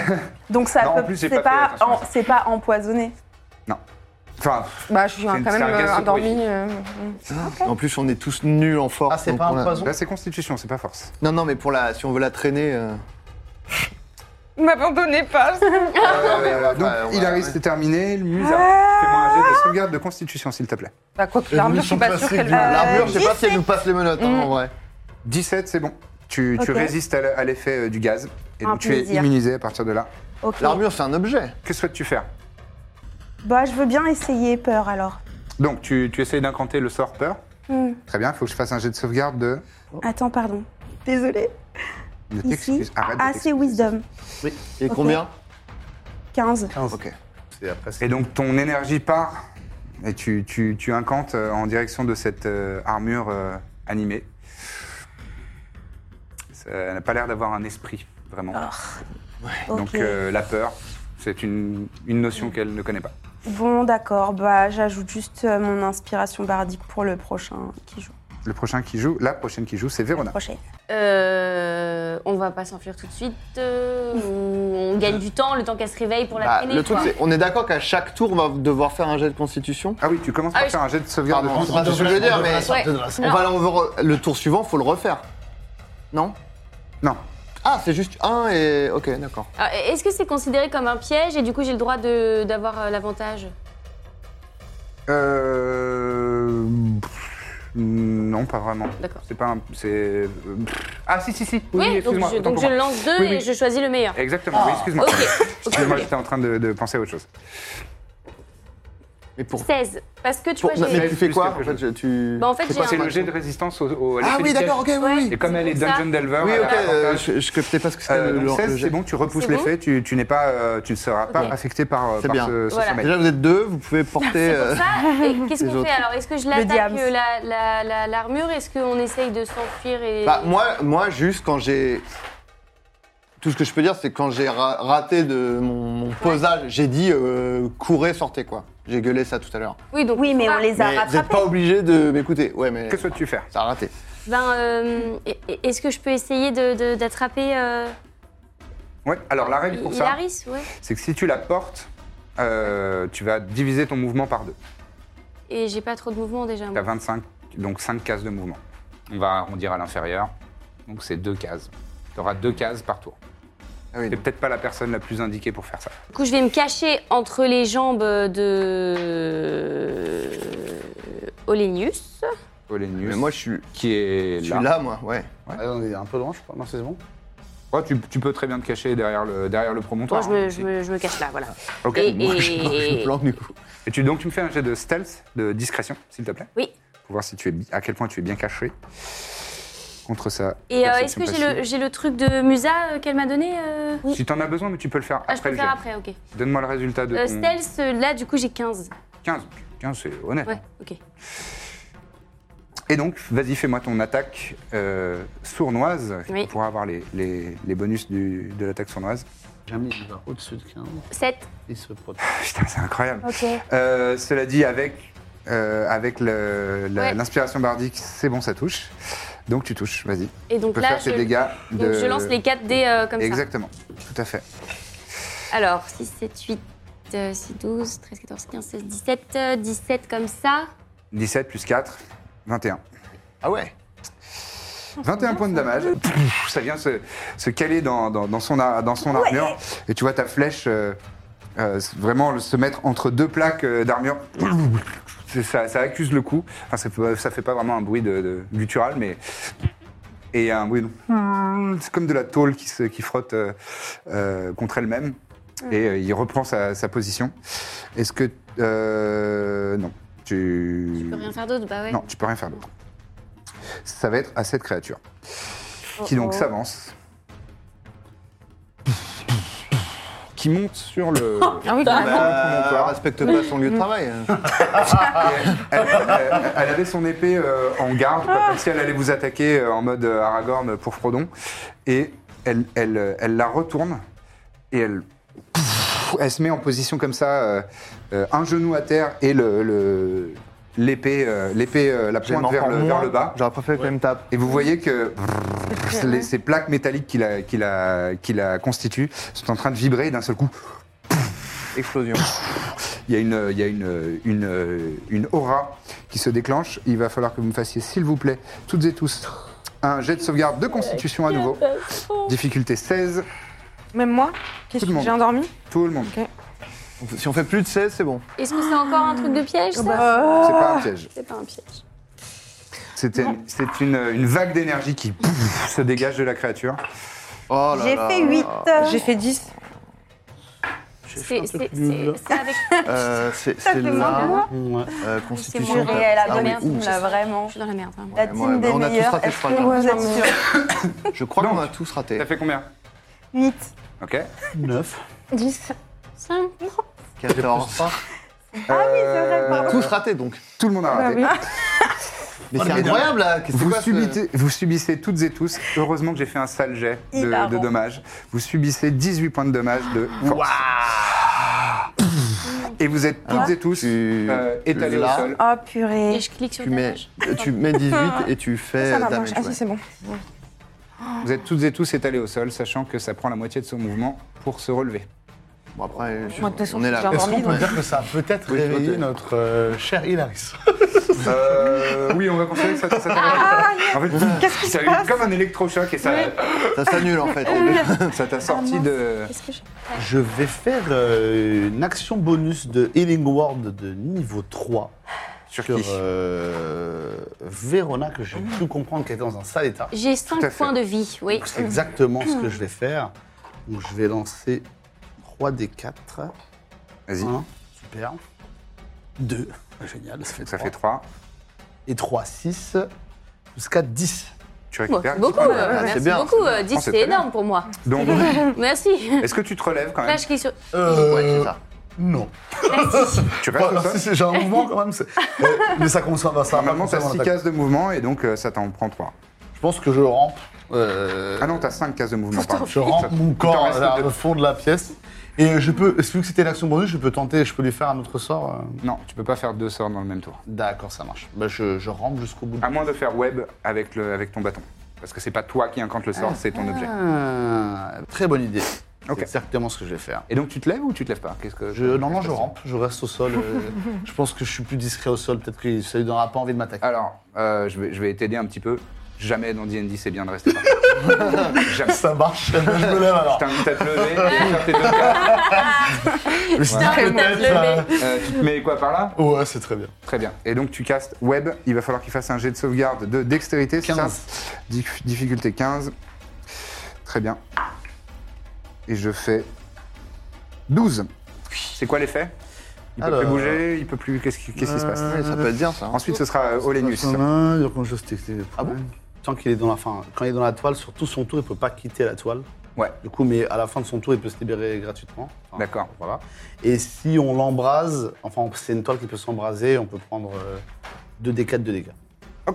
Speaker 7: Donc ça
Speaker 1: Non, en
Speaker 7: peut-
Speaker 1: plus, j'ai pas
Speaker 7: c'est
Speaker 1: fait
Speaker 7: pas,
Speaker 1: attention à
Speaker 7: en- c'est pas empoisonné.
Speaker 1: enfin,
Speaker 5: Bah, je suis
Speaker 1: C'est
Speaker 5: hein,
Speaker 1: une-
Speaker 5: quand
Speaker 1: c'est
Speaker 5: même
Speaker 1: un gaz
Speaker 5: euh, endormie.
Speaker 1: soporifique.
Speaker 5: euh,
Speaker 7: Ah.
Speaker 2: En plus, on est tous nus en force. Ah,
Speaker 1: c'est pas un poison Là, Bah, c'est constitution, c'est pas force.
Speaker 2: Non, non, mais pour la, si on veut la traîner. euh,
Speaker 5: mm. M'abandonnez pas.
Speaker 1: Euh, donc, il arrive, c'est terminé. Le musée, fais-moi un jet de sauvegarde de constitution, s'il te plaît.
Speaker 5: Bah, quoi Ah. que l'armure, je suis pas sûre qu'elle va.
Speaker 2: L'armure, je sais pas si elle nous passe les menottes, hein,
Speaker 5: Mm.
Speaker 2: en vrai.
Speaker 1: 17, c'est bon. Tu, tu
Speaker 2: Ok.
Speaker 1: résistes à l- à l'effet euh, du gaz. Et
Speaker 7: Un
Speaker 1: donc, tu es
Speaker 7: plaisir.
Speaker 1: immunisé à partir de là.
Speaker 7: Ok.
Speaker 2: L'armure, c'est un objet.
Speaker 1: Que souhaites-tu faire
Speaker 7: Bah, je veux bien essayer peur alors.
Speaker 1: Donc, tu, tu essayes d'incanter le sort peur.
Speaker 7: Hmm.
Speaker 1: Très bien, il faut que je fasse un jet de sauvegarde de.
Speaker 7: Attends, pardon. Désolée.
Speaker 1: de
Speaker 7: Ici,
Speaker 1: t'excuses. Arrête de
Speaker 7: ah, c'est Wisdom.
Speaker 1: Oui.
Speaker 7: Et Ok. combien 15.
Speaker 1: Ok. Et donc ton énergie part et tu, tu, tu incantes euh, en direction de cette euh, armure euh, animée. Ça elle n'a pas l'air d'avoir un esprit, vraiment.
Speaker 6: Ah.
Speaker 1: Donc
Speaker 7: Ok.
Speaker 1: euh, la peur, c'est une, une notion qu'elle ne connaît pas.
Speaker 7: Bon, d'accord. Bah, j'ajoute juste euh, mon inspiration bardique pour le prochain qui joue.
Speaker 1: Le prochain qui joue, la prochaine qui joue, c'est Verona.
Speaker 6: Euh, on va pas s'enfuir tout de suite. euh, ou on gagne du temps, le temps qu'elle se réveille pour la
Speaker 2: Bah,
Speaker 6: traîner.
Speaker 2: le truc,
Speaker 6: quoi.
Speaker 2: c'est, on est d'accord qu'à chaque tour, on va devoir faire un jet de constitution
Speaker 1: Ah oui, tu commences par
Speaker 6: Ah oui,
Speaker 1: faire un jet de sauvegarde.
Speaker 2: Pardon, c'est pas ce que je veux dire, mais
Speaker 6: sortir de la
Speaker 2: on
Speaker 6: salle.
Speaker 2: va, on va re- le tour suivant, faut le refaire. Non
Speaker 1: Non.
Speaker 2: Ah, c'est juste un et. Ok, d'accord.
Speaker 6: Ah, Est-ce que c'est considéré comme un piège et du coup j'ai le droit de- d'avoir euh, l'avantage
Speaker 1: Euh... pff, Non, pas vraiment.
Speaker 6: D'accord.
Speaker 1: C'est pas un... C'est... euh, pff. Ah si, si, si. Oui, oui,
Speaker 6: donc,
Speaker 1: excuse-moi.
Speaker 6: je,
Speaker 1: autant
Speaker 6: donc
Speaker 1: pour
Speaker 6: je
Speaker 1: moi.
Speaker 6: lance deux
Speaker 1: Oui,
Speaker 6: et
Speaker 1: oui.
Speaker 6: je choisis le meilleur.
Speaker 1: Exactement, oui, excuse-moi. Excuse-moi, j'étais en train de, de penser à autre chose.
Speaker 2: Mais pour.
Speaker 6: 16. Parce que tu
Speaker 2: pour-
Speaker 6: vois, j'ai.
Speaker 2: mais tu fais quoi En fait, je- tu.
Speaker 6: Bah, en fait,
Speaker 2: c'est
Speaker 6: j'ai
Speaker 2: quoi,
Speaker 6: un-
Speaker 1: C'est
Speaker 2: ton
Speaker 1: le jet
Speaker 2: action
Speaker 1: de résistance au. au à
Speaker 2: Ah
Speaker 1: l'effet
Speaker 2: oui,
Speaker 1: du
Speaker 2: d'accord, ok,
Speaker 1: piège.
Speaker 2: oui, oui.
Speaker 1: Et comme elle est
Speaker 6: ça.
Speaker 1: Dungeon Delver.
Speaker 2: Oui,
Speaker 1: elle a
Speaker 2: ok,
Speaker 1: avantage.
Speaker 2: euh, je, je captais pas ce que c'était
Speaker 1: Euh,
Speaker 2: le,
Speaker 1: donc
Speaker 2: le-
Speaker 1: 16,
Speaker 2: le
Speaker 1: c'est
Speaker 2: jet.
Speaker 1: bon, tu repousses
Speaker 6: C'est bon
Speaker 1: l'effet, tu, tu n'es pas, euh, tu ne seras pas
Speaker 6: Ok.
Speaker 1: affecté par, euh,
Speaker 2: C'est
Speaker 1: par
Speaker 2: bien.
Speaker 1: ce, ce
Speaker 6: Voilà.
Speaker 1: sommeil.
Speaker 2: Déjà, vous êtes deux, vous pouvez porter.
Speaker 6: C'est pour
Speaker 2: euh,
Speaker 6: ça. Et Qu'est-ce
Speaker 2: les
Speaker 6: qu'on fait
Speaker 2: autres.
Speaker 6: alors Est-ce que je l'attaque
Speaker 7: diable.
Speaker 6: euh, la- la- la- l'armure Est-ce qu'on essaye de s'enfuir et...
Speaker 2: Bah, moi, moi, juste quand j'ai. Tout ce que je peux dire, c'est quand j'ai ra- raté de mon, mon posage, j'ai dit euh, courez, sortez quoi. J'ai gueulé ça tout à l'heure.
Speaker 6: Oui, donc
Speaker 7: Oui, mais on les
Speaker 2: Mais vous
Speaker 7: a
Speaker 2: n'êtes
Speaker 7: rattrapés.
Speaker 2: pas obligé de m'écouter. Ouais, mais
Speaker 1: Que souhaites-tu faire
Speaker 2: ça a raté.
Speaker 6: Ben, euh, e- e- est-ce que je peux essayer de- de- d'attraper euh,
Speaker 1: Ouais. Alors la règle pour ça,
Speaker 6: Hilaris ouais.
Speaker 1: c'est que si tu la portes, euh, tu vas diviser ton mouvement par deux.
Speaker 6: Et j'ai pas trop de mouvement déjà.
Speaker 1: Tu as
Speaker 6: moi.
Speaker 1: 25, donc 5 cases de mouvement. On va arrondir à l'inférieur, donc c'est deux cases. Tu auras deux cases par tour.
Speaker 2: Ah oui,
Speaker 1: T'es peut-être pas la personne la plus indiquée pour faire ça.
Speaker 6: Du coup, je vais me cacher entre les jambes de. Olenius.
Speaker 1: Olenius,
Speaker 2: Mais moi, je suis,
Speaker 1: qui est
Speaker 2: je suis
Speaker 1: là.
Speaker 2: là, moi, ouais.
Speaker 4: Ah, on est un peu loin, je crois. Non, c'est bon.
Speaker 1: Ouais, tu, tu peux très bien te cacher derrière le, derrière le
Speaker 6: Bon,
Speaker 1: promontoire.
Speaker 6: je
Speaker 1: hein,
Speaker 6: me,
Speaker 1: si-
Speaker 6: je me- je me cache là, voilà.
Speaker 1: Ok,
Speaker 6: Et-
Speaker 1: moi, je-
Speaker 6: et-
Speaker 2: Ah, Je me planque du coup.
Speaker 1: Et tu, donc tu me fais un jet de stealth, de discrétion, s'il te plaît.
Speaker 6: Oui.
Speaker 1: Pour voir si tu es, bi- à quel point tu es bien caché. Contre ça.
Speaker 6: Et euh, est-ce que j'ai le, j'ai le truc de Musa euh, qu'elle m'a donné euh
Speaker 1: Si t'en as besoin, mais tu peux le faire
Speaker 6: Ah, je
Speaker 1: après
Speaker 6: peux
Speaker 1: le
Speaker 6: le
Speaker 1: jet.
Speaker 6: faire après, ok.
Speaker 1: Donne-moi le résultat de
Speaker 6: Euh,
Speaker 1: ton...
Speaker 6: stealth, euh, là, du coup, j'ai 15.
Speaker 1: 15. 15, c'est honnête.
Speaker 6: Ouais, ok.
Speaker 1: Et donc, vas-y, fais-moi ton attaque euh, sournoise.
Speaker 6: Oui.
Speaker 1: Pour avoir les, les- les bonus du- de l'attaque sournoise.
Speaker 4: Jamais il va au-dessus de 15.
Speaker 6: 7.
Speaker 4: Il se protège.
Speaker 1: Putain, c'est incroyable.
Speaker 6: Ok.
Speaker 1: Euh, cela dit, avec, euh, avec le- la-
Speaker 6: Ouais.
Speaker 1: l'inspiration bardique, c'est bon, ça touche. Donc tu touches, vas-y.
Speaker 6: Et donc
Speaker 1: tu peux
Speaker 6: là,
Speaker 1: faire tes
Speaker 6: je-
Speaker 1: dégâts.
Speaker 6: Donc,
Speaker 1: de-
Speaker 6: je lance les 4 dés euh, comme
Speaker 1: Exactement, tout à fait.
Speaker 6: ça. Alors, 6, 7, 8, 6, 12, 13, 14, 15, 16, 17. euh, 17 comme ça.
Speaker 1: 17 plus 4, 21.
Speaker 2: Ah ouais
Speaker 1: 21 points de dommage. Pff, Ça vient se, se caler dans, dans- dans son, ar- dans son armure. Et tu vois ta flèche euh, euh, vraiment se mettre entre deux plaques euh, d'armure. C'est- Ça, ça accuse le coup. Enfin, ça, fait pas- ça fait pas vraiment un bruit de, de- guttural, mais. Et il y a un bruit. de- C'est comme de la tôle qui, se, qui frotte euh, euh, contre elle-même. Et euh, il reprend sa, sa position. Est-ce que. euh, non. Tu.
Speaker 6: Je peux rien faire d'autre, bah ouais.
Speaker 1: Non, tu peux rien faire d'autre. Ça va être à cette créature. Oh,
Speaker 2: Oh,
Speaker 1: Qui donc s'avance. Qui qui monte sur le.
Speaker 5: Ah oui,
Speaker 1: Bah,
Speaker 5: carrément.
Speaker 1: elle
Speaker 2: respecte Euh, pas son lieu de travail. hein.
Speaker 1: elle, elle- Euh, elle avait son épée euh, en garde, quoi, comme si elle allait vous attaquer euh, en mode euh, Aragorn pour Frodon. Et elle, elle, euh, elle la retourne et elle, pouf, elle se met en position comme ça, euh, euh, un genou à terre et le. le- L'épée, euh, l'épée, euh, la
Speaker 2: J'aime
Speaker 1: pointe vers
Speaker 2: encore
Speaker 1: le, vers
Speaker 2: moins.
Speaker 1: le bas.
Speaker 2: J'aurais préféré qu'elle me tape.
Speaker 1: Et vous voyez que brrr, les- ces plaques métalliques qui la, qui la- qui la constituent sont en train de vibrer et d'un seul coup.
Speaker 2: Explosion.
Speaker 1: Il y a, une, il y a une, une, une aura qui se déclenche. Il va falloir que vous me fassiez, s'il vous plaît, toutes et tous, un jet de sauvegarde de constitution à nouveau. Difficulté 16.
Speaker 5: Même moi, qui
Speaker 1: Tout le
Speaker 5: suis-
Speaker 1: monde.
Speaker 5: j'ai endormi.
Speaker 1: Tout le monde.
Speaker 5: Ok.
Speaker 2: Si on fait plus de 16, c'est bon.
Speaker 6: Est-ce que c'est encore un truc de piège ça
Speaker 2: Oh.
Speaker 1: C'est pas
Speaker 7: Oh.
Speaker 1: un piège.
Speaker 6: C'est pas un piège.
Speaker 1: C'était- C'est une, une vague d'énergie qui pouf, se dégage de la créature.
Speaker 2: Oh
Speaker 3: J'ai fait 8.
Speaker 5: J'ai fait 10.
Speaker 6: C'est
Speaker 2: bizarre.
Speaker 6: c'est- c'est- c'est avec.
Speaker 2: Euh, c'est
Speaker 3: Ça
Speaker 2: c'est
Speaker 3: fait moins de
Speaker 2: là.
Speaker 3: moi.
Speaker 2: Euh,
Speaker 6: C'est
Speaker 2: constitution.
Speaker 6: mon
Speaker 2: tape.
Speaker 6: réel,
Speaker 2: Ah
Speaker 6: la
Speaker 2: oui,
Speaker 6: merde.
Speaker 2: ouh.
Speaker 6: Là, vraiment. Je suis dans la merde. vraiment.
Speaker 1: hein.
Speaker 3: La
Speaker 2: Ouais,
Speaker 3: team
Speaker 2: ouais,
Speaker 3: des
Speaker 2: ben, on a tous
Speaker 3: meilleurs.
Speaker 2: raté, je
Speaker 3: Est-ce
Speaker 2: crois,
Speaker 3: que
Speaker 2: là.
Speaker 3: vous êtes sûrs
Speaker 2: Je crois qu'on a tous raté.
Speaker 1: Ça fait combien
Speaker 3: 8,
Speaker 1: Ok.
Speaker 4: 9.
Speaker 3: 10.
Speaker 6: 5.
Speaker 2: 14.
Speaker 3: Ah oui, c'est vrai,
Speaker 5: Euh,
Speaker 3: pardon.
Speaker 2: Tous ratés donc.
Speaker 1: Tout le monde a
Speaker 5: Ah bah
Speaker 7: Bah
Speaker 1: raté.
Speaker 2: Mais c'est incroyable là. qu'est-ce que
Speaker 1: Oh, Vous,
Speaker 2: c'est quoi, ce-
Speaker 1: subitez- vous subissez toutes et tous, heureusement que j'ai fait un sale jet de,
Speaker 3: Hilarant.
Speaker 1: de dommages, vous subissez 18 points de dommages de force. et vous êtes toutes et tous
Speaker 2: Tu-
Speaker 1: euh, étalés au
Speaker 2: là.
Speaker 1: sol.
Speaker 3: Oh purée.
Speaker 6: Et je clique sur
Speaker 2: Tu
Speaker 6: ta
Speaker 2: mets, euh,
Speaker 6: page.
Speaker 2: tu mets
Speaker 7: Ah.
Speaker 2: 18 et tu fais
Speaker 5: Ça
Speaker 2: euh,
Speaker 5: va, moi,
Speaker 2: damage.
Speaker 5: Ah si, c'est bon.
Speaker 1: Vous êtes toutes et tous étalés au sol, sachant que ça prend la moitié de son mouvement pour se relever.
Speaker 2: ouais. Bon, après, je-
Speaker 5: Moi, de toute façon,
Speaker 2: on est là.
Speaker 5: j'ai
Speaker 4: Est-ce
Speaker 5: endormi,
Speaker 4: qu'on peut
Speaker 5: donc.
Speaker 4: dire que ça a peut-être
Speaker 2: Oui,
Speaker 4: réveillé
Speaker 2: peut-être.
Speaker 4: notre euh, cher Hilaris
Speaker 1: Euh, oui, on va considérer que ça, ça
Speaker 5: Ah.
Speaker 1: t'a En fait, ça a eu comme un électrochoc et ça,
Speaker 2: Ça s'annule en fait.
Speaker 1: ça t'a
Speaker 5: Ah,
Speaker 1: sorti de.
Speaker 4: Je vais faire euh, une action bonus de Healing Ward de niveau 3
Speaker 1: Sur
Speaker 4: sur
Speaker 1: qui
Speaker 4: euh, Vérona, que j'ai cru comprendre qu'elle était dans un sale état.
Speaker 6: Mmh. J'ai
Speaker 1: à
Speaker 6: 5
Speaker 1: fait.
Speaker 6: points de Mmh. vie, oui.
Speaker 4: Donc, C'est exactement ce que je vais faire. Donc, je vais lancer 3 des 4.
Speaker 1: Vas-y,
Speaker 4: 1, super. 2, génial, ça fait
Speaker 1: ça
Speaker 4: 3.
Speaker 1: fait 3.
Speaker 4: Et 3, 6, jusqu'à 10.
Speaker 1: Tu
Speaker 6: Bon,
Speaker 1: récupères.
Speaker 6: c'est beaucoup,
Speaker 1: Ah,
Speaker 6: euh,
Speaker 1: c'est
Speaker 6: merci
Speaker 1: bien.
Speaker 6: beaucoup. euh, 10,
Speaker 1: Ah, c'est
Speaker 6: c'est
Speaker 1: très bien.
Speaker 6: énorme Bah, pour moi.
Speaker 1: Donc,
Speaker 6: Merci.
Speaker 1: est-ce que tu te relèves quand
Speaker 6: Là,
Speaker 1: même
Speaker 6: je clique sur.
Speaker 4: Euh,
Speaker 2: Ouais, c'est ça.
Speaker 4: Non.
Speaker 1: Tu restes
Speaker 4: Enfin,
Speaker 1: au sol
Speaker 4: si, si, j'ai un mouvement quand même. c'est- Euh, mais ça consomme ça.
Speaker 1: Normalement,
Speaker 4: ça
Speaker 1: t'as 6 cases de mouvement et donc euh, ça t'en prend 3.
Speaker 4: Je pense que je rampe. euh,
Speaker 1: Ah non, t'as 5 cases de mouvement. pardon.
Speaker 4: Je rampe mon
Speaker 1: t'en
Speaker 4: corps
Speaker 1: restes
Speaker 4: vers
Speaker 1: deux.
Speaker 4: le fond de la pièce. Et je peux, vu que c'était l'action bonus, je peux tenter, je peux lui faire un autre sort. euh.
Speaker 1: Non, tu peux pas faire deux sorts dans le même tour.
Speaker 4: D'accord, ça marche. Bah, je, je rampe jusqu'au bout.
Speaker 1: À moins de faire web avec, le, avec ton bâton. Parce que c'est pas toi qui incante le sort, c'est ton objet.
Speaker 4: Ah, très bonne idée. C'est
Speaker 1: Ok.
Speaker 4: exactement ce que je vais faire.
Speaker 1: Et donc tu te lèves ou tu te lèves pas Qu'est-ce que
Speaker 4: Je, non, non, je rampe, je reste au sol. euh, je pense que je suis plus discret au sol, peut-être que ça lui donnera pas envie de m'attaquer.
Speaker 1: Alors, euh, je vais, je vais t'aider un petit peu. Jamais dans D&D, c'est bien de rester parti. Jamais.
Speaker 4: Ça marche, je me lève
Speaker 1: Je
Speaker 4: alors.
Speaker 1: t'invite à te lever et à faire tes deux cases.
Speaker 4: Putain,
Speaker 6: t'as
Speaker 4: peut-être,
Speaker 1: Euh, tu te mets quoi par là
Speaker 4: euh, Ouais, c'est très bien.
Speaker 1: Très bien. Et donc tu castes web. Il va falloir qu'il fasse un jet de sauvegarde de dextérité. c'est
Speaker 4: 15.
Speaker 1: ça Dif- difficulté 15. Très bien. Et je fais 12. C'est quoi l'effet Il peut plus
Speaker 4: Alors.
Speaker 1: bouger, il peut plus. Qu'est-ce qui, qu'est-ce qui se passe
Speaker 4: Euh,
Speaker 2: Ça peut être bien ça. hein.
Speaker 1: Ensuite, ce sera euh, Olenus.
Speaker 4: Ah bon Tant qu'il est dans la fin, quand il est dans la toile, sur tout son tour, il peut pas quitter la toile.
Speaker 1: Ouais.
Speaker 4: Du coup, mais à la fin de son tour, il peut se libérer gratuitement. Enfin,
Speaker 1: D'accord.
Speaker 4: Voilà. Et si on l'embrase, enfin, on- c'est une toile qui peut s'embraser, on peut prendre euh, 2d4 de dégâts.
Speaker 2: Ah.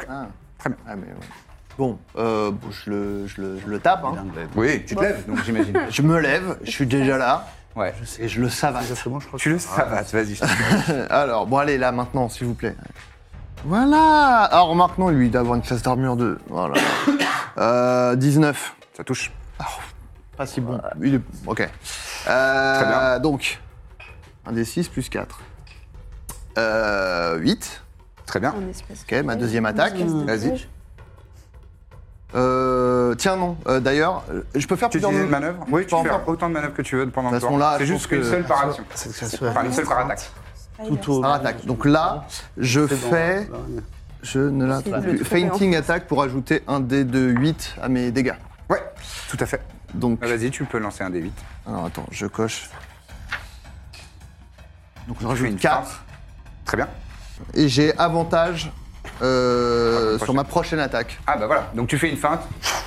Speaker 1: Très bien.
Speaker 2: Ah, mais ouais. Bon, euh, bon, je, le, je, le, je le tape. hein.
Speaker 4: Bien de l'aide.
Speaker 1: Oui, tu te lèves, donc j'imagine.
Speaker 2: Je me lève, je suis déjà là
Speaker 1: Ouais.
Speaker 2: et je le savate.
Speaker 4: Déjà, c'est bon, je crois que-
Speaker 1: Tu le savates, vas-y. je te-
Speaker 2: Alors, bon, allez, là, maintenant, s'il vous plaît. Voilà Alors, remarque, non, lui, d'avoir une classe d'armure 2. Voilà. euh, 19.
Speaker 1: Ça touche.
Speaker 2: Pas si bon. Il est... Ok. Euh,
Speaker 1: Très bien.
Speaker 2: Donc, 1 des 6 plus 4. Euh, 8.
Speaker 1: Très bien.
Speaker 2: Ok, ma
Speaker 7: Mmh.
Speaker 2: deuxième attaque.
Speaker 1: Vas-y.
Speaker 2: Euh, tiens, non. Euh, D'ailleurs, euh, je peux faire
Speaker 1: Tu utilises une manœuvre Oui,
Speaker 2: Je
Speaker 1: tu
Speaker 2: peux en
Speaker 1: fais
Speaker 2: faire-
Speaker 1: autant de manœuvres que tu veux pendant
Speaker 2: De
Speaker 1: le
Speaker 2: toute
Speaker 1: tour.
Speaker 2: façon, là,
Speaker 1: C'est
Speaker 2: je
Speaker 1: juste
Speaker 2: pense
Speaker 1: qu'une
Speaker 2: que-
Speaker 1: seule par action.
Speaker 4: Cette création
Speaker 1: Enfin, une seule par attaque.
Speaker 4: est tout au.
Speaker 2: Par attaque. Donc là, je
Speaker 4: C'est dans-
Speaker 2: fais...
Speaker 4: dans-
Speaker 2: Je ne la trouve plus. Fainting attack pour ajouter un dé de 8 à mes dégâts.
Speaker 1: Ouais, tout à fait.
Speaker 2: Donc,
Speaker 1: Ah, Vas-y, tu peux lancer un D8.
Speaker 2: alors attends, je coche. Donc je
Speaker 1: Tu fais une
Speaker 2: rajoute
Speaker 1: feinte.
Speaker 2: 4
Speaker 1: Très bien.
Speaker 2: et j'ai avantage euh,
Speaker 1: Ah,
Speaker 2: sur ma prochaine attaque.
Speaker 1: Ah bah voilà, donc tu fais une feinte,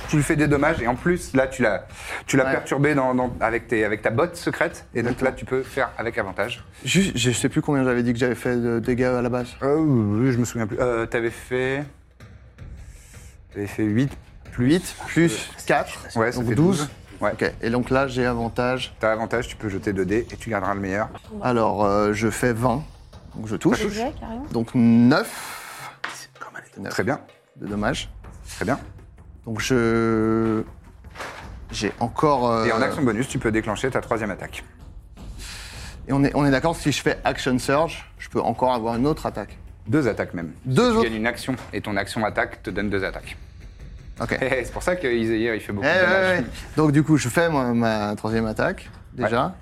Speaker 1: tu lui fais des dommages et en plus, là, tu l'as, tu l'as perturbé dans, dans- avec, tes, avec ta botte secrète. Et donc là, tu peux faire avec avantage.
Speaker 2: Juste, je sais plus combien j'avais dit que j'avais fait de dégâts à la base.
Speaker 1: Ah oui, je me souviens plus. Euh, t'avais fait. T'avais fait 8 plus 8
Speaker 2: plus 4.
Speaker 1: Ouais, ça
Speaker 2: donc
Speaker 1: fait
Speaker 2: 12.
Speaker 1: Ouais.
Speaker 2: Ok, et donc là j'ai avantage.
Speaker 1: T'as avantage, tu peux jeter 2 dés et tu garderas le meilleur.
Speaker 2: Alors euh, je fais 20, donc je touche.
Speaker 1: Ça touche.
Speaker 2: Donc 9.
Speaker 1: Très bien.
Speaker 2: De dommage.
Speaker 1: Très bien.
Speaker 2: Donc je. J'ai encore. euh,
Speaker 1: Et en action bonus, tu peux déclencher ta troisième attaque.
Speaker 2: Et on est, on est d'accord, si je fais Action Surge, je peux encore avoir une autre attaque.
Speaker 1: Deux attaques même.
Speaker 2: Deux
Speaker 1: Tu gagnes une action et ton action attaque te donne deux attaques.
Speaker 2: Ok.
Speaker 1: C'est pour ça qu'Isaïr, il fait beaucoup
Speaker 2: Eh
Speaker 1: de
Speaker 2: ouais,
Speaker 1: dommages.
Speaker 2: ouais. Donc du coup, je fais moi, ma troisième attaque, déjà.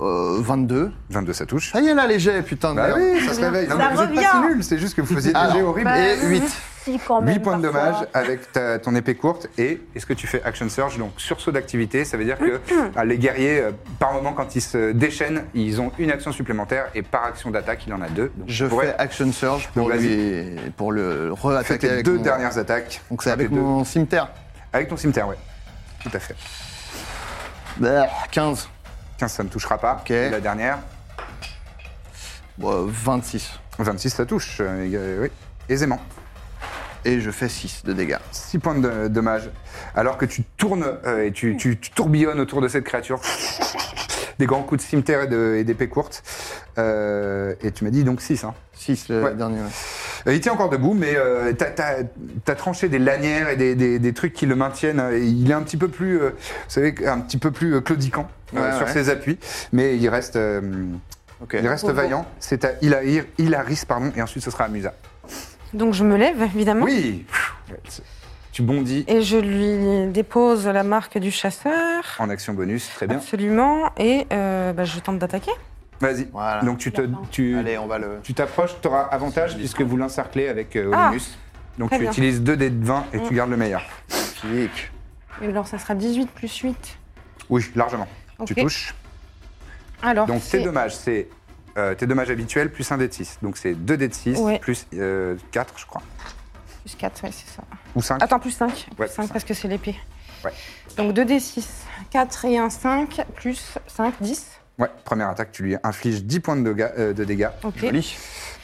Speaker 2: Euh, 22.
Speaker 1: 22, ça touche.
Speaker 2: Ça y est, là, les jets, putain de
Speaker 1: Bah
Speaker 2: merde.
Speaker 1: oui, ça se réveille. Non,
Speaker 8: Ça
Speaker 1: mais vous êtes pas
Speaker 8: revient.
Speaker 1: si nuls, c'est juste que vous faisiez des
Speaker 2: Alors,
Speaker 1: jets horribles.
Speaker 8: bah,
Speaker 1: et 8.
Speaker 8: Si, quand même,
Speaker 1: 8 points de
Speaker 8: parfois.
Speaker 1: dommage avec ta- ton épée courte et est-ce que tu fais action surge donc sursaut d'activité ça veut dire que ah, les guerriers euh, par moment quand ils se déchaînent ils ont une action supplémentaire et par action d'attaque il en a deux donc
Speaker 2: Je
Speaker 1: tu pourrais-
Speaker 2: fais Action Surge pour,
Speaker 1: Donc,
Speaker 2: lui, pour le
Speaker 1: fais
Speaker 2: re-attaquer
Speaker 1: tes
Speaker 2: avec
Speaker 1: deux
Speaker 2: mon-
Speaker 1: dernières attaques
Speaker 2: Donc c'est
Speaker 1: Ah, tes
Speaker 2: avec
Speaker 1: deux.
Speaker 2: mon cimetière.
Speaker 1: avec ton cimetière ouais tout à fait
Speaker 2: Bah, 15.
Speaker 1: 15 ça ne touchera pas Et la dernière
Speaker 2: Bon, euh, 26.
Speaker 1: 26 ça touche euh, et, euh, oui aisément
Speaker 2: Et je fais 6 de dégâts.
Speaker 1: 6 points de dommage. Alors que tu tournes euh, et tu, tu- tu tourbillonnes autour de cette créature. Des grands coups de cimetière et de- et d'épée courte. Euh, et tu m'as dit donc 6.
Speaker 2: 6 le dernier.
Speaker 1: Il tient encore debout, mais euh, t'as t'as- t'as tranché des lanières et des, des- des trucs qui le maintiennent. Et Il est un petit peu plus, euh, vous savez, un petit peu plus euh, claudiquant euh,
Speaker 2: Ouais,
Speaker 1: sur
Speaker 2: ouais.
Speaker 1: ses appuis, mais il reste, euh, il reste vaillant. C'est à Ilahir, Ilaris, pardon, et ensuite ce sera à Musa.
Speaker 5: Donc je me lève, évidemment.
Speaker 1: Oui. Tu bondis
Speaker 5: Et je lui dépose la marque du chasseur.
Speaker 1: en action bonus, très bien.
Speaker 5: Absolument. Et euh, bah, je tente d'attaquer.
Speaker 1: Vas-y. Donc tu te, tu, tu t'approches, tu auras avantage puisque vous l'encerclez avec euh,
Speaker 5: Ah.
Speaker 1: Olinus. Donc
Speaker 5: Très
Speaker 1: tu
Speaker 5: bien.
Speaker 1: utilises 2 dés de 20 et tu
Speaker 5: Mm.
Speaker 1: gardes le meilleur.
Speaker 5: Et alors, ça sera 18 plus 8.
Speaker 1: Oui, largement.
Speaker 5: Ok.
Speaker 1: Tu touches.
Speaker 5: Alors,
Speaker 1: Donc
Speaker 5: c'est-
Speaker 1: tes dommages, c'est euh, tes dommages habituels plus 1 dé de 6. Donc c'est 2 dés de 6
Speaker 5: Ouais.
Speaker 1: plus 4, je crois.
Speaker 5: Plus 4, ouais, c'est ça.
Speaker 1: Ou 5.
Speaker 5: Attends, plus 5.
Speaker 1: Ouais, plus
Speaker 5: 5 parce que c'est l'épée.
Speaker 1: Ouais.
Speaker 5: Donc 2d6. 4 et 1, 5. Plus 5, 10.
Speaker 1: Ouais, première attaque, tu lui infliges 10 points de dégâts. euh, de dégâts.
Speaker 5: Ok.
Speaker 1: Joli.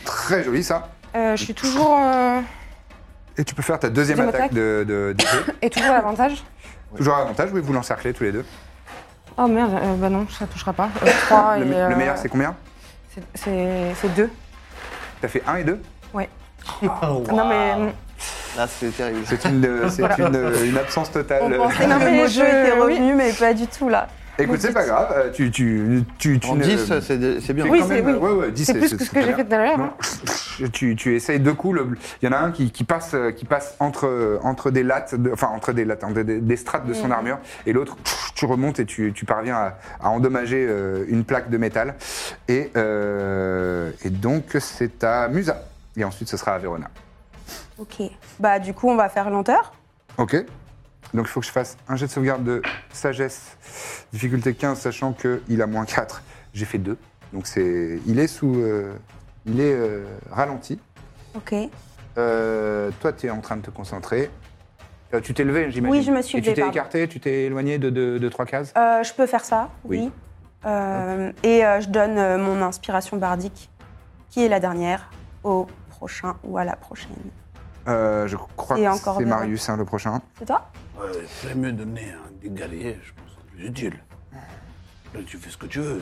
Speaker 1: Très joli ça.
Speaker 5: Euh, je suis toujours. euh,
Speaker 1: Et tu peux faire ta deuxième,
Speaker 5: Deuxième
Speaker 1: attaque,
Speaker 5: attaque.
Speaker 1: de, de- d'épée.
Speaker 5: Et toujours à l'avantage
Speaker 1: Toujours avantage, oui, vous l'encerclez tous les deux.
Speaker 5: Oh merde, euh, bah non, ça touchera pas. 3
Speaker 1: le,
Speaker 5: et.
Speaker 1: me- le
Speaker 5: euh,
Speaker 1: meilleur, c'est combien
Speaker 5: c'est- C'est c'est 2.
Speaker 1: T'as fait 1 et 2
Speaker 5: Ouais. Non mais. euh,
Speaker 2: Là, c'est terrible.
Speaker 1: C'est une, euh, c'est
Speaker 5: Oh, Voilà.
Speaker 1: une, euh, une absence totale.
Speaker 7: On pensait que le mot jeu était revenu, mais pas du tout là.
Speaker 1: Écoute, c'est pas grave. euh, Tu, tu, tu, tu
Speaker 2: En
Speaker 1: ne-
Speaker 2: 10, c'est de- c'est bien.
Speaker 1: Tu es
Speaker 2: Oui,
Speaker 1: quand
Speaker 2: c'est-
Speaker 1: même- euh,
Speaker 2: oui.
Speaker 1: ouais, ouais, 10,
Speaker 5: C'est plus que ce que
Speaker 1: très
Speaker 5: j'ai
Speaker 1: bien.
Speaker 5: fait tout à l'heure.
Speaker 1: Non.
Speaker 5: hein.
Speaker 1: Tu, tu essayes deux coups. le- Il y en a un qui, qui passe, euh, qui passe entre, entre des lattes, de- enfin entre des lattes, entre des, des strates de son
Speaker 5: Mhm.
Speaker 1: armure, et l'autre, tu remontes et tu, tu parviens à, à endommager euh, une plaque de métal. Et, euh, et donc c'est à Musa. Et ensuite ce sera à Verona.
Speaker 7: Ok. Bah, du coup, on va faire lenteur.
Speaker 1: Ok. Donc il faut que je fasse un jet de sauvegarde de sagesse, difficulté 15, sachant qu'il a moins 4. J'ai fait 2. Donc c'est, il est sous. euh, il est euh, ralenti.
Speaker 7: Ok.
Speaker 1: Euh, toi, tu es en train de te concentrer. Euh, tu t'es levé, j'imagine.
Speaker 7: Oui, je me suis
Speaker 1: Et
Speaker 7: levée,
Speaker 1: Tu t'es
Speaker 7: pardon.
Speaker 1: écarté, tu t'es éloigné de, de, de trois cases
Speaker 7: Euh, je peux faire ça, oui.
Speaker 1: Oui.
Speaker 7: Euh, et euh, je donne euh, mon inspiration bardique, qui est la dernière, au prochain ou à la prochaine.
Speaker 1: Euh, Je crois
Speaker 7: Et
Speaker 1: que
Speaker 7: encore
Speaker 1: c'est
Speaker 7: Véron.
Speaker 1: Marius, hein, le prochain.
Speaker 7: C'est toi
Speaker 9: Ouais, c'est mieux donner un des guerriers, je pense, c'est plus utile.
Speaker 2: Ah.
Speaker 9: Là, tu fais ce que tu veux.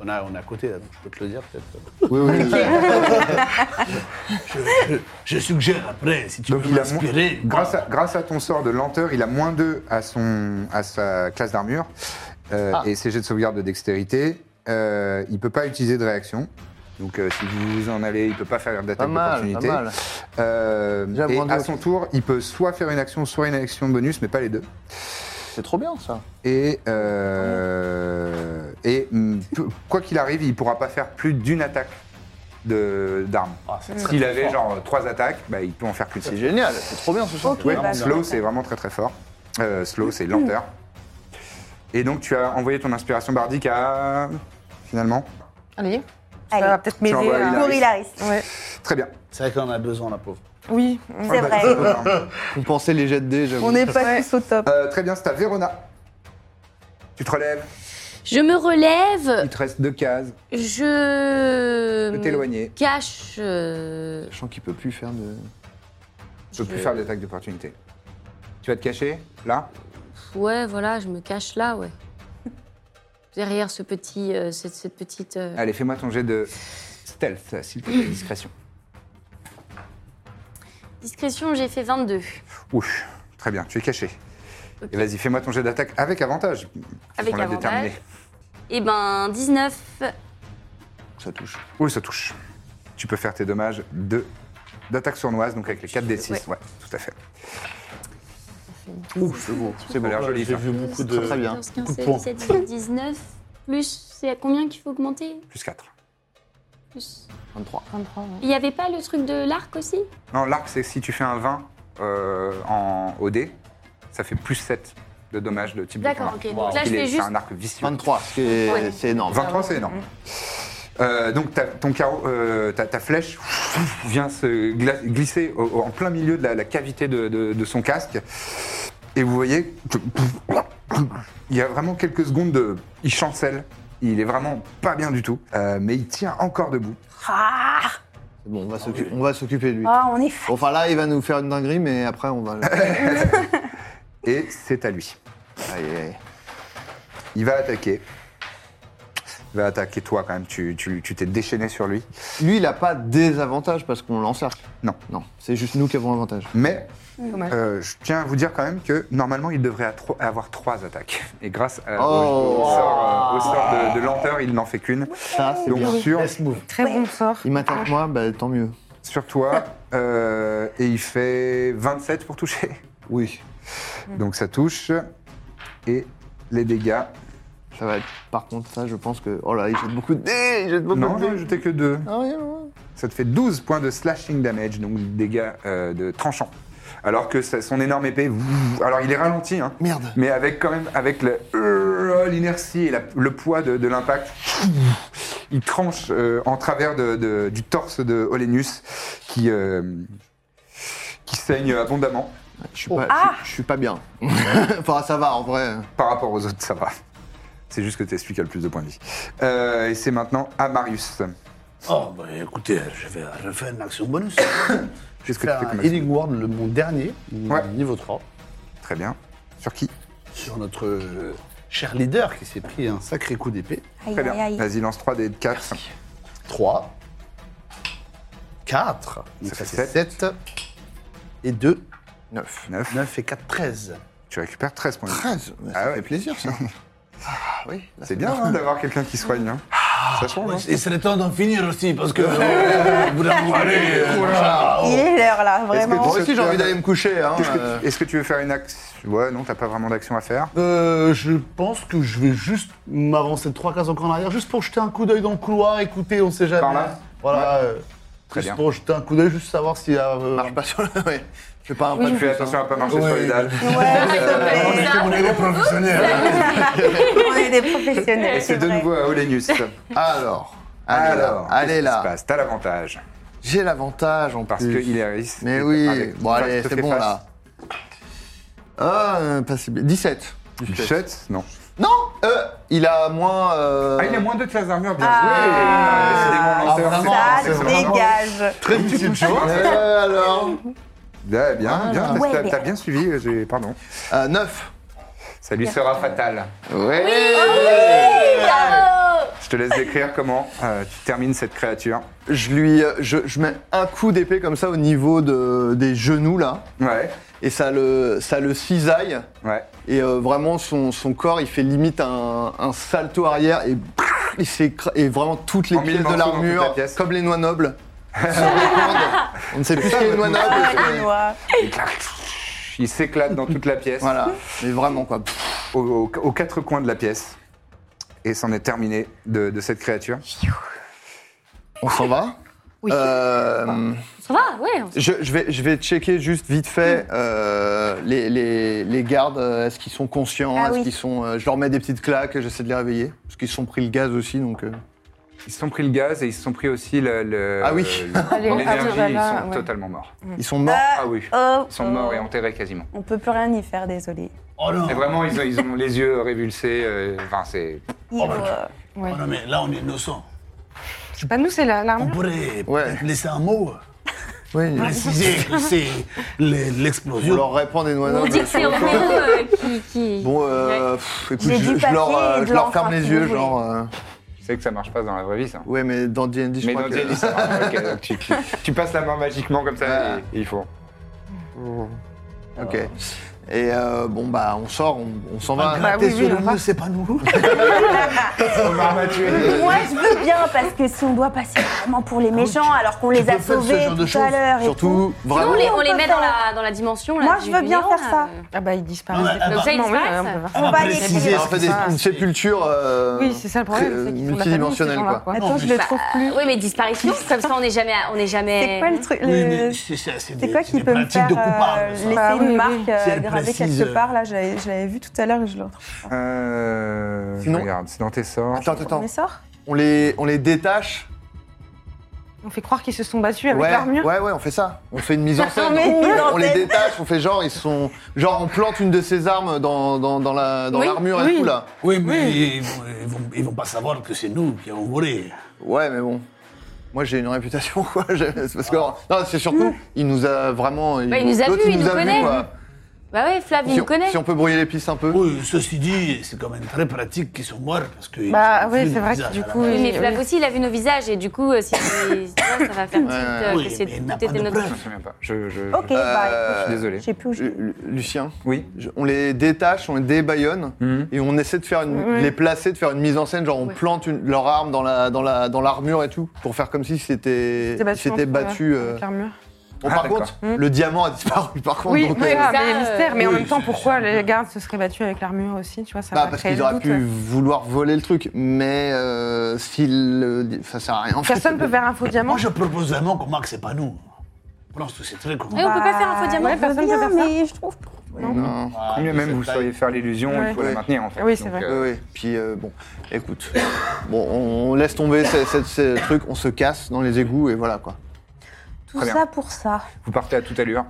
Speaker 4: On, a, on est à côté, là, donc je peux te le dire peut-être.
Speaker 1: Oui, oui.
Speaker 9: Je, je- je suggère après, si tu
Speaker 1: Donc,
Speaker 9: veux
Speaker 1: il a moins-
Speaker 9: m'inspirer.
Speaker 1: grâce, à, grâce à ton sort de lenteur, il a moins 2 à, son, à sa classe d'armure. Euh,
Speaker 9: Ah.
Speaker 1: Et ses jets de sauvegarde de dextérité, euh, il peut pas utiliser de réaction. Donc euh, si vous en allez, il peut pas faire
Speaker 2: Pas
Speaker 1: d'attaque
Speaker 2: mal,
Speaker 1: d'opportunité.
Speaker 2: pas mal.
Speaker 1: Euh,
Speaker 2: Déjà,
Speaker 1: et
Speaker 2: moins
Speaker 1: à
Speaker 2: deux.
Speaker 1: son tour, il peut soit faire une action, soit une action bonus, mais pas les deux.
Speaker 2: C'est trop bien ça.
Speaker 1: Et, euh, et mm, peu- quoi qu'il arrive, il pourra pas faire plus d'une attaque de- d'arme.
Speaker 2: Ah, c'est très,
Speaker 1: S'il
Speaker 2: très
Speaker 1: avait
Speaker 2: fort.
Speaker 1: genre trois attaques, bah, il peut en faire plus de
Speaker 2: C'est
Speaker 1: six.
Speaker 2: génial, c'est trop bien ce chant.
Speaker 6: bah,
Speaker 1: Ouais, slow, c'est vraiment très très fort. Euh, slow, c'est lenteur. Et donc, tu as envoyé ton inspiration bardique à. Finalement
Speaker 5: Allez. Ça va peut-être
Speaker 1: Tu
Speaker 5: m'aider.
Speaker 1: envoies
Speaker 5: à-
Speaker 1: Hilaris.
Speaker 5: Ouais.
Speaker 1: Très bien.
Speaker 4: C'est vrai qu'on en a besoin, la pauvre.
Speaker 5: Oui,
Speaker 1: bah,
Speaker 7: c'est vrai.
Speaker 2: On pensait les jets de dés, j'avoue.
Speaker 7: On n'est pas tous au top.
Speaker 1: Euh, très bien, c'est à Vérona. Tu te relèves,
Speaker 6: Je me relève,
Speaker 1: il te reste deux cases.
Speaker 6: je.
Speaker 1: Peux t'éloigner.
Speaker 6: Cache. euh,
Speaker 2: Sachant qu'il peut plus faire de.
Speaker 1: Je peux plus faire d'attaque d'opportunité. Tu vas te cacher, là
Speaker 6: Ouais, voilà, je me cache là, ouais. Derrière ce petit. euh, cette, cette petite. euh,
Speaker 1: Allez, fais-moi ton jet de stealth, s'il te plaît, discrétion.
Speaker 6: Discrétion, j'ai fait 22.
Speaker 1: Ouf, très bien, tu es caché. Et vas-y, fais-moi ton jet d'attaque avec avantage.
Speaker 6: Avec
Speaker 1: On l'a
Speaker 6: avantage.
Speaker 1: déterminé.
Speaker 6: Et ben, 19.
Speaker 2: Ça touche.
Speaker 1: Oui, ça touche. Tu peux faire tes dommages de d'attaque sournoise, donc avec les 4 D6. Ouais.
Speaker 6: Ouais.
Speaker 1: tout à fait.
Speaker 2: Ouh, c'est beau. C'est
Speaker 1: Ça a
Speaker 2: beau.
Speaker 1: l'air joli,
Speaker 4: J'ai
Speaker 1: ça.
Speaker 4: vu beaucoup de.
Speaker 2: Très, très bien.
Speaker 6: 14, 15,
Speaker 4: Coup de
Speaker 6: 16,
Speaker 4: poing.
Speaker 6: 17, 18, 19. Plus, c'est à combien qu'il faut augmenter
Speaker 1: Plus 4.
Speaker 6: Plus.
Speaker 2: 23.
Speaker 5: 23, ouais.
Speaker 6: Il n'y avait pas le truc de l'arc aussi
Speaker 1: Non, l'arc, c'est si tu fais un 20 euh, en OD, ça fait plus 7 de dommages de type de
Speaker 6: D'accord,
Speaker 1: ton arc.
Speaker 6: ok. Donc là, je
Speaker 1: Il est-
Speaker 6: fais
Speaker 1: C'est
Speaker 6: juste.
Speaker 1: un arc vicieux.
Speaker 2: 23, ce qui est-
Speaker 6: Ouais.
Speaker 2: c'est énorme.
Speaker 1: 23, c'est énorme. Euh, donc ta, ton carreau, euh, ta, ta flèche vient se gla- glisser au- au- en plein milieu de la, la cavité de, de- de son casque. Et vous voyez, que- il y a vraiment quelques secondes de... Il chancelle, il est vraiment pas bien du tout, Euh, mais il tient encore debout.
Speaker 8: Ah,
Speaker 2: C'est Bon, on va s'occu- on va s'occuper de lui.
Speaker 8: ah, on est fou.
Speaker 2: Enfin là, il va nous faire une dinguerie, mais après, on va. le-
Speaker 1: Et c'est à lui.
Speaker 2: Aïe, aïe, aïe.
Speaker 1: Il va attaquer. Il va attaquer toi quand même, tu tu- tu t'es déchaîné sur lui.
Speaker 2: Lui, il a pas des avantages parce qu'on l'encercle.
Speaker 1: Non.
Speaker 2: Non, c'est juste nous qui avons l'avantage.
Speaker 1: Mais
Speaker 5: Dommage.
Speaker 1: Euh, je tiens à vous dire quand même que normalement il devrait à tro- avoir trois attaques. Et grâce à- au- au,
Speaker 2: Oh. Ah.
Speaker 1: sort, euh, au sort de, de lenteur, il n'en fait qu'une.
Speaker 2: Ça, c'est
Speaker 1: Donc
Speaker 2: bien.
Speaker 1: sur,
Speaker 4: Let's move.
Speaker 5: Très bon sort.
Speaker 2: Il m'attaque moi, bah, tant mieux.
Speaker 1: sur toi, euh, et il fait 27 pour toucher.
Speaker 2: Oui,
Speaker 1: Donc ça touche. Et les dégâts.
Speaker 2: ça va être. Par contre, ça, je pense que. Oh là, il jette beaucoup de dés, il jette beaucoup
Speaker 1: Non,
Speaker 2: de
Speaker 1: j'en ai
Speaker 2: dés.
Speaker 1: jeté que deux.
Speaker 2: Ah ouais, ouais.
Speaker 1: Ça te fait 12 points de slashing damage, donc dégâts euh, de tranchant. Alors que ça- son énorme épée, alors il est ralenti, hein,
Speaker 2: Merde.
Speaker 1: mais avec quand même avec le- euh, l'inertie et la- le poids de, de l'impact, il tranche euh, en travers de- de- du torse de Olenus qui, euh, qui saigne abondamment.
Speaker 2: Je suis pas, je, je suis pas bien. enfin, ça va en vrai.
Speaker 1: Par rapport aux autres, ça va. C'est juste que t'es celui qui a le plus de points de vie. Euh, et c'est maintenant à Marius.
Speaker 9: Oh, bah écoutez, je vais refaire une action bonus.
Speaker 4: Je vais
Speaker 1: que tu
Speaker 4: faire
Speaker 1: fais
Speaker 4: un
Speaker 1: comme
Speaker 4: Healing Word, le- mon dernier,
Speaker 1: Ouais.
Speaker 4: niveau 3,
Speaker 1: Très bien. Sur qui
Speaker 4: sur notre euh, cher leader qui s'est pris un sacré coup d'épée.
Speaker 8: Aïe,
Speaker 1: Très
Speaker 8: aïe,
Speaker 1: bien.
Speaker 8: aïe.
Speaker 1: Vas-y, lance 3 des 4.
Speaker 4: 3, 4, donc
Speaker 1: Ça
Speaker 4: ça
Speaker 1: fait
Speaker 4: fait 7, et 2,
Speaker 2: 9.
Speaker 1: 9.
Speaker 4: 9 et 4, 13.
Speaker 1: Tu récupères 13 points de vie.
Speaker 2: 13. Ça
Speaker 1: Ah ouais.
Speaker 2: fait plaisir ça. ah oui. là,
Speaker 1: C'est bien hein, d'avoir quelqu'un qui soigne. Hein. Ça
Speaker 7: Ah
Speaker 1: change. hein.
Speaker 9: Il serait temps d'en finir aussi, parce que. euh, Vous allez, euh, voilà, oh.
Speaker 7: Il est l'heure là,
Speaker 1: Est-ce que
Speaker 7: vraiment.
Speaker 1: tu
Speaker 2: Moi aussi, j'ai envie
Speaker 1: Qu'est-ce
Speaker 2: d'aller me coucher. Hein,
Speaker 1: que-
Speaker 2: euh.
Speaker 1: Est-ce que tu veux faire une action Ouais, non, t'as pas vraiment d'action à faire.
Speaker 4: Euh, je pense que je vais juste m'avancer de 3 cases encore en arrière, juste pour jeter un coup d'œil dans le couloir, écoutez, on sait jamais.
Speaker 1: Par là
Speaker 4: Voilà. euh,
Speaker 1: Très
Speaker 4: juste
Speaker 1: bien.
Speaker 4: pour jeter un coup d'œil, juste savoir s'il y a... euh,
Speaker 2: Marche pas sur le. Ouais. Je fais pas un pas de
Speaker 1: Fais
Speaker 2: plus,
Speaker 1: attention
Speaker 2: hein.
Speaker 1: à pas marcher sur les dalles.
Speaker 9: Ah, mais c'est mon niveau professionnel.
Speaker 2: Euh.
Speaker 9: hein.
Speaker 7: On est des professionnels.
Speaker 1: Et c'est de
Speaker 7: vrai.
Speaker 1: nouveau à Olenus.
Speaker 2: Alors. Allez
Speaker 1: Alors,
Speaker 2: là. Allez
Speaker 1: qu'est-ce qui se
Speaker 2: là.
Speaker 1: passe T'as l'avantage.
Speaker 2: J'ai l'avantage en
Speaker 1: Parce
Speaker 2: plus.
Speaker 1: que Hilaris.
Speaker 2: Mais
Speaker 1: est
Speaker 2: oui.
Speaker 1: avec-
Speaker 2: Bon,
Speaker 1: enfin,
Speaker 2: allez,
Speaker 1: te
Speaker 2: c'est
Speaker 1: fait
Speaker 2: bon
Speaker 1: face.
Speaker 2: là. Ah, euh, pas si bien. 17.
Speaker 1: Une chute Non.
Speaker 2: Non euh, Il a moins. euh,
Speaker 1: Ah, il a moins deux classes d'armure, bien
Speaker 2: Ah,
Speaker 1: joué. Décidément,
Speaker 2: vraiment,
Speaker 7: Ça
Speaker 1: lanceur, c'est- c'est-
Speaker 7: dégage.
Speaker 2: Très petite chose. alors.
Speaker 1: Ouais, bien,
Speaker 7: Ah.
Speaker 1: bien.
Speaker 2: Voilà.
Speaker 1: t'as- T'as bien suivi. euh, j'ai- Pardon.
Speaker 2: 9.
Speaker 1: Ça lui sera fatal.
Speaker 2: Ouais.
Speaker 7: oh
Speaker 1: Je te laisse décrire comment euh, tu termines cette créature.
Speaker 2: Je lui, euh, je, je mets un coup d'épée comme ça au niveau de, des genoux là,
Speaker 1: Ouais.
Speaker 2: et ça le, ça le cisaille.
Speaker 1: Ouais.
Speaker 2: Et euh, vraiment son, son corps, il fait limite un, un salto arrière et il s'écra- et vraiment toutes les
Speaker 1: En mille
Speaker 2: pièces de
Speaker 1: morceaux dans toute la
Speaker 2: l'armure,
Speaker 1: pièce.
Speaker 2: comme les noix nobles. sur les cordes. On ne sait plus ce qu'est une noix noble.
Speaker 7: Ah,
Speaker 2: mais-
Speaker 7: les noix.
Speaker 1: Et clac, Il s'éclate dans toute la pièce.
Speaker 2: Voilà, mais vraiment quoi.
Speaker 1: aux, aux- aux quatre coins de la pièce. Et c'en est terminé de, de cette créature.
Speaker 2: On s'en va. Euh,
Speaker 6: Ça va, ouais.
Speaker 2: je, je vais, je vais checker juste vite fait euh, les, les- les gardes. euh, Est-ce qu'ils sont conscients
Speaker 7: Ah
Speaker 2: Est-ce
Speaker 7: oui.
Speaker 2: qu'ils sont euh, Je leur mets des petites claques. J'essaie de les réveiller parce qu'ils se sont pris le gaz aussi, donc euh,
Speaker 1: Ils se sont pris le gaz et ils se sont pris aussi le, le-
Speaker 2: Ah oui.
Speaker 1: le-
Speaker 7: Allez,
Speaker 1: l'énergie.
Speaker 7: ah,
Speaker 1: Ils
Speaker 7: voilà,
Speaker 1: sont
Speaker 7: ouais.
Speaker 1: totalement morts.
Speaker 2: Ils sont morts
Speaker 1: Ah oui.
Speaker 7: oh,
Speaker 1: Ils sont
Speaker 7: oh.
Speaker 1: morts et enterrés quasiment.
Speaker 7: On peut plus rien y faire, désolé.
Speaker 9: Oh
Speaker 1: Et vraiment, ils, ont- ils ont les yeux révulsés. euh, Enfin, c'est.
Speaker 7: Il faut, euh,
Speaker 5: Ouais.
Speaker 9: Oh non, mais là, on est innocent.
Speaker 5: Bah, nous, c'est la- l'armure.
Speaker 9: On pourrait peut-être laisser un mot. euh,
Speaker 2: Oui.
Speaker 9: Préciser que c'est le- l'explosion.
Speaker 2: On leur répand des noix
Speaker 6: On dit que c'est Roméo euh, qui. qui-
Speaker 2: Bon, euh, pff, écoute,
Speaker 7: J'ai
Speaker 2: je,
Speaker 7: du
Speaker 2: je leur,
Speaker 7: papier
Speaker 2: euh,
Speaker 7: et de
Speaker 2: je leur
Speaker 7: l'encre,
Speaker 2: ferme
Speaker 7: si
Speaker 2: les
Speaker 7: vous
Speaker 2: yeux,
Speaker 7: voulez.
Speaker 2: genre. euh,
Speaker 1: Tu sais que ça marche pas dans la vraie vie, ça.
Speaker 2: Ouais, mais dans D&D, je
Speaker 1: Mais
Speaker 2: crois
Speaker 1: dans
Speaker 2: que-
Speaker 1: Jenny, ça marche. Ok, donc tu, tu- tu passes la main magiquement comme ça et, et ils font.
Speaker 2: Ok. Et euh, bon, bah, on sort, on, on s'en va.
Speaker 5: Bah oui, oui, on part.
Speaker 9: c'est pas nous.
Speaker 1: On m'a tué.
Speaker 7: Moi, je veux bien, parce que si on doit passer vraiment pour
Speaker 2: Ah,
Speaker 7: les méchants, alors qu'on les a
Speaker 2: faire ce
Speaker 7: sauvés
Speaker 2: genre de
Speaker 7: tout à
Speaker 2: choses,
Speaker 7: l'heure et tout.
Speaker 2: Surtout,
Speaker 6: Sinon,
Speaker 2: vraiment.
Speaker 6: on les, on
Speaker 7: on
Speaker 6: les
Speaker 7: peut
Speaker 6: met dans la, dans la dimension. là,
Speaker 7: Moi, je
Speaker 6: du-
Speaker 7: veux
Speaker 6: du
Speaker 7: bien
Speaker 6: néant,
Speaker 7: faire
Speaker 6: là. euh.
Speaker 7: ça.
Speaker 5: Ah bah, ils disparaissent.
Speaker 9: Ah bah, ah bah,
Speaker 5: des- Non, oui,
Speaker 6: ils
Speaker 5: on peut
Speaker 6: disparaissent.
Speaker 5: faire ça.
Speaker 7: va les
Speaker 9: préciser
Speaker 2: on
Speaker 9: ce
Speaker 2: fait
Speaker 9: qui
Speaker 2: des,
Speaker 9: se passe.
Speaker 2: une sépulture euh,
Speaker 5: Oui, c'est ça le
Speaker 2: très-
Speaker 5: problème. c'est qu'ils font de la famille,
Speaker 2: multidimensionnelle,
Speaker 5: ces gens-là,
Speaker 2: quoi.
Speaker 7: Attends, je le trouve plus.
Speaker 6: Bah, Oui, mais disparition, comme ça, on n'est jamais. à- On n'est
Speaker 7: C'est quoi
Speaker 6: jamais...
Speaker 7: le truc
Speaker 9: Oui,
Speaker 7: le-
Speaker 9: mais c'est ça, c'est
Speaker 7: C'est
Speaker 9: des,
Speaker 7: quoi
Speaker 9: c'est
Speaker 7: qui
Speaker 9: des
Speaker 7: peut me
Speaker 9: pratiques
Speaker 7: faire
Speaker 9: de
Speaker 7: euh,
Speaker 9: coupables. ça.
Speaker 7: laisser
Speaker 5: Bah oui,
Speaker 7: une
Speaker 5: oui.
Speaker 7: marque euh,
Speaker 9: Si elle
Speaker 7: gravée
Speaker 9: précise,
Speaker 7: quelque
Speaker 9: euh,
Speaker 7: part Là, j'avais- je l'avais vu tout à l'heure et je le retrouve.
Speaker 1: Euh,
Speaker 2: Sinon-
Speaker 1: Regarde, c'est dans tes sorts.
Speaker 2: Attends, attends,
Speaker 7: On les sort
Speaker 2: On les, on les détache.
Speaker 5: On fait croire qu'ils se sont battus avec
Speaker 2: ouais,
Speaker 5: l'armure.
Speaker 2: ouais, ouais, on fait ça. On fait une mise en scène.
Speaker 7: On met une mise en
Speaker 2: on les
Speaker 7: scène.
Speaker 2: détache, on fait genre, ils sont. Genre, on plante une de ces armes dans, dans, dans la- dans
Speaker 5: Oui,
Speaker 2: l'armure et
Speaker 5: oui.
Speaker 2: tout, là.
Speaker 9: Oui, mais Ils, vont, ils vont- ils vont pas savoir que c'est nous qui avons volé.
Speaker 2: Ouais, mais bon. Moi, j'ai une réputation, quoi. J'ai- C'est parce que. Non, c'est surtout, il nous a vraiment.
Speaker 6: Bah, il nous a
Speaker 2: l'autre,
Speaker 6: vu, il nous
Speaker 2: a
Speaker 6: connaît.
Speaker 2: quoi.
Speaker 6: Bah ouais, Flav, il
Speaker 2: Si
Speaker 6: nous
Speaker 2: on,
Speaker 6: connaît.
Speaker 2: si on peut brouiller les pistes un peu.
Speaker 9: Oui, Euh, ceci dit, c'est quand même très pratique qu'ils sont morts parce que.
Speaker 5: Bah oui, c'est vrai que du coup,
Speaker 6: Oui, mais
Speaker 5: Oui,
Speaker 6: Flav
Speaker 5: oui.
Speaker 6: aussi, il a vu nos visages et du coup, euh, si tu- tu vois, ça va faire une petite, euh,
Speaker 9: Oui,
Speaker 6: que c'est-
Speaker 9: mais il n'a
Speaker 6: tout
Speaker 9: pas
Speaker 6: était
Speaker 9: de
Speaker 6: notre.
Speaker 1: Je
Speaker 9: preuves.
Speaker 1: me souviens pas. Je, je-
Speaker 7: Ok,
Speaker 1: je-
Speaker 7: bah
Speaker 1: je suis
Speaker 7: écoute,
Speaker 1: désolé.
Speaker 7: je sais plus où je...
Speaker 2: Euh, Lu- Lu- Lucien,
Speaker 1: Oui.
Speaker 2: je- on les détache, on les débaillonne
Speaker 1: Mhm.
Speaker 2: et on essaie de faire une, les placer, de faire une mise en scène, genre on plante une- leur arme dans la dans la dans l'armure et tout pour faire comme si c'était
Speaker 5: Ils se
Speaker 2: c'était
Speaker 5: sont
Speaker 2: battu.
Speaker 5: battus entre-
Speaker 2: euh.
Speaker 5: avec l'armure.
Speaker 2: Bon,
Speaker 1: Ah,
Speaker 2: par
Speaker 1: d'accord.
Speaker 2: contre, le diamant a disparu. Par contre,
Speaker 5: Mhm. Oui,
Speaker 2: donc,
Speaker 5: mais,
Speaker 2: euh,
Speaker 5: ah,
Speaker 6: ça,
Speaker 5: mais
Speaker 6: euh,
Speaker 5: mystère. Mais en
Speaker 9: oui,
Speaker 5: même temps,
Speaker 9: c'est-
Speaker 5: pourquoi
Speaker 9: c'est-
Speaker 5: les gardes se seraient battus avec l'armure aussi Tu vois, ça
Speaker 2: bah,
Speaker 5: va
Speaker 2: parce
Speaker 5: créer
Speaker 2: qu'ils
Speaker 5: le
Speaker 2: auraient
Speaker 5: doute.
Speaker 2: pu vouloir voler le truc, mais euh, s'il le- ça sert à rien. en fait.
Speaker 5: Personne peut faire un faux diamant.
Speaker 9: Moi, je propose vraiment qu'on marque, c'est pas nous. Je pense que c'est très con.
Speaker 6: Et on peut pas faire un
Speaker 7: Bah,
Speaker 6: faux diamant.
Speaker 5: Ouais, personne peut faire ça.
Speaker 7: mais je trouve.
Speaker 2: Non.
Speaker 9: Ah,
Speaker 1: Mieux même
Speaker 9: c'est
Speaker 1: vous
Speaker 9: pas-
Speaker 1: sauriez faire l'illusion, il faut la
Speaker 2: Ouais.
Speaker 1: maintenir en fait.
Speaker 5: Oui, c'est
Speaker 1: Donc,
Speaker 5: vrai.
Speaker 1: euh,
Speaker 2: Oui, oui. Puis euh, bon, écoute, bon, on, on laisse tomber ce- ce- ce truc, on se casse dans les égouts et voilà quoi.
Speaker 7: Tout
Speaker 1: Très bien.
Speaker 7: ça pour ça.
Speaker 1: Vous partez à toute allure.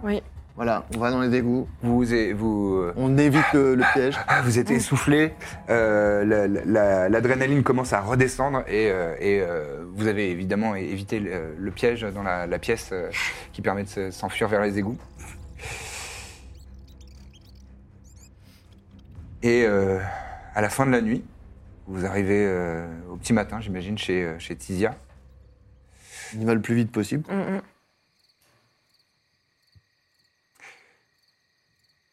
Speaker 2: Voilà, on va dans les égouts,
Speaker 1: Vous, et- vous, euh,
Speaker 2: on évite le- le piège.
Speaker 1: Ah, vous êtes essoufflé, euh, la- la- la- l'adrénaline commence à redescendre et, euh, et, euh, vous avez évidemment é- évité le, le piège dans la, la pièce euh, qui permet de se- s'enfuir vers les égouts. Et euh, à la fin de la nuit, vous arrivez euh, au petit matin, j'imagine, chez, euh, chez Tizia.
Speaker 2: On y va le plus vite possible.
Speaker 5: Mm, mm.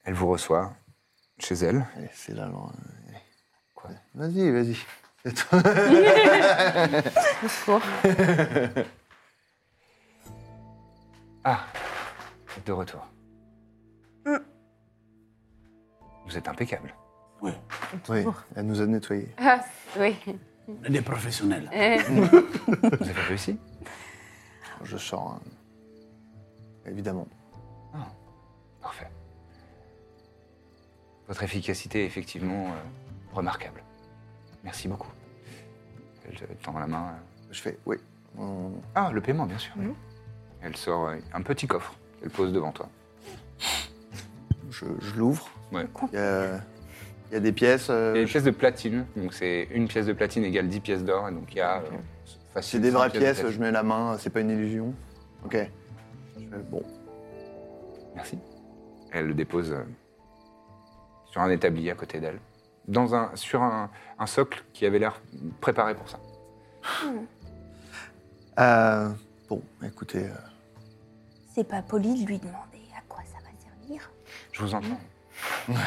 Speaker 1: Elle vous reçoit chez elle.
Speaker 2: Allez, C'est là, alors, euh,
Speaker 1: Quoi
Speaker 2: Vas-y, vas-y.
Speaker 5: Au secours.
Speaker 2: hein.
Speaker 1: Ah, de retour. Vous êtes impeccable.
Speaker 9: Oui,
Speaker 2: Oui, elle nous a nettoyés.
Speaker 6: Ah, oui. Euh,
Speaker 9: on est des professionnels.
Speaker 5: Eh.
Speaker 1: Vous avez réussi.
Speaker 2: Je sors, hein. évidemment.
Speaker 1: Ah, Parfait. Votre efficacité est effectivement euh, remarquable. Merci beaucoup. Elle te tend la main. euh.
Speaker 2: Je fais, oui. on-
Speaker 1: Ah, le paiement, bien sûr. oui. Elle sort euh, un petit coffre qu'elle pose devant toi.
Speaker 2: Je, je l'ouvre.
Speaker 1: Ouais.
Speaker 2: Il y, a... il y a des pièces. euh,
Speaker 1: Il y a une
Speaker 2: je-
Speaker 1: pièce de platine, donc c'est une pièce de platine égale 10 pièces d'or, et donc il y a euh,
Speaker 2: C'est
Speaker 1: facile
Speaker 2: des
Speaker 1: 100
Speaker 2: vraies
Speaker 1: de
Speaker 2: pièces,
Speaker 1: platine.
Speaker 2: je mets la main, c'est pas une illusion. Ok. Je fais, bon,
Speaker 1: Merci. Elle le dépose euh, sur un établi à côté d'elle, dans un, sur un, un socle qui avait l'air préparé pour ça.
Speaker 7: Hmm.
Speaker 2: Euh, bon, écoutez, euh,
Speaker 7: C'est pas poli de lui demander à quoi ça va servir.
Speaker 1: Je vous entends.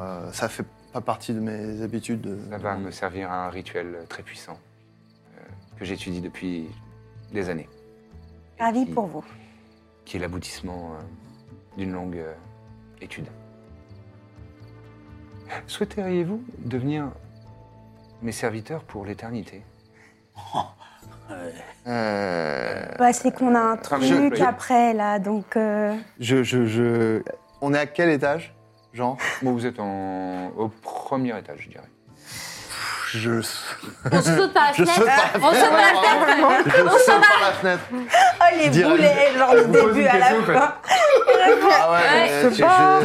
Speaker 2: euh, ça fait pas partie de mes habitudes. euh,
Speaker 1: Ça va me servir à un rituel très puissant euh, que j'étudie depuis des années. Et
Speaker 7: Ravi
Speaker 1: qui-
Speaker 7: pour vous.
Speaker 1: Qui est l'aboutissement euh, d'une longue euh, étude. Souhaiteriez-vous devenir mes serviteurs pour l'éternité
Speaker 2: euh,
Speaker 7: Bah, c'est qu'on a un
Speaker 1: Enfin,
Speaker 7: truc
Speaker 1: je- je-
Speaker 7: après, là, donc. euh,
Speaker 2: je, je, je- On est à quel étage Genre
Speaker 1: Moi, vous êtes en- au premier étage, je dirais.
Speaker 2: Pff, Je...
Speaker 6: On saute par la
Speaker 2: Je
Speaker 6: fenêtre.
Speaker 2: saute par la
Speaker 6: On saute par la
Speaker 2: fenêtre.
Speaker 6: fenêtre.
Speaker 2: Je
Speaker 6: On
Speaker 2: saute
Speaker 6: s'en va.
Speaker 2: par la fenêtre.
Speaker 7: Oh, les
Speaker 2: Direct.
Speaker 7: boulets, genre
Speaker 2: Elle
Speaker 7: le
Speaker 2: vous pose
Speaker 7: début
Speaker 2: une
Speaker 7: à la
Speaker 2: question,
Speaker 7: fin.
Speaker 2: Ah ouais,
Speaker 6: Ouais.
Speaker 2: euh, tu- je-
Speaker 6: Ouais, on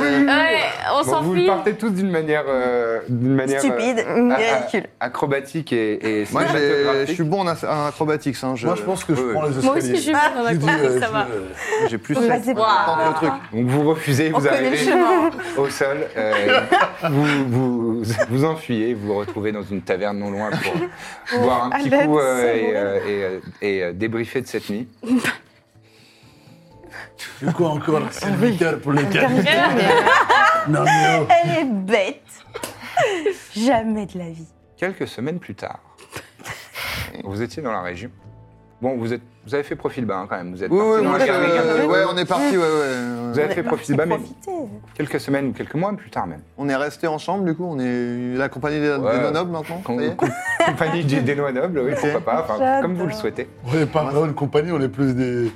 Speaker 1: Bon, vous le
Speaker 6: s'enfuit.
Speaker 1: partez tous d'une manière, euh, d'une manière euh,
Speaker 7: Stupide,
Speaker 1: a- a-
Speaker 7: ridicule.
Speaker 1: acrobatique et, et
Speaker 2: Moi, j'ai-
Speaker 1: cinématographique.
Speaker 2: je suis bon en ac- en acrobatics. hein,
Speaker 4: Moi, je pense que je
Speaker 1: Ouais,
Speaker 4: prends les
Speaker 6: Moi aussi, je
Speaker 4: escaliers.
Speaker 9: Ah,
Speaker 6: suis bonne en
Speaker 4: Je dis,
Speaker 6: acrobatique,
Speaker 4: euh,
Speaker 6: ça
Speaker 4: je-
Speaker 6: va.
Speaker 4: euh,
Speaker 2: J'ai plus
Speaker 7: Vous
Speaker 2: sept.
Speaker 7: passez
Speaker 2: Je
Speaker 7: par
Speaker 2: tente
Speaker 7: là.
Speaker 2: le truc.
Speaker 1: Donc vous refusez,
Speaker 7: On
Speaker 1: vous
Speaker 7: connaît le
Speaker 1: arrivez
Speaker 7: chemin.
Speaker 1: au sol, euh, vous, vous vous enfuyez, vous vous retrouvez dans une taverne non loin pour boire un
Speaker 7: à
Speaker 1: petit
Speaker 7: l'aide,
Speaker 1: coup euh,
Speaker 7: c'est
Speaker 1: et, euh, et, euh, et, euh, débriefer de cette nuit.
Speaker 9: Du coup, encore un serviteur pour le café. Non, mais oh.
Speaker 7: Elle est bête. Jamais de la vie.
Speaker 1: Quelques semaines plus tard, vous étiez dans la région. Bon, vous, êtes, vous avez fait profil bas hein, quand même. Vous êtes
Speaker 2: Oui,
Speaker 1: parti
Speaker 2: oui,
Speaker 1: dans
Speaker 2: moi,
Speaker 1: la
Speaker 2: je-
Speaker 1: garrigue un peu.
Speaker 2: ouais, on est parti, ouais, ouais.
Speaker 1: Vous avez fait
Speaker 7: Bah,
Speaker 1: profil
Speaker 7: faut
Speaker 1: bas, mais
Speaker 7: profiter.
Speaker 1: quelques semaines ou quelques mois plus tard même.
Speaker 2: On est restés ensemble, du coup, on est la compagnie des, des
Speaker 1: Ouais.
Speaker 2: Nonobles, maintenant.
Speaker 1: Com-
Speaker 2: ça y est
Speaker 1: com- compagnie du- des Noix Nobles, oui, pourquoi pas, enfin, comme vous le souhaitez.
Speaker 4: On n'est pas vraiment une compagnie, on est plus des,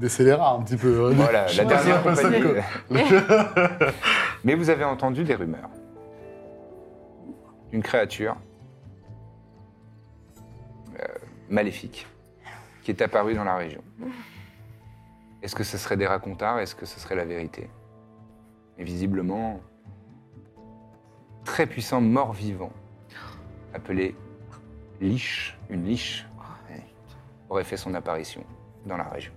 Speaker 4: des scélérats un petit peu.
Speaker 1: Voilà, la dernière
Speaker 4: pas ça,
Speaker 1: compagnie.
Speaker 4: quoi.
Speaker 1: Mais vous avez entendu des rumeurs. Une créature euh, maléfique qui est apparue dans la région. Est-ce que ce serait des racontars Est-ce que ce serait la vérité Mais visiblement, très puissant mort-vivant, appelé Liche, une Liche, aurait fait son apparition dans la région.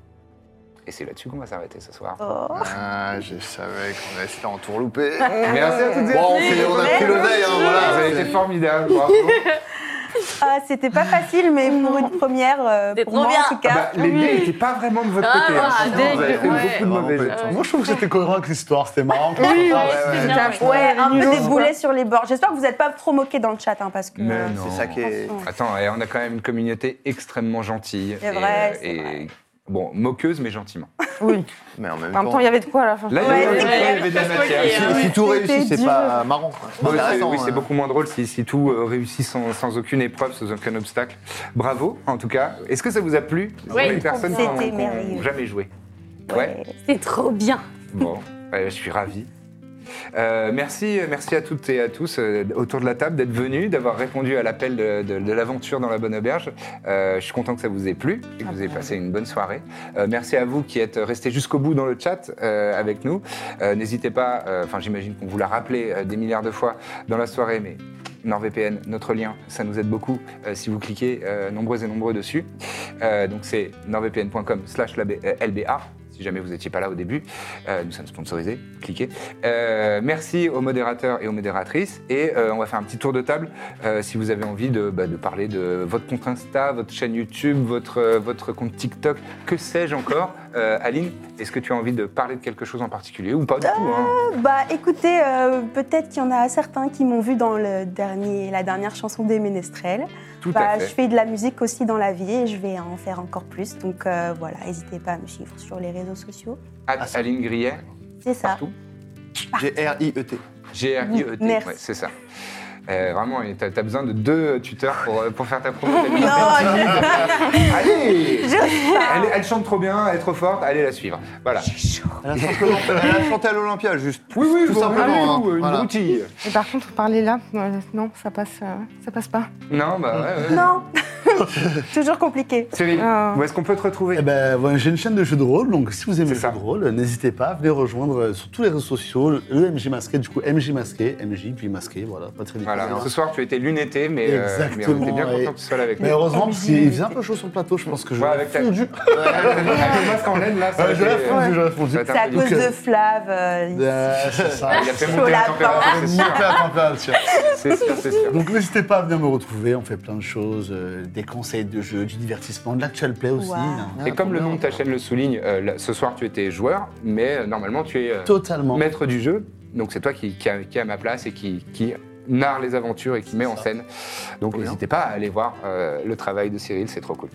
Speaker 1: Et c'est là-dessus qu'on va s'arrêter ce soir.
Speaker 2: Ah, je savais qu'on allait se faire en tour loupé.
Speaker 1: Merci à toutes et à
Speaker 2: Bon, on,
Speaker 1: tous.
Speaker 2: fait- on a pris l'oseille, hein, voilà.
Speaker 1: Vous avez été formidables, bravo.
Speaker 7: Ah, c'était pas facile, mais pour une première, euh,
Speaker 6: C'est
Speaker 7: pour
Speaker 6: trop
Speaker 7: moi
Speaker 6: bien.
Speaker 7: en tout cas.
Speaker 1: Ah bah, les dés n'étaient pas vraiment de votre
Speaker 6: Ah,
Speaker 1: côté. hein.
Speaker 6: ah,
Speaker 1: Franchement,
Speaker 6: dès
Speaker 1: vous avez
Speaker 6: que-
Speaker 1: fait
Speaker 6: ouais.
Speaker 1: beaucoup de mauvais jeux.
Speaker 2: Ouais.
Speaker 4: Moi, je trouve que c'était cohérent avec l'histoire, c'était marrant. quoi.
Speaker 6: Oui, ouais,
Speaker 2: ouais,
Speaker 6: c'était
Speaker 2: ouais.
Speaker 6: bien.
Speaker 7: Ouais, un peu des boulets sur les bords. J'espère que vous n'êtes pas trop moqués dans le chat, hein, parce que.
Speaker 1: Mais
Speaker 7: euh,
Speaker 1: non.
Speaker 2: C'est ça qui est.
Speaker 1: Attends, et on a quand même une communauté extrêmement gentille.
Speaker 7: C'est
Speaker 1: et-
Speaker 7: vrai, c'est
Speaker 1: et-
Speaker 7: vrai.
Speaker 1: Bon, moqueuse, mais gentiment.
Speaker 5: Oui.
Speaker 2: Mais en même
Speaker 5: En même
Speaker 2: temps.
Speaker 5: temps, il y avait de quoi à la fin.
Speaker 1: Là,
Speaker 7: Ouais,
Speaker 1: il y a eu un
Speaker 7: c'est
Speaker 1: peu-
Speaker 7: vrai.
Speaker 1: il y avait de la matière.
Speaker 2: Si- Si tout réussit, c'est
Speaker 7: dur.
Speaker 2: pas marrant. quoi. C'est
Speaker 1: Oui, c'est-
Speaker 2: intéressant,
Speaker 1: oui, c'est
Speaker 2: hein.
Speaker 1: beaucoup moins drôle si, si tout euh, réussit sans, sans aucune épreuve, sans aucun obstacle. Bravo, en tout cas. Est-ce que ça vous a plu
Speaker 6: Oui.
Speaker 1: Les personnes qui
Speaker 7: C'était
Speaker 1: n'ont
Speaker 7: merveilleux.
Speaker 1: jamais joué. ouais.
Speaker 6: C'est trop bien.
Speaker 1: Bon, euh, je suis ravi. Euh, merci, merci à toutes et à tous euh, autour de la table d'être venus, d'avoir répondu à l'appel de, de- de l'aventure dans la bonne auberge. Euh, je suis content que ça vous ait plu et que vous ayez passé une bonne soirée. Euh, merci à vous qui êtes restés jusqu'au bout dans le chat euh, avec nous. Euh, N'hésitez pas, euh, enfin j'imagine qu'on vous l'a rappelé euh, des milliards de fois dans la soirée, mais NordVPN, notre lien, ça nous aide beaucoup euh, si vous cliquez euh, nombreux et nombreux dessus. Euh, donc c'est nordvpn.com slash LBA, si jamais vous n'étiez pas là au début. Euh, nous sommes sponsorisés, cliquez. Euh, merci aux modérateurs et aux modératrices. Et euh, on va faire un petit tour de table euh, si vous avez envie de, bah, de parler de votre compte Insta, votre chaîne YouTube, votre, euh, votre compte TikTok, que sais-je encore. Euh, Aline, est-ce que tu as envie de parler de quelque chose en particulier ou pas du tout hein
Speaker 7: Bah écoutez, euh, peut-être qu'il y en a certains qui m'ont vu dans le dernier, la dernière chanson des Ménestrels.
Speaker 1: Tout à
Speaker 7: Bah, je
Speaker 1: fait.
Speaker 7: fais de la musique aussi dans la vie et je vais en faire encore plus. Donc euh, voilà, n'hésitez pas à me suivre sur les réseaux sociaux.
Speaker 1: At Aline Grillet,
Speaker 7: C'est ça.
Speaker 1: partout.
Speaker 2: G-R-I-E-T.
Speaker 1: G-R-I-E-T.
Speaker 7: Merci.
Speaker 1: E Ouais, c'est ça. Euh, vraiment, et t'as t'as besoin de deux tuteurs pour, euh, pour faire ta promo. Allez elle, elle chante trop bien, elle est trop forte, allez la suivre. Voilà.
Speaker 2: Elle a chanté- elle a chanté à l'Olympia, juste.
Speaker 1: Oui, oui,
Speaker 2: Tout
Speaker 1: bon,
Speaker 2: simplement,
Speaker 1: allez,
Speaker 2: hein.
Speaker 1: ou, euh, une
Speaker 2: Voilà.
Speaker 1: broutille.
Speaker 5: Et par contre, parler là, euh, non, ça passe, euh, ça passe pas.
Speaker 1: Non, bah
Speaker 4: Euh.
Speaker 1: ouais, ouais.
Speaker 7: Non, toujours compliqué.
Speaker 1: Cyril,
Speaker 5: Ah.
Speaker 1: où est-ce qu'on peut te retrouver
Speaker 4: Eh ben, voilà, j'ai une chaîne de jeux de rôle, donc si vous aimez
Speaker 1: C'est
Speaker 4: les
Speaker 1: ça.
Speaker 4: jeux de rôle, n'hésitez pas, venez rejoindre euh, sur tous les réseaux sociaux, le MJ masqué, du coup MJ masqué, MJ puis masqué, voilà, pas très difficile.
Speaker 1: Voilà, ce soir tu étais lunettée, mais, euh, mais on
Speaker 4: Exactement,
Speaker 1: était bien
Speaker 4: ouais.
Speaker 1: content que tu sois là avec
Speaker 4: Mais
Speaker 1: nous.
Speaker 4: heureusement, parce qu'il faisait un peu chaud sur le plateau, je pense que je
Speaker 1: Ouais,
Speaker 4: l'ai
Speaker 1: avec ta-
Speaker 4: fondu.
Speaker 1: Avec le masque en laine, là, ça
Speaker 4: Ouais,
Speaker 1: a
Speaker 4: je
Speaker 1: été- euh,
Speaker 4: l'ai fondu, je l'ai fondu.
Speaker 1: ça a été un
Speaker 7: C'est à
Speaker 1: peu
Speaker 7: cause
Speaker 1: dur.
Speaker 7: de Flav. euh, il-
Speaker 4: Euh, c'est ça.
Speaker 1: Il a fait
Speaker 7: Chaud
Speaker 1: monter la
Speaker 7: lapin.
Speaker 1: température, c'est sûr.
Speaker 4: Monter la température.
Speaker 1: C'est sûr, c'est sûr.
Speaker 4: Donc n'hésitez pas à venir me retrouver, on fait plein de choses, euh, des conseils de jeux, du divertissement, de l'actual play aussi.
Speaker 7: Wow.
Speaker 4: hein.
Speaker 1: Et comme le nom de ta chaîne le souligne, euh, là, ce soir tu étais joueur, mais euh, normalement tu es euh,
Speaker 4: Totalement.
Speaker 1: maître du jeu. Donc c'est toi qui, qui, a, qui a ma place et qui, qui narre les aventures et qui met en scène. Donc n'hésitez pas à aller voir euh, le travail de Cyril, c'est trop cool.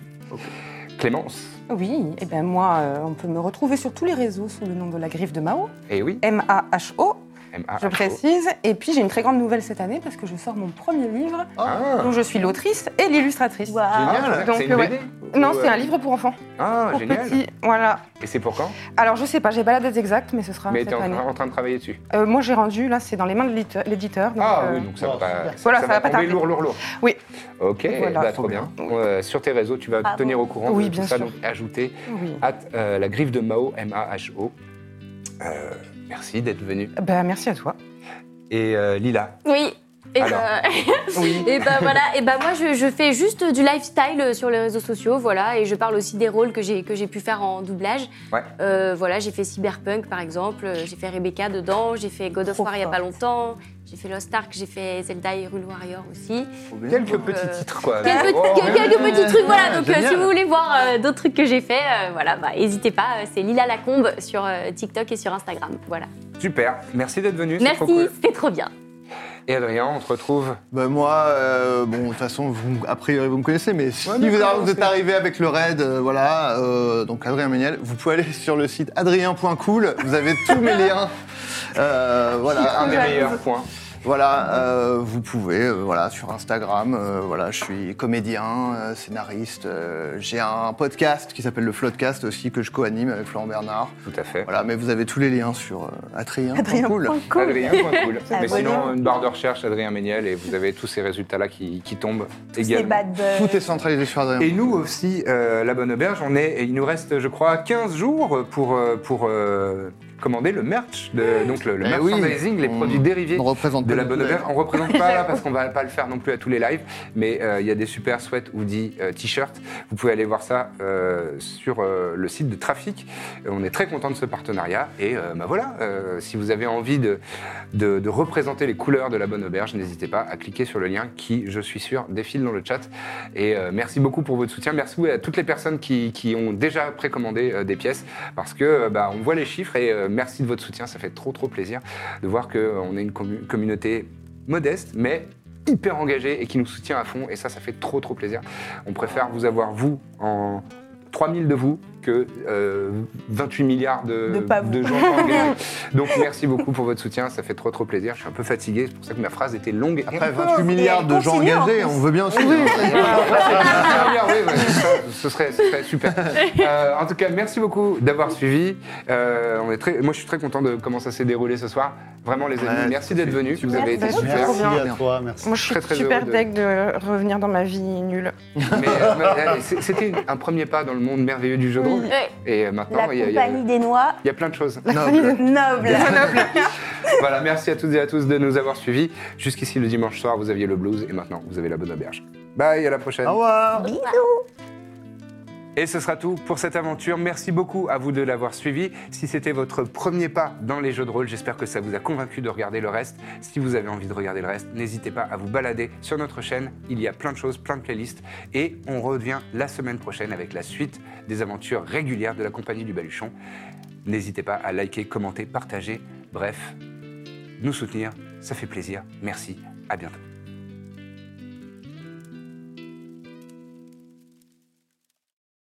Speaker 1: Clémence,
Speaker 5: Oui, et ben moi, euh, on peut me retrouver sur tous les réseaux sous le nom de la griffe de Mao,
Speaker 1: eh oui,
Speaker 5: M-A-H-O,
Speaker 1: M.A.
Speaker 5: je précise. Et puis j'ai une très grande nouvelle cette année parce que je sors mon premier livre,
Speaker 1: Ah,
Speaker 5: dont je suis l'autrice et l'illustratrice.
Speaker 7: Waouh.
Speaker 1: génial,
Speaker 5: Donc,
Speaker 1: c'est une
Speaker 5: ouais.
Speaker 1: BD. ou,
Speaker 5: Non,
Speaker 1: euh,
Speaker 5: c'est un livre pour enfants.
Speaker 1: Ah,
Speaker 5: pour
Speaker 1: génial.
Speaker 5: petits, voilà.
Speaker 1: Et c'est pour quand
Speaker 5: Alors, je sais pas, j'ai pas la date exacte, mais ce sera
Speaker 1: Mais
Speaker 5: cette
Speaker 1: t'es
Speaker 5: année.
Speaker 1: en, en train de travailler dessus.
Speaker 5: Euh, moi, j'ai rendu, là, c'est dans les mains de l'édite- l'éditeur. donc,
Speaker 1: Ah
Speaker 5: euh,
Speaker 1: oui, donc ça va pas.
Speaker 5: Voilà, ça va pas
Speaker 1: tomber
Speaker 5: tarder.
Speaker 1: lourd, lourd, lourd.
Speaker 5: Oui.
Speaker 1: Ok,
Speaker 5: Voilà,
Speaker 1: bah,
Speaker 5: faut
Speaker 1: trop bien. Euh, sur tes réseaux, tu vas
Speaker 5: Bravo.
Speaker 1: tenir au courant
Speaker 5: Oui,
Speaker 1: de tout
Speaker 5: bien
Speaker 1: ça,
Speaker 5: sûr.
Speaker 1: donc ajouter
Speaker 5: Oui.
Speaker 1: at, euh, la griffe de Mao, M-A-H-O. Euh, merci d'être venu.
Speaker 5: Bah, merci à toi.
Speaker 1: Et euh, Lila,
Speaker 6: Oui. Et,
Speaker 1: Alors.
Speaker 6: bah, et bah voilà, et bah moi je, je fais juste du lifestyle euh, sur les réseaux sociaux, voilà, et je parle aussi des rôles que j'ai que j'ai pu faire en doublage.
Speaker 1: Ouais.
Speaker 6: Euh, voilà, j'ai fait Cyberpunk par exemple, euh, j'ai fait Rebecca dedans, j'ai fait God of War il y a pas longtemps, j'ai fait Lost Ark, j'ai fait Zelda et Rule Warrior aussi.
Speaker 1: quelques
Speaker 6: Donc,
Speaker 1: petits
Speaker 6: euh,
Speaker 1: titres quoi.
Speaker 6: Quelques,
Speaker 1: Oh,
Speaker 6: quelques- quelques
Speaker 1: ouais.
Speaker 6: petits trucs, voilà. Donc, euh,
Speaker 1: Génial.
Speaker 6: si vous voulez voir euh, d'autres trucs que j'ai fait, euh, voilà, bah, n'hésitez pas. euh, C'est Lila Lacombe sur euh, TikTok et sur Instagram. Voilà.
Speaker 1: Super, merci d'être venu. c'est trop
Speaker 6: Merci,
Speaker 1: cool.
Speaker 6: c'était trop bien.
Speaker 1: Et Adrien, on te retrouve.
Speaker 2: Bah moi, euh, bon, de toute façon, vous, a priori, vous me connaissez, mais si
Speaker 1: Ouais, mais
Speaker 2: vous,
Speaker 1: comment on
Speaker 2: vous êtes
Speaker 1: fait
Speaker 2: arrivé avec le raid, euh, voilà, euh, donc Adrien Méniel, vous pouvez aller sur le site adrien.cool, vous avez tous mes liens. Euh, voilà,
Speaker 1: Un des meilleurs points.
Speaker 2: Voilà, euh, vous pouvez, euh, voilà, sur Instagram, euh, voilà, je suis comédien, euh, scénariste, euh, j'ai un podcast qui s'appelle le Floodcast aussi, que je co-anime avec Florent Bernard.
Speaker 1: Tout à fait.
Speaker 2: Voilà, mais vous avez tous les liens sur euh, adrien.cool.
Speaker 1: Adrien, point cool. Mais
Speaker 2: Abonnez-vous.
Speaker 1: sinon, une barre de recherche, Adrien Méniel, et vous avez tous ces résultats-là qui, qui tombent également.
Speaker 2: Tout est centralisé sur Adrien.
Speaker 1: Et nous aussi, euh, la Bonne Auberge, on est, il nous reste, je crois, 15 jours pour, euh, pour euh, commander le merch, de, donc le, le
Speaker 2: Eh oui,
Speaker 1: merchandising, les
Speaker 2: on-
Speaker 1: produits dérivés
Speaker 2: on représente
Speaker 1: de
Speaker 2: pas
Speaker 1: la
Speaker 2: du
Speaker 1: Bonne
Speaker 2: tout,
Speaker 1: Auberge.
Speaker 2: d'ailleurs.
Speaker 1: On ne représente pas là parce qu'on ne va pas le faire non plus à tous les lives, mais euh, il y a des super sweats, hoodies, euh, t-shirts. Vous pouvez aller voir ça euh, sur euh, le site de Trafic. Euh, On est très content de ce partenariat. Et euh, bah voilà, euh, si vous avez envie de, de, de représenter les couleurs de la Bonne Auberge, n'hésitez pas à cliquer sur le lien qui, je suis sûr, défile dans le chat. Et euh, merci beaucoup pour votre soutien. Merci à toutes les personnes qui, qui ont déjà précommandé euh, des pièces parce que euh, bah, on voit les chiffres et euh, merci de votre soutien. Ça fait trop trop plaisir de voir qu'on est une commu- communauté modeste mais hyper engagée et qui nous soutient à fond. Et ça, ça fait trop trop plaisir. On préfère vous avoir vous en 3000 de vous que euh, 28 milliards de,
Speaker 3: De pas vous.
Speaker 1: gens engagés. Donc merci beaucoup pour votre soutien, ça fait trop trop plaisir. Je suis un peu fatigué, c'est pour ça que ma phrase était longue. et
Speaker 2: Après
Speaker 1: un peu
Speaker 2: 28 milliards de gens engagés, on veut bien aussi. hein.
Speaker 1: ce serait, ce serait super. Euh, en tout cas, merci beaucoup d'avoir suivi. Euh, on est très, moi, je suis très content de comment ça s'est déroulé ce soir. Vraiment, les amis,
Speaker 4: Ouais,
Speaker 1: merci d'être venus. Vous avez été
Speaker 5: Merci,
Speaker 1: super.
Speaker 5: trop bien.
Speaker 4: Merci à toi, merci.
Speaker 5: Moi, je suis
Speaker 1: Très, très
Speaker 5: super
Speaker 1: heureux de-
Speaker 5: deg de revenir dans ma vie nulle.
Speaker 1: Mais, euh, mais, euh, c'est- C'était un premier pas dans le monde merveilleux du jeu de rôle.
Speaker 8: Ouais.
Speaker 1: Et euh, maintenant, il y, a- il y a-
Speaker 8: compagnie des noix.
Speaker 1: il y a plein de choses.
Speaker 8: Noble.
Speaker 1: Voilà, merci à toutes et à tous de nous avoir suivis. Jusqu'ici, le dimanche soir, vous aviez le blues et maintenant, vous avez la bonne auberge. Bye, à la prochaine.
Speaker 2: Au
Speaker 6: Oh,
Speaker 2: revoir.
Speaker 6: bah.
Speaker 1: Et ce sera tout pour cette aventure. Merci beaucoup à vous de l'avoir suivi. Si c'était votre premier pas dans les jeux de rôle, j'espère que ça vous a convaincu de regarder le reste. Si vous avez envie de regarder le reste, n'hésitez pas à vous balader sur notre chaîne. Il y a plein de choses, plein de playlists. Et on revient la semaine prochaine avec la suite des aventures régulières de la compagnie du Baluchon. N'hésitez pas à liker, commenter, partager. Bref, nous soutenir, ça fait plaisir. Merci, à bientôt.